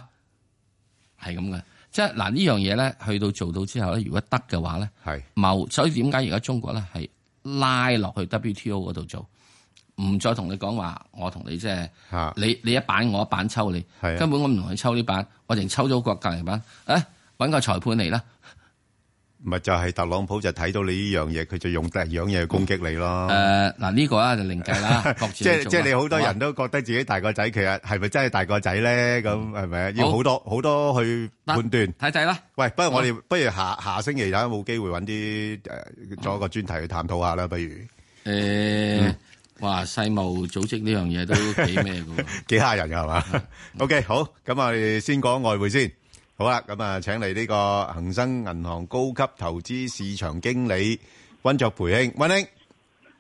Speaker 10: 係咁嘅。即係嗱呢樣嘢咧，去到做到之後咧，如果得嘅話咧，貿所以點解而家中國咧係拉落去 WTO 嗰度做？唔再同你講話，我同你即係
Speaker 9: 嚇
Speaker 10: 你你一板我一板抽你，
Speaker 9: 係啊
Speaker 10: 根本我唔同你抽呢板，我淨抽咗個隔離板，誒揾個裁判嚟啦。
Speaker 9: 咪就係特朗普就睇到你呢樣嘢，佢就用第二樣嘢攻擊你咯。
Speaker 10: 誒嗱呢個啊就另 計啦各自
Speaker 9: 即係
Speaker 10: 去做啦
Speaker 9: 即係你好多
Speaker 10: 好啊
Speaker 9: 人都覺得自己大個仔，其實係咪真係大個仔咧？咁係咪啊要
Speaker 10: 好
Speaker 9: 好多好多去判斷
Speaker 10: 睇睇啦。
Speaker 9: 喂，不如我哋
Speaker 10: 好
Speaker 9: 不如下下星期睇下有冇機會揾啲誒做一個專題去探討下啦，不如。
Speaker 10: 誒，哇！世貿組織呢樣嘢都幾咩嘅喎。
Speaker 9: 幾嚇人㗎 係嘛？OK，好，咁我哋先講外匯先。好啦，咁啊請嚟呢個恒生銀行高級投資市場經理温卓培兄，温兄。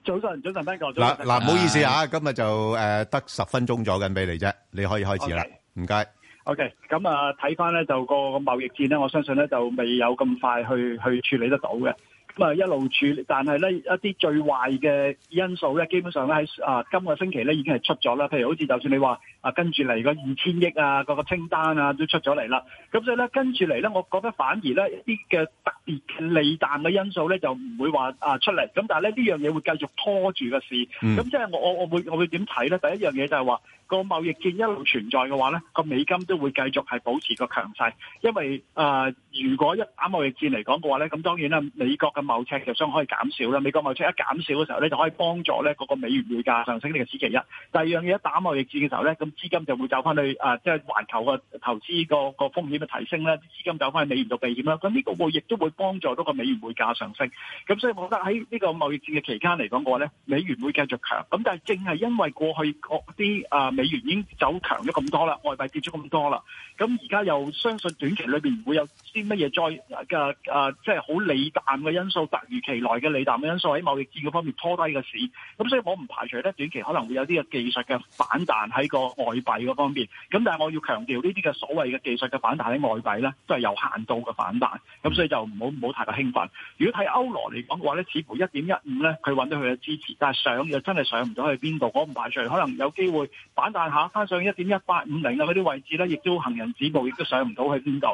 Speaker 22: 早晨，早晨，Ben 哥，
Speaker 9: 嗱
Speaker 22: 早晨
Speaker 9: 嗱，唔好意思啊，今日就誒得十分鐘左緊俾你啫，你可以開始啦，唔該。
Speaker 22: OK，咁啊睇翻咧就個貿易戰咧，我相信咧就未有咁快去去處理得到嘅。咁啊一路處理，但係咧一啲最壞嘅因素咧，基本上咧喺啊今個星期咧已經係出咗啦。譬如好似就算你話啊跟住嚟個二千億啊，個個清單啊都出咗嚟啦。咁所以咧跟住嚟咧，我覺得反而咧一啲嘅特別嘅利淡嘅因素咧就唔會話啊出嚟。咁但係咧呢樣嘢會繼續拖住個市。咁、
Speaker 25: 嗯
Speaker 22: 即係我我我會我會點睇咧？第一樣嘢就係話個貿易戰一路存在嘅話咧，個美金都會繼續係保持個強勢，因為誒、呃如果一打貿易戰嚟講嘅話咧，咁當然啦，美國嘅貿赤就相可以減少啦。美國貿赤一減少嘅時候咧，就可以幫助咧嗰個美元匯價上升呢個此其一。第二樣嘢一打貿易戰嘅時候咧，咁資金就會走翻去誒、呃即係環球嘅投資個個風險嘅提升咧，資金走翻去美元度避險啦。咁呢個會亦都會幫助到個美元匯價上升。咁所以我覺得喺呢個貿易戰嘅期間嚟講嘅話咧，美元會繼續強。咁但係正係因為過去嗰啲啊美元已經走強咗咁多啦，外幣跌咗咁多啦，咁而家又相信短期裏邊唔會有啲乜嘢再嘅啊，即係好利淡嘅因素，突如其來嘅利淡嘅因素喺貿易戰嗰方面拖低個市。咁所以我唔排除咧，短期可能會有啲嘅技術嘅反彈喺個外幣嗰方面。咁但係我要強調呢啲嘅所謂嘅技術嘅反彈喺外幣咧，都係有限度嘅反彈。咁所以就唔好唔好太過興奮。如果睇歐羅嚟講嘅話咧，似乎一點一五咧，佢揾到佢嘅支持，但係上又真係上唔到去邊度。我唔排除可能有機會反彈下，翻上一點一八五零啊嗰啲位置咧，亦都行人止步，亦都上唔到去邊度。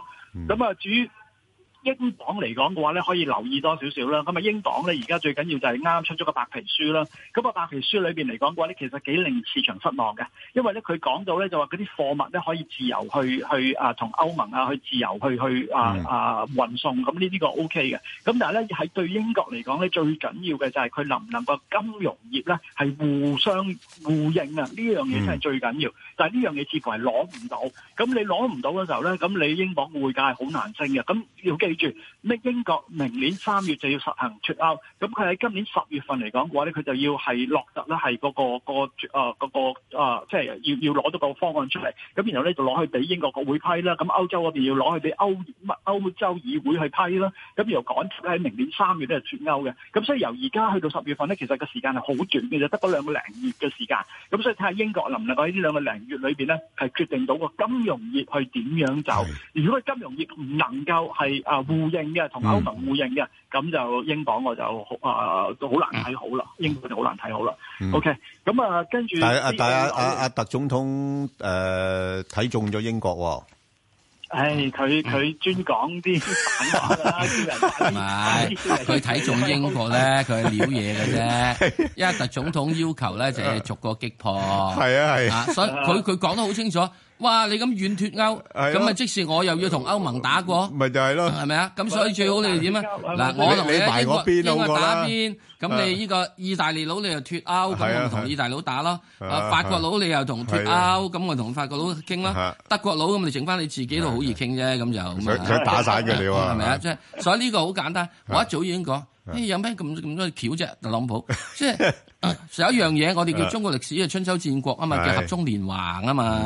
Speaker 22: 咁啊，至於英鎊嚟講嘅話咧，可以留意多少少啦。咁啊，英鎊咧而家最緊要就係啱啱出咗個白皮書啦。咁啊，白皮書裏邊嚟講嘅話咧，其實幾令市場失望嘅，因為咧佢講到咧就話嗰啲貨物咧可以自由去去啊同歐盟啊去自由去去啊啊運送，咁呢啲個 O K 嘅。咁但係咧喺對英國嚟講咧，最緊要嘅就係佢能唔能夠金融業咧係互相互應啊，呢樣嘢真係最緊要。但係呢樣嘢似乎係攞唔到，咁你攞唔到嘅時候咧，咁你英鎊匯價係好難升嘅。咁要記住，咩英國明年三月就要實行脱歐，咁佢喺今年十月份嚟講嘅話咧，佢就要係落實啦，係嗰個個誒嗰個誒，即係要要攞到個方案出嚟，咁然後咧就攞去俾英國國會批啦，咁歐洲嗰邊要攞去俾歐歐洲議會去批啦，咁然後趕及喺明年三月咧就脱歐嘅，咁所以由而家去到十月份咧，其實個時間係好短嘅，就得嗰兩個零月嘅時間，咁所以睇下英國能唔能夠喺呢兩個零月裏邊咧，係決定到個金融業去點樣走。如果金融業唔能夠係啊互應嘅，同歐盟互應嘅，咁就英鎊我就啊都好難睇好啦，英鎊就好難睇好啦。
Speaker 9: 嗯
Speaker 22: OK，咁啊跟住
Speaker 9: 但係啊
Speaker 22: 啲
Speaker 9: 但係啊
Speaker 22: 澳
Speaker 9: 啊啊特總統誒睇中咗英國
Speaker 22: 唉，佢佢專講啲反話啦，叫人
Speaker 10: 唔係，佢睇中英 國咧，佢係撩嘢嘅啫。因為特總統要求咧，就係逐個擊破。
Speaker 9: 啊係啊係啊
Speaker 10: 所以佢佢講得好清楚。哇！你咁遠脱歐，
Speaker 9: 咯
Speaker 10: 咁啊即是我又要同歐盟打過，
Speaker 9: 咪就係咯，
Speaker 10: 係咪啊？咁所以最好你哋點啊？嗱，我同
Speaker 9: 你
Speaker 10: 咧
Speaker 9: 埋
Speaker 10: 英國
Speaker 9: 我邊
Speaker 10: 英
Speaker 9: 好過
Speaker 10: 國打
Speaker 9: 啦
Speaker 10: 邊，咁你呢個意大利佬你又脱歐，
Speaker 9: 係啊
Speaker 10: 咁我咪同意大利佬打咯。
Speaker 9: 係
Speaker 10: 啊
Speaker 9: 啊
Speaker 10: 法國佬你又同脱
Speaker 9: 係啊
Speaker 10: 歐，咁我同法國佬傾啦
Speaker 9: 啊。
Speaker 10: 德國佬咁你剩翻你自己都好易傾啫，咁就咁啊
Speaker 9: 想想打散佢哋喎啊
Speaker 10: 係咪啊？
Speaker 9: 係
Speaker 10: 即係所以呢個好簡單，我一早已經講，
Speaker 9: 係
Speaker 10: 咦有咩咁咁多橋啫？特 朗普即係啊有一樣嘢，我哋
Speaker 9: 啊
Speaker 10: 叫中國歷史嘅春秋戰國啊嘛，
Speaker 22: 係
Speaker 10: 叫合中連橫啊嘛，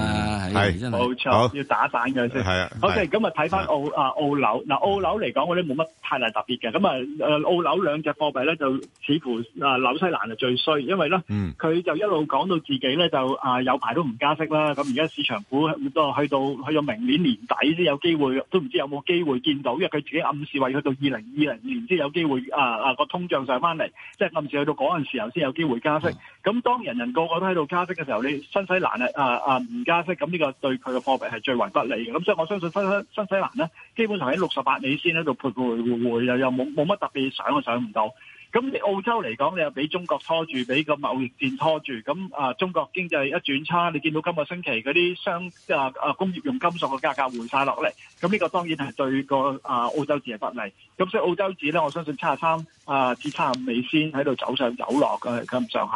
Speaker 10: 係真係
Speaker 22: 冇錯，要打散佢先。
Speaker 10: 係啊係
Speaker 22: OK，咁啊睇翻澳啊澳樓嗱澳樓嚟講，我哋冇乜太大特別嘅。咁啊誒澳樓兩隻貨幣咧，就似乎啊紐西蘭係最衰，因為咧
Speaker 9: 嗯
Speaker 22: 佢就一路講到自己咧就啊有排都唔加息啦。咁而家市場股都去到去到明年年底先有機會，都唔知有冇機會見到，因為佢自己暗示話要去到二零二零年先有機會啊啊個通脹上翻嚟，即係暗示去到嗰陣時候先有機會加息。咁當人人個個都喺度加息嘅時候，你新西蘭啊啊啊唔加息，咁呢個對佢嘅貨幣係最為不利嘅。咁所以我相信新西新西蘭咧，基本上喺六十八美仙喺度徘徊徘徊，又又冇冇乜特別上啊上唔到。咁你澳洲嚟講，你又俾中國拖住，俾個貿易戰拖住，咁啊中國經濟一轉差，你見到今個星期嗰啲商啊啊工業用金屬嘅價格回晒落嚟，咁呢個當然係對個啊澳洲紙係不利。咁所以澳洲紙咧，我相信七十三啊至七十五美仙喺度走上走落嘅咁上下。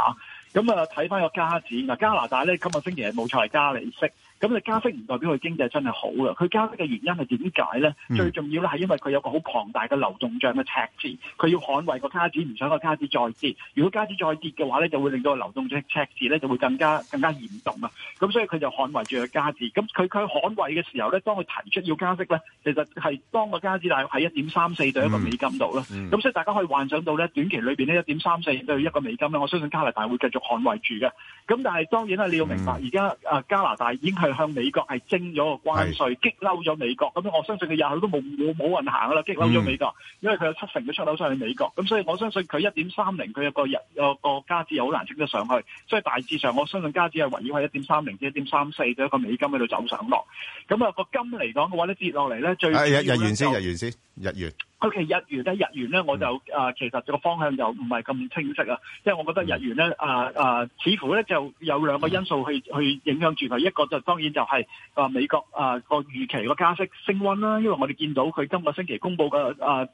Speaker 22: 咁啊睇翻個加紙，嗱加拿大咧今個星期係冇錯係加利息。咁你加息唔代表佢經濟真係好啦，佢加息嘅原因係點解咧？
Speaker 25: 嗯
Speaker 22: 最重要咧係因為佢有個好龐大嘅流動帳嘅赤字，佢要捍衛個加紙，唔想個加紙再跌。如果加紙再跌嘅話咧，就會令到個流動帳赤字咧就會更加更加嚴重啊！咁所以佢就捍衛住個加紙。咁佢佢捍衛嘅時候咧，當佢提出要加息咧，其實係當個加紙大約係一點三四對一個美金度啦。咁、
Speaker 30: 嗯
Speaker 22: 所以大家可以幻想到咧，短期裏邊呢，一點三四對一個美金咧，我相信加拿大會繼續捍衛住嘅。咁但係當然啦，你要明
Speaker 9: 嗯
Speaker 22: 白而家啊加拿大已經係向美國係徵咗個關稅，激嬲咗美國。咁我相信佢日後都冇冇冇人行噶啦，激嬲
Speaker 9: 嗯
Speaker 22: 咗美國，因為佢有七成嘅出口商去美國。咁所以我相信佢一點三零，佢有個日有個加資又好難升得上去。所以大致上，我相信加資係圍繞喺一點三零至一點三四嘅一個美金喺度走上落。咁啊個金嚟講嘅話咧，跌落嚟咧最
Speaker 9: 啊，日-
Speaker 22: 主要呢
Speaker 9: 日元先，
Speaker 22: 就
Speaker 9: 日元先，日元。
Speaker 22: O.K. 日元咧，日元咧，我就誒、呃其實個方向就唔係咁清晰啊，因為我覺得日元咧，誒、呃、呃似乎咧就有兩個因素去去影響住佢，一個就當然就係、呃美國誒個、預期個加息升溫啦，因為我哋見到佢今個星期公布嘅誒、呃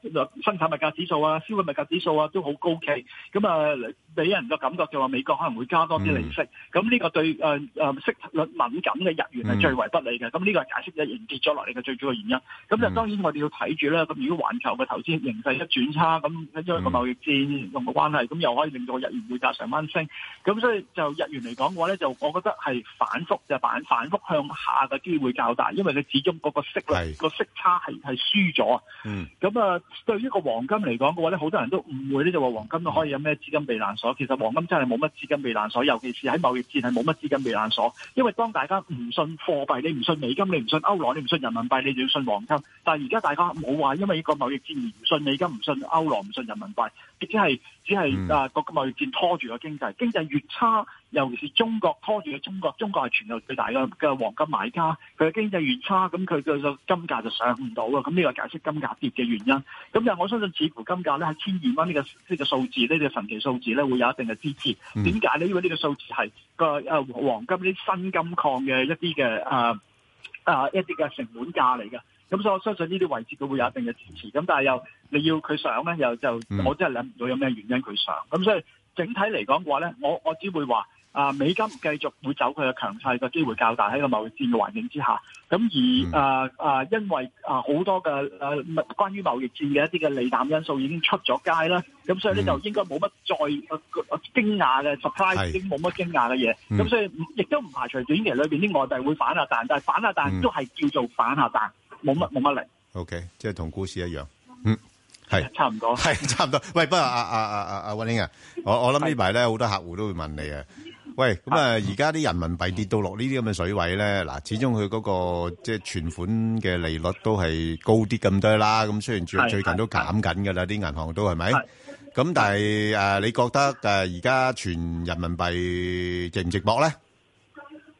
Speaker 22: 生產物價指數啊、消費物價指數啊都好高企，咁啊俾人個感覺就話美國可能會加多啲利息，咁呢、個對誒誒、呃息率敏感嘅日元係最為不利嘅，咁呢個係解釋日元跌咗落嚟嘅最主要原因。咁就當然我哋要睇住啦，咁如果環球嘅投資形勢一轉差，咁因為個貿易戰同個關係，咁又可以令到日元匯價上翻升。咁所以就日元嚟講嘅話咧，就我覺得係反覆就反反覆向下嘅機會較大，因為佢始終嗰個息率個息差係係輸咗啊。
Speaker 9: 嗯
Speaker 22: 咁啊，對於個黃金嚟講嘅話咧，好多人都誤會咧，就話黃金可以有咩資金避難所。其實黃金真係冇乜資金避難所，尤其是喺貿易戰係冇乜資金避難所。因為當大家唔信貨幣，你唔信美金，你唔信歐羅，你唔信人民幣，你就要信黃金。但係而家大家冇話因為呢個貿易戰而唔信美金、唔信歐羅、唔信人民幣，亦只係只係啊個貿易戰拖住個經濟，經濟越差。尤其是中國拖住嘅中國，中國係全球最大嘅嘅黃金買家，佢嘅經濟越差，咁佢嘅金價就上唔到啦。咁呢個解釋金價跌嘅原因。咁但係我相信，似乎金價咧喺千二蚊呢個呢個數字，呢、個神奇數字咧會有一定嘅支持。
Speaker 6: 嗯
Speaker 22: 點解咧？因為呢個數字係個誒黃金呢啲新金礦嘅一啲嘅誒。呃啊一啲嘅成本價嚟嘅。咁所以我相信呢啲位置佢會有一定嘅支持，咁但係又你要佢上咧，又就
Speaker 29: 嗯
Speaker 22: 我真係諗唔到有咩原因佢上。咁所以整體嚟講嘅話咧，我我只會話啊美金繼續會走佢嘅強勢嘅機會較大喺個貿易戰嘅環境之下。
Speaker 10: 嗯
Speaker 25: 嗯
Speaker 22: 咁而啊啊，因為啊好多嘅啊物關於貿易戰嘅一啲嘅利淡因素已經出咗街啦，咁所以咧就應該冇乜再啊啊驚訝嘅 surprise，
Speaker 18: 係
Speaker 22: 已經冇乜驚訝嘅嘢。
Speaker 18: 嗯
Speaker 22: 咁所以唔亦都唔排除短期裏邊啲外幣會反下彈，但係反下彈都係叫做反下彈，冇乜冇乜力，
Speaker 9: OK，即係同股市一樣。嗯，係。
Speaker 22: 差唔多。
Speaker 9: 係，差唔多。喂，不過啊，啊，啊，啊，啊，溫兄啊，我-我諗呢排呢，好多客戶都會問你啊，喂，咁啊，而家啲人民幣跌到落呢啲咁嘅水位呢，嗱，始終佢嗰個即係存款嘅利率都係高啲咁多啦，咁雖然最-
Speaker 30: 係，
Speaker 9: 最近都減緊㗎啦，啲銀行都係咪？咁但係，啊，你覺得，啊，而家存人民幣值唔值博呢？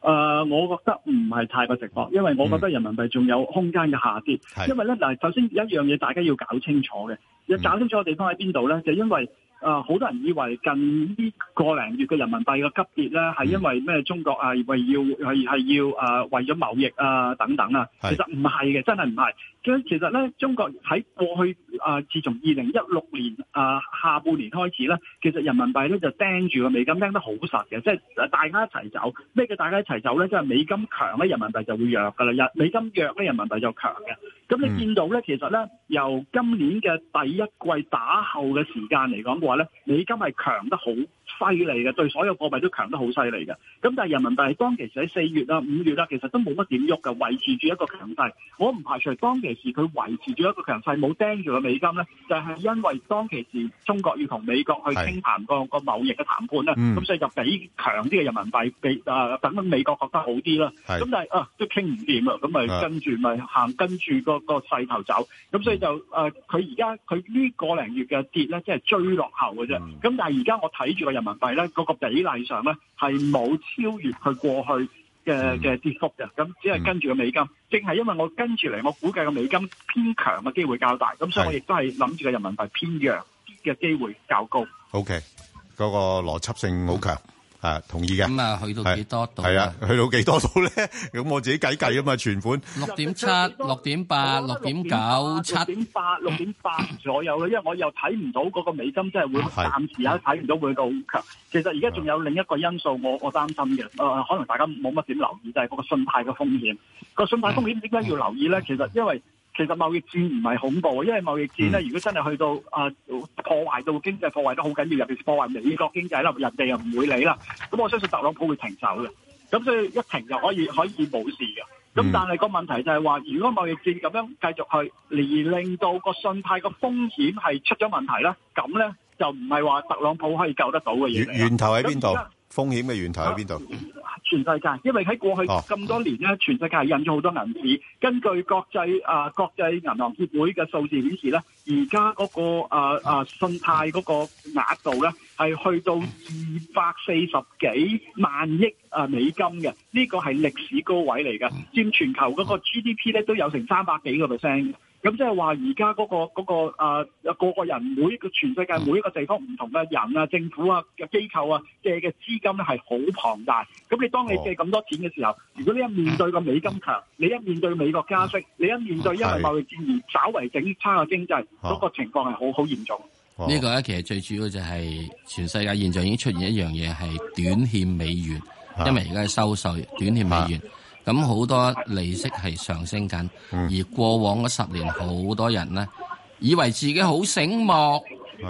Speaker 22: 誒、呃我覺得唔係太過直播，因為我覺得人民幣仲有空間嘅下跌。因為咧嗱，首先有一樣嘢大家要搞清楚嘅，要搞清楚嘅地方喺邊度咧？就因為誒好、多人以為近呢個零月嘅人民幣嘅急跌咧，係因為咩中國啊為要係係要誒、啊為咗貿易啊等等啊，其實唔係嘅，真係唔係。咁其實咧，中國喺過去啊、自從二零一六年啊、下半年開始咧，其實人民幣咧就釘住個美金釘得好實嘅，即係大家一齊走。咩叫大家一齊走咧？即係美金強咧，人民幣就會弱噶啦；人美金弱咧，人民幣就強嘅。咁你見到咧，其實咧由今年嘅第一季打後嘅時間嚟講嘅話咧，美金係強得好犀利嘅，對所有貨幣都強得好犀利嘅。咁但係人民幣當其時喺四月啦、五月啊啦，其實都冇乜點喐嘅，維持住一個強勢。我唔排除當其時佢維持住一個強勢，冇釘住個美金咧，就係、因為當其時中國要同美國去傾談個個貿易嘅談判啦，
Speaker 17: 嗯
Speaker 22: 咁、所以就俾強啲嘅人民幣，俾啊等美國覺得好啲啦。
Speaker 17: 係
Speaker 22: 咁但係啊都傾唔掂啊，咁咪
Speaker 17: 啊
Speaker 22: 跟住咪行跟住個個勢頭走。咁所以就誒，呃佢而家佢呢個零月嘅跌咧，即係追落後嘅啫。咁、但係而家我睇住個人民幣咧，嗰、個比例上咧係冇超越佢過去。嘅嘅跌幅嘅，咁只係跟住個美金，正係因為我跟住嚟，我估計個美金偏強嘅機會較大，咁所以我亦都係諗住個人民幣偏弱。嘅機會較高。
Speaker 9: OK，嗰個邏輯性好強，啊，同意嘅。
Speaker 10: 咁啊，去到幾多度啊？
Speaker 9: 係，係啊，去到幾多度呢？咁我自己計計啊嘛，全款。
Speaker 10: 六點七、六點
Speaker 22: 啊
Speaker 10: 八、六點九、七，
Speaker 22: 六點八、六點八左右啦，因為我又睇唔到嗰個美金真係會暫時啊睇唔到會到好強。其實而家仲有另一個因素我，我擔心嘅，誒、可能大家冇乜點留意，就係、嗰個信貸嘅風險。個信貸風險點解要留意咧？其實因為其實貿易戰唔係恐怖，啊因為貿易戰咧，如果真係去到啊、破壞到經濟破壞得好緊要，尤其是破壞美國經濟啦，人哋又唔會理啦。咁我相信特朗普會停手嘅，咁所以一停就可以可以冇事嘅。咁但係個問題就係話，如果貿易戰咁樣繼續去，而令到個信貸個風險係出咗問題咧，咁咧就唔係話特朗普可以救得到嘅嘢嚟
Speaker 9: 源-
Speaker 22: 啦。
Speaker 9: 源頭喺邊度？
Speaker 22: 咁而家
Speaker 9: 風險嘅源頭喺邊度？
Speaker 22: 全世界，因為喺過去
Speaker 9: 哦
Speaker 22: 咁多年咧，全世界係印咗好多銀紙。根據國際啊、國際銀行協會嘅數字顯示咧，而家嗰個啊啊、信貸嗰個額度咧係去到二百四十幾萬億啊美金嘅，呢、個係歷史高位嚟嘅，佔全球嗰個 GDP 咧都有成三百幾個 percent。咁即係話，而家嗰個嗰、個啊個個人每一個全世界
Speaker 10: 嗯
Speaker 22: 每一個地方唔同嘅人啊、政府啊、嘅機構啊借嘅資金咧係好龐大。咁你當
Speaker 10: 哦
Speaker 22: 你借咁多錢嘅時候，如果你一面對個美金強，你一面對美國加息，你一面對因為
Speaker 10: 嗯係哦
Speaker 22: 貿易戰而稍為整差嘅經濟，嗰、個情況係好好嚴重。
Speaker 10: 呢個咧其實最主要就係全世界現在已經出現一樣嘢係短欠美元，因為而家係收税短欠美元，咁好多利息係上升緊，而過往嗰十年好多人咧以為自己好醒目，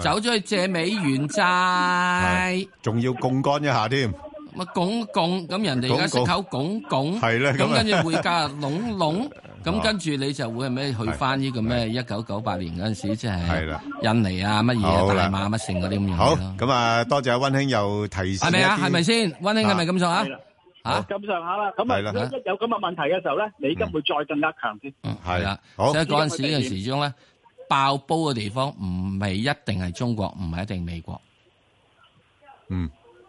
Speaker 10: 走咗去借美元債，
Speaker 9: 仲要槓桿一下添。
Speaker 10: 乜拱拱咁人哋而家息口拱拱，
Speaker 9: 係咧咁
Speaker 10: 咁
Speaker 9: 啊
Speaker 10: 跟住匯價攏 攏，咁跟住你就會係咩去翻呢個咩一九九八年嗰陣時即係印尼啊乜嘢
Speaker 9: 好啦
Speaker 10: 啊大馬乜剩嗰啲咁樣嘢咯。
Speaker 9: 好，咁啊，多謝阿溫兄又提示
Speaker 10: 系咪啊？
Speaker 9: 一啲-
Speaker 10: 系咪先？温馨系咪咁上下？啊，
Speaker 22: 咁上下啦，咁啊
Speaker 9: 係啦
Speaker 22: 一一有咁嘅問題嘅時候咧，美金
Speaker 10: 嗯
Speaker 22: 會再更加強啲。
Speaker 10: 系啦。
Speaker 9: 好
Speaker 10: 即係嗰陣時嘅時鐘咧，爆煲嘅地方唔係一定係中國，唔係一定美國，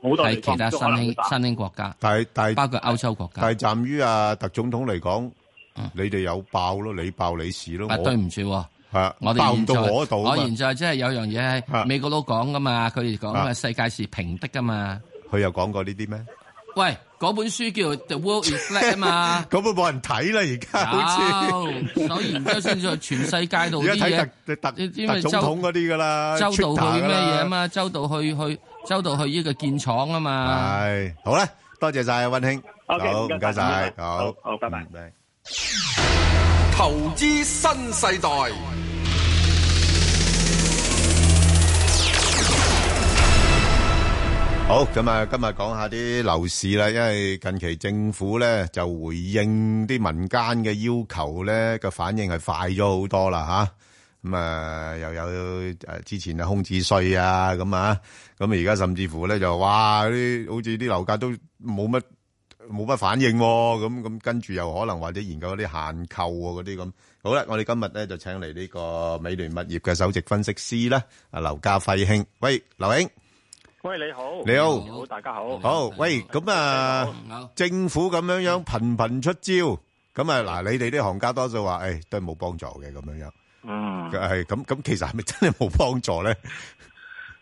Speaker 22: 好多
Speaker 10: 係
Speaker 22: 地
Speaker 10: 其
Speaker 22: 方
Speaker 10: 他新
Speaker 22: 都可能會打
Speaker 10: 興新興國家。
Speaker 9: 嗯但係-但係-但係站於阿特總統嚟講，你哋有爆咯，你爆你事咯，
Speaker 10: 啊，
Speaker 9: 我-
Speaker 10: 對唔住喎，
Speaker 9: 係啊，
Speaker 10: 我哋現在
Speaker 9: 爆唔到我嗰度啊嘛。
Speaker 10: 我現在即係有樣嘢係美國佬講噶嘛，佢哋講
Speaker 9: 啊
Speaker 10: 嘅世界是平的噶嘛。
Speaker 9: 佢有講過呢啲咩？。
Speaker 10: 喂，嗰本書叫《The World Is Flat》啊嘛
Speaker 9: 咁啊，冇人睇啦，而家好似。
Speaker 10: 有，所以然之後先至全世界度啲
Speaker 9: 而家睇
Speaker 10: 嘢。
Speaker 9: 特-特-
Speaker 10: 你知唔知
Speaker 9: 特總
Speaker 10: 周
Speaker 9: 統嗰啲㗎啦，
Speaker 10: 周到去
Speaker 9: Twitter㗎啦。
Speaker 10: 咩嘢啊嘛？周到去去周到去呢個建廠啊嘛。
Speaker 9: 係，好啦，多謝晒，溫兄。
Speaker 10: OK，
Speaker 9: 好，
Speaker 10: 唔該晒，
Speaker 9: 唔該晒，
Speaker 10: 唔該晒。
Speaker 9: 好，嗯，拜。
Speaker 8: 投資新世代，
Speaker 9: 好，咁啊，今日講下啲樓市啦，因為近期政府咧就回應啲民間嘅要求咧，個反應係快咗好多啦吓。咁啊，又有誒之前啊空置税啊咁啊，咁而家甚至乎咧就哇啲好似啲樓價都冇乜冇乜反應喎，咁咁跟住又可能或者研究嗰啲限購喎嗰啲咁。好啦，我哋今日咧就請嚟呢個美聯物業嘅首席分析師啦，啊劉家輝兄，喂，劉兄。
Speaker 25: 喂，你好，
Speaker 9: 你好
Speaker 25: 你好，大家好，
Speaker 9: 好，喂，咁啊，政府咁樣樣頻頻出招，咁啊，嗱，你哋啲行家多數話，誒，都係冇幫助嘅，咁樣樣。
Speaker 25: 嗯，
Speaker 9: 係，咁-咁其實係咪真係冇幫助呢？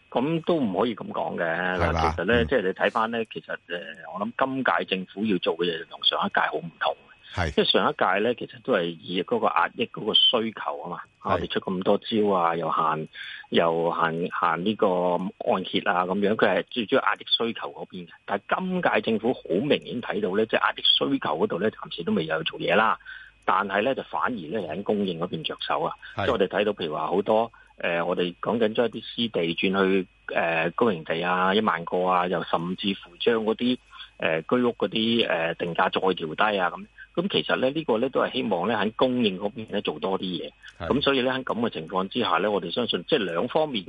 Speaker 25: 咁都唔可以咁講嘅。
Speaker 9: 係嘛嗯
Speaker 25: 嗱，其實咧，即係你睇翻咧，其實誒，呃我諗今屆政府要做嘅嘢同上一屆好唔同。
Speaker 9: 係，
Speaker 25: 因為上一屆咧，其實都係以嗰個壓抑嗰個需求啊嘛，啊我哋出咁多招啊，又限又限限呢個按揭啊咁樣，佢係最主要壓抑需求嗰邊嘅。但係今屆政府好明顯睇到咧，即係壓抑需求嗰度咧，暫時都未有做嘢啦。但係咧就反而咧喺供應嗰邊着手啊，即
Speaker 30: 係
Speaker 25: 係我哋睇到譬如話好多誒、呃我哋講緊將一啲私地轉去誒、呃高營地啊，一萬個啊，又甚至乎將嗰啲誒居屋嗰啲誒定價再調低啊咁。咁其實咧呢、呢個咧都係希望咧喺供應嗰邊咧做多啲嘢。咁所以咧喺咁嘅情況之下咧，我哋相信即係兩方面。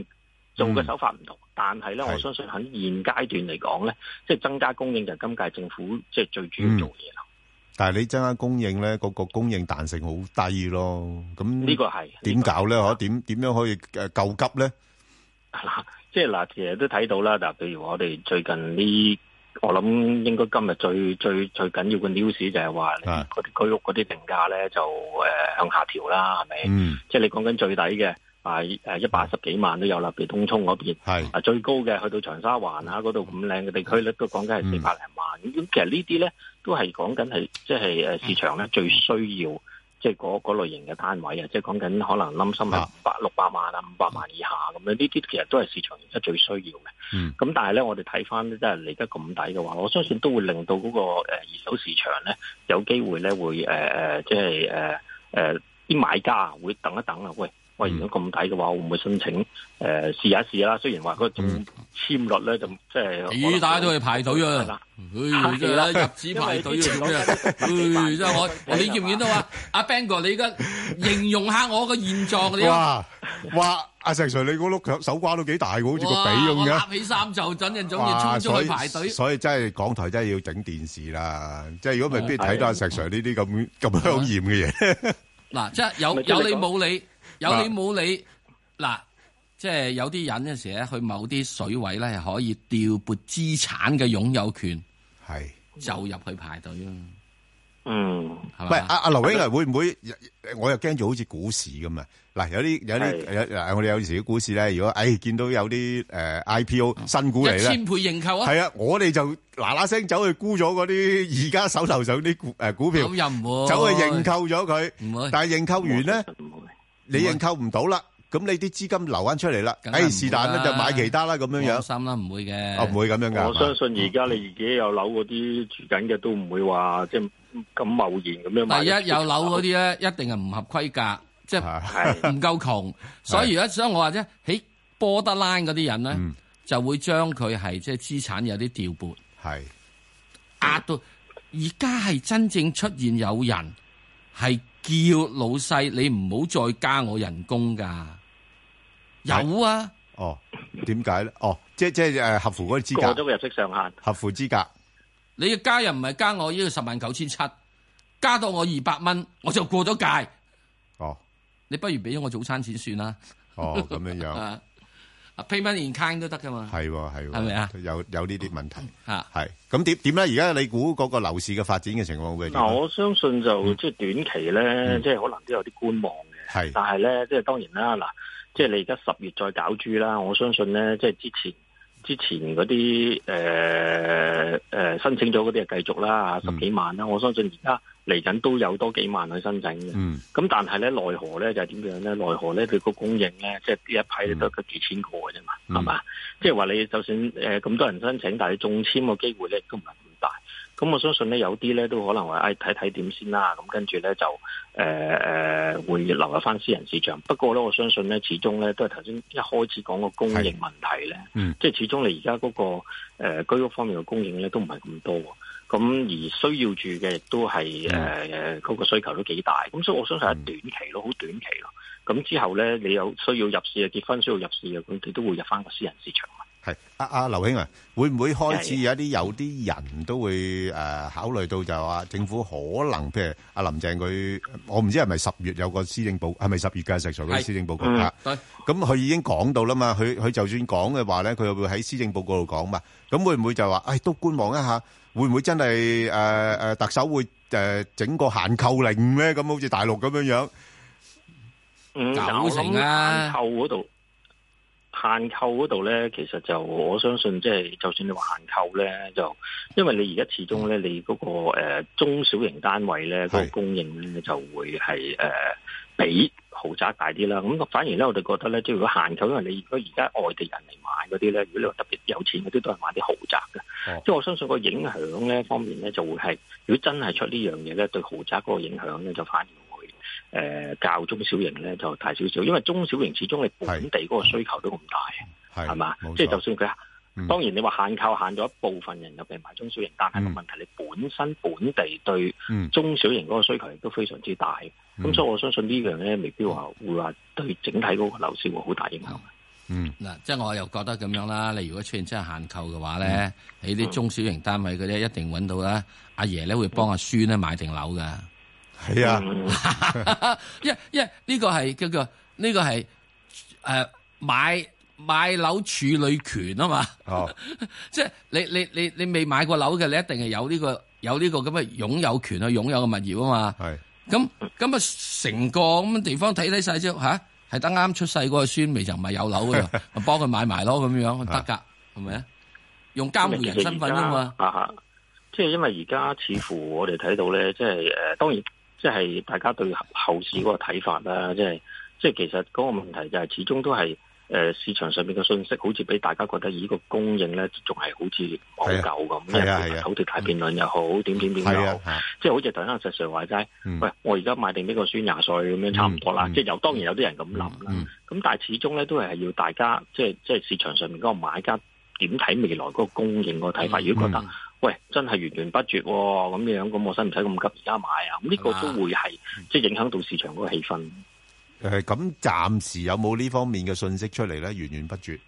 Speaker 25: 做嘅手法唔同，但係咧，我相信喺現階段嚟講咧，即係增加供應就係今屆政府即係最主要
Speaker 9: 嗯
Speaker 25: 做嘢。
Speaker 9: 但係你增加供應呢，嗰個供應彈性好低咯，咁
Speaker 25: 呢個係，
Speaker 9: 點搞呢？可點-點樣可以，誒，救急呢？
Speaker 25: 即係 嗱，其實都睇到啦。嗱，譬如我哋最近呢，我諗應該今日最最最緊要嘅 news 就係話嗰啲居屋嗰啲定價咧就誒、呃向下調啦，係咪？
Speaker 6: 嗯
Speaker 25: 即係你講緊最底嘅啊誒一百十幾萬都有啦，譬如東涌嗰邊，啊最高嘅去到長沙灣啊嗰度咁靚嘅地區咧，都講緊係四百零萬。咁、其實呢啲咧都係講緊係即係誒市場咧最需要。即係嗰嗰類型嘅單位啊，即係講緊可能冧心係百六百萬啊，五百萬以下咁樣，呢啲其實都係市場而家最需要嘅。
Speaker 9: 嗯
Speaker 25: 咁但係咧，我哋睇翻咧，即係嚟得咁抵嘅話，我相信都會令到嗰個呃二手市場咧有機會咧會誒誒、呃即係誒誒啲買家啊會等一等啊，喂。喂，如果咁抵嘅話，我會唔會申請誒、呃、試一試啦？雖然話嗰個中簽率咧就即係可能
Speaker 10: 咦，大家都去排隊
Speaker 25: 係啦
Speaker 10: 啊！唉真係啦入紙排隊啊，做咩啊？唉真係我，我你見唔見到啊？阿 Bang 哥，你而家形容下我個現狀你啊
Speaker 9: 哇哇！阿石 Sir，你嗰碌手瓜都幾大喎，好似個
Speaker 10: 哇
Speaker 9: 髀
Speaker 10: 我
Speaker 9: 咁嘅。
Speaker 10: 揦起衫就等陣，總要
Speaker 9: 哇！
Speaker 10: 衝出
Speaker 9: 所
Speaker 10: 去
Speaker 9: 以
Speaker 10: 排隊。
Speaker 9: 所以真係港台真係要整電視啦，即係如果
Speaker 10: 啊
Speaker 9: 未必睇到阿石 Sir 呢啲咁咁香豔嘅嘢。
Speaker 10: 嗱，即係有
Speaker 9: 咪即係
Speaker 10: 有
Speaker 9: 你
Speaker 10: 理
Speaker 9: 講
Speaker 10: 冇理，有理冇理。嗱，即係有啲人嘅時咧，去某啲水位咧係可以調撥資產嘅擁有權，
Speaker 9: 係
Speaker 10: 就入去排隊咯。
Speaker 25: 嗯，
Speaker 10: 係
Speaker 9: 喂，
Speaker 10: 咪？
Speaker 9: 阿阿劉英啊，會唔會？我又驚做好似股市咁啊！嗱，有啲有啲有嗱，我哋有時啲股市咧，如果誒見到有啲誒 IPO 新股嚟
Speaker 10: 嗯一
Speaker 9: 咧
Speaker 10: 千，倍認購啊！
Speaker 9: 係啊，我哋就嗱嗱聲走去沽咗嗰啲而家手頭上啲 股誒股票，
Speaker 10: 咁又唔會
Speaker 9: 走去認購咗佢。但係認購完咧，你認購唔到啦，咁你啲資金流翻出嚟啦，
Speaker 10: 係唔會啦
Speaker 9: 誒是但啦，就買其他啦咁樣樣。
Speaker 10: 放心啦，唔會嘅。
Speaker 9: 哦唔會咁樣㗎
Speaker 25: 我相信而家你自己有樓嗰啲住緊嘅都唔會話即係咁貿然咁樣買
Speaker 10: 第
Speaker 25: 一
Speaker 10: 一有樓嗰啲
Speaker 25: 啲。
Speaker 10: 咧，一定係唔合規格，即係
Speaker 25: 係
Speaker 10: 唔夠窮。所以而家所以我話啫，喺 borderline 嗰啲人咧，
Speaker 25: 嗯
Speaker 10: 就會將佢係即係資產有啲調撥，
Speaker 9: 係
Speaker 10: 壓到而家係真正出現有人係叫老細你唔好再加我人工㗎，有啊，
Speaker 9: 哦，點解咧？哦，即即誒合乎嗰啲資
Speaker 25: 過
Speaker 9: 格
Speaker 25: 咗，個入息上限，
Speaker 9: 合乎資格。
Speaker 10: 你嘅加又唔係加我呢個十萬九千七，加到我二百蚊，我就過咗界。
Speaker 9: 哦，
Speaker 10: 你不如俾咗我早餐錢算啦。
Speaker 9: 哦咁樣樣
Speaker 10: 啊，payment in kind 都得噶嘛。
Speaker 9: 係喎係喎，
Speaker 10: 係咪啊？
Speaker 9: 有有呢啲問題
Speaker 10: 嚇，
Speaker 9: 係咁點點咧？而家你估嗰個樓市嘅發展嘅情況會係點
Speaker 25: 嗱，
Speaker 9: 呢？
Speaker 25: 我相信就即係短期咧，即係可能都有啲觀望嘅
Speaker 9: 嗯係。
Speaker 25: 但係咧，即係當然啦，嗱，即係你而家十月再搞豬啦，我相信咧，即係之前之前嗰啲誒誒申請咗嗰啲係繼續啦，
Speaker 9: 嗯
Speaker 25: 十幾萬啦，我相信而家嚟緊都有多幾萬去申請嘅。
Speaker 9: 嗯
Speaker 25: 咁但係咧，奈何咧就係點樣咧？奈何咧，佢個供應咧，即係呢一批都
Speaker 9: 嗯
Speaker 25: 得幾千個嘅啫嘛，係嘛、即係話你就算誒咁多人申請，但係你中簽個機會咧都唔係咁大。咁我相信咧，有啲咧都可能話，誒睇睇點先啦。咁跟住咧就誒誒、呃會流入翻私人市場。不過咧，我相信咧，始終咧都係頭先一開始講個供應問題咧，
Speaker 9: 嗯
Speaker 25: 即係始終你而家嗰個、呃、居屋方面嘅供應咧都唔係咁多。咁而需要住嘅亦都係誒嗰個需求都幾大，咁所以我相信係短期咯，好短期咯。咁之後咧，你有需要入市嘅結婚需要入市嘅，佢哋都會入翻個私人市場。
Speaker 9: 係阿阿劉兄啊，會唔會開始有一啲有啲人都會誒考慮到就係話政府可能譬如阿林鄭佢，我唔知係咪十月有個施政報，係咪十月嘅石 Sir 嗰啲
Speaker 10: 係
Speaker 9: 施政報告
Speaker 10: 嗯
Speaker 9: 啊？
Speaker 10: 對
Speaker 9: 咁佢已經講到啦嘛，佢佢就算講嘅話咧，佢又會喺施政報告度講嘛。咁會唔會就話，唉，都觀望一下，會唔會真係誒誒特首會誒整個限購令咧？咁好似大陸咁樣樣。
Speaker 25: 嗯，
Speaker 10: 九
Speaker 25: 嗱我
Speaker 10: 成
Speaker 25: 諗
Speaker 10: 啊
Speaker 25: 限購嗰度，限購嗰度咧，其實就我相信即係，就算你話限購咧，就因為你而家始
Speaker 10: 嗯
Speaker 25: 終咧，你嗰、個、呃、中小型單位咧，嗰個供應咧就會係誒、呃比豪宅大啲啦。咁反而咧，我哋覺得咧，即係如果限購，因為你如果而家外地人嚟買嗰啲咧，如果你話特別有錢嗰啲，都係買啲豪宅嘅。即係我相信個影響咧方面咧，就會係如果真係出呢樣嘢咧，對豪宅嗰個影響咧，就反而。誒、較呃中小型咧就大少少，因為中小型始終你本地嗰個需求都咁大，啊係嘛？即係就算佢、啊
Speaker 30: 嗯
Speaker 25: 當然你話限購限咗一部分人入嚟買中小型，但係個問題你本身本地對
Speaker 9: 嗯
Speaker 25: 中小型嗰個需求亦都非常之大，咁、
Speaker 10: 嗯
Speaker 25: 所以我相信呢樣咧未必話會話對整體嗰個樓市會好大影響。
Speaker 9: 嗯，
Speaker 10: 嗱，即係我又覺得咁樣啦。你如果出現真係限購嘅話
Speaker 9: 嗯
Speaker 10: 咧，喺啲中小型單位嗰啲一定揾到啦。阿爺咧會幫阿孫咧買定樓㗎。
Speaker 9: 係啊，
Speaker 10: 因因為呢個係叫做呢個係誒買買樓處女權啊嘛。
Speaker 9: 哦，
Speaker 10: 即係你你你你未買過樓嘅，你一定係有呢個有呢個咁嘅擁有權去擁有嘅物業啊嘛。
Speaker 9: 係。
Speaker 10: 咁咁啊，成個咁嘅地方睇睇晒之後吓，係得啱出世嗰個孫咪就唔係有 樓噶啦，咪幫佢買埋咯咁樣得㗎，係咪啊？用監護人身份啊嘛，
Speaker 25: 啊啊即係因為而家似乎我哋睇到咧，即係誒當然，即係大家對後市嗰個睇法啦，即係即係其實嗰個問題就係始終都係誒、呃市場上面嘅信息，好似俾大家覺得咦個供應咧仲係好似唔好夠咁，因
Speaker 9: 係啊
Speaker 25: 為土地大辯論又好，點點點又好，即係好似頭先阿石 Sir 話齋，
Speaker 9: 嗯
Speaker 25: 喂，我而家買定呢個孫廿歲咁樣差唔多啦，即係有當然有啲人咁諗啦，咁、
Speaker 9: 嗯
Speaker 25: 但係始終咧都係要大家即係即係市場上面嗰個買家點睇未來嗰個供應個睇法，如果覺得。喂，真係源源不絕喎、咁樣咁我使唔使咁急而家買啊？咁呢個都會係嗯即係影響到市場嗰個氣氛。
Speaker 9: 誒，咁暫時有冇呢方面嘅信息出嚟呢？源源不絕。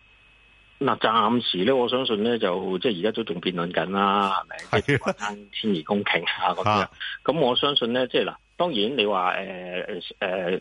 Speaker 25: 嗱，暫時咧，我相信咧就即係而家都仲辯論緊啦，係咪？即係話單千二公頃啊咁樣。咁我相信咧，即係嗱，當然你話誒誒誒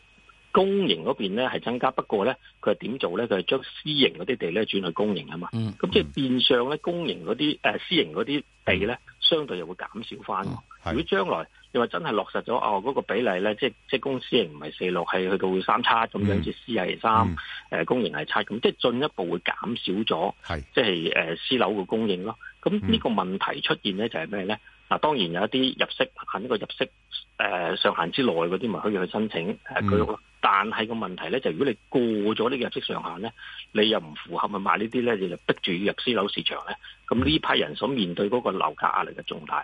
Speaker 25: 公營嗰邊咧係增加，不過咧佢係點做咧？佢係將私營嗰啲地咧轉去公營啊嘛。
Speaker 10: 嗯
Speaker 25: 咁即係變相咧，公營嗰啲誒私營嗰啲地咧，
Speaker 10: 嗯
Speaker 25: 相對又會減少翻。
Speaker 10: 哦
Speaker 25: 如果將來你話真係落實咗哦，嗰、個比例咧，即係即係公私營唔係四六，係去到三七咁
Speaker 10: 嗯
Speaker 25: 樣，即係私係三，誒、公營係七，咁即係進一步會減少
Speaker 9: 咗，
Speaker 25: 即係誒、呃私樓嘅供應咯。咁
Speaker 10: 嗯
Speaker 25: 呢個問題出現咧就係咩咧？嗱，當然有一啲入息限呢個入息誒、呃上限之內嗰啲，咪可以去申請
Speaker 9: 嗯
Speaker 25: 誒居屋咯。但係個問題咧，就如果你過咗呢個入息上限咧，你又唔符合去買呢啲咧，你就逼住要入私樓市場咧。咁
Speaker 9: 嗯
Speaker 25: 呢批人所面對嗰個樓價壓力嘅重大。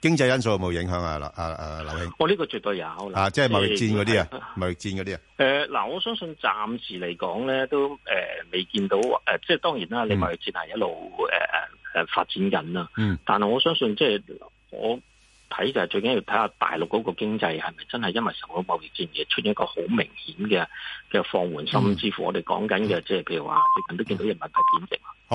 Speaker 9: 經濟因素有冇影響啊，劉-啊-啊，劉慶？
Speaker 25: 我呢個絕對有啦。
Speaker 9: 啊，即係貿易戰嗰啲啊，
Speaker 25: 即係
Speaker 9: 貿易戰嗰啲啊。
Speaker 25: 誒嗱、我相信暫時嚟講咧，都誒、呃未見到誒、呃即係當然啦，你貿易戰係一路誒誒誒發展緊啦。
Speaker 9: 嗯
Speaker 25: 但係我相信即係我睇就係最緊要睇下大陸嗰個經濟係咪真係因為受到貿易戰而出現一個好明顯嘅嘅放緩，甚至乎我哋講緊嘅即係譬如話最近都見到人民幣貶值啊，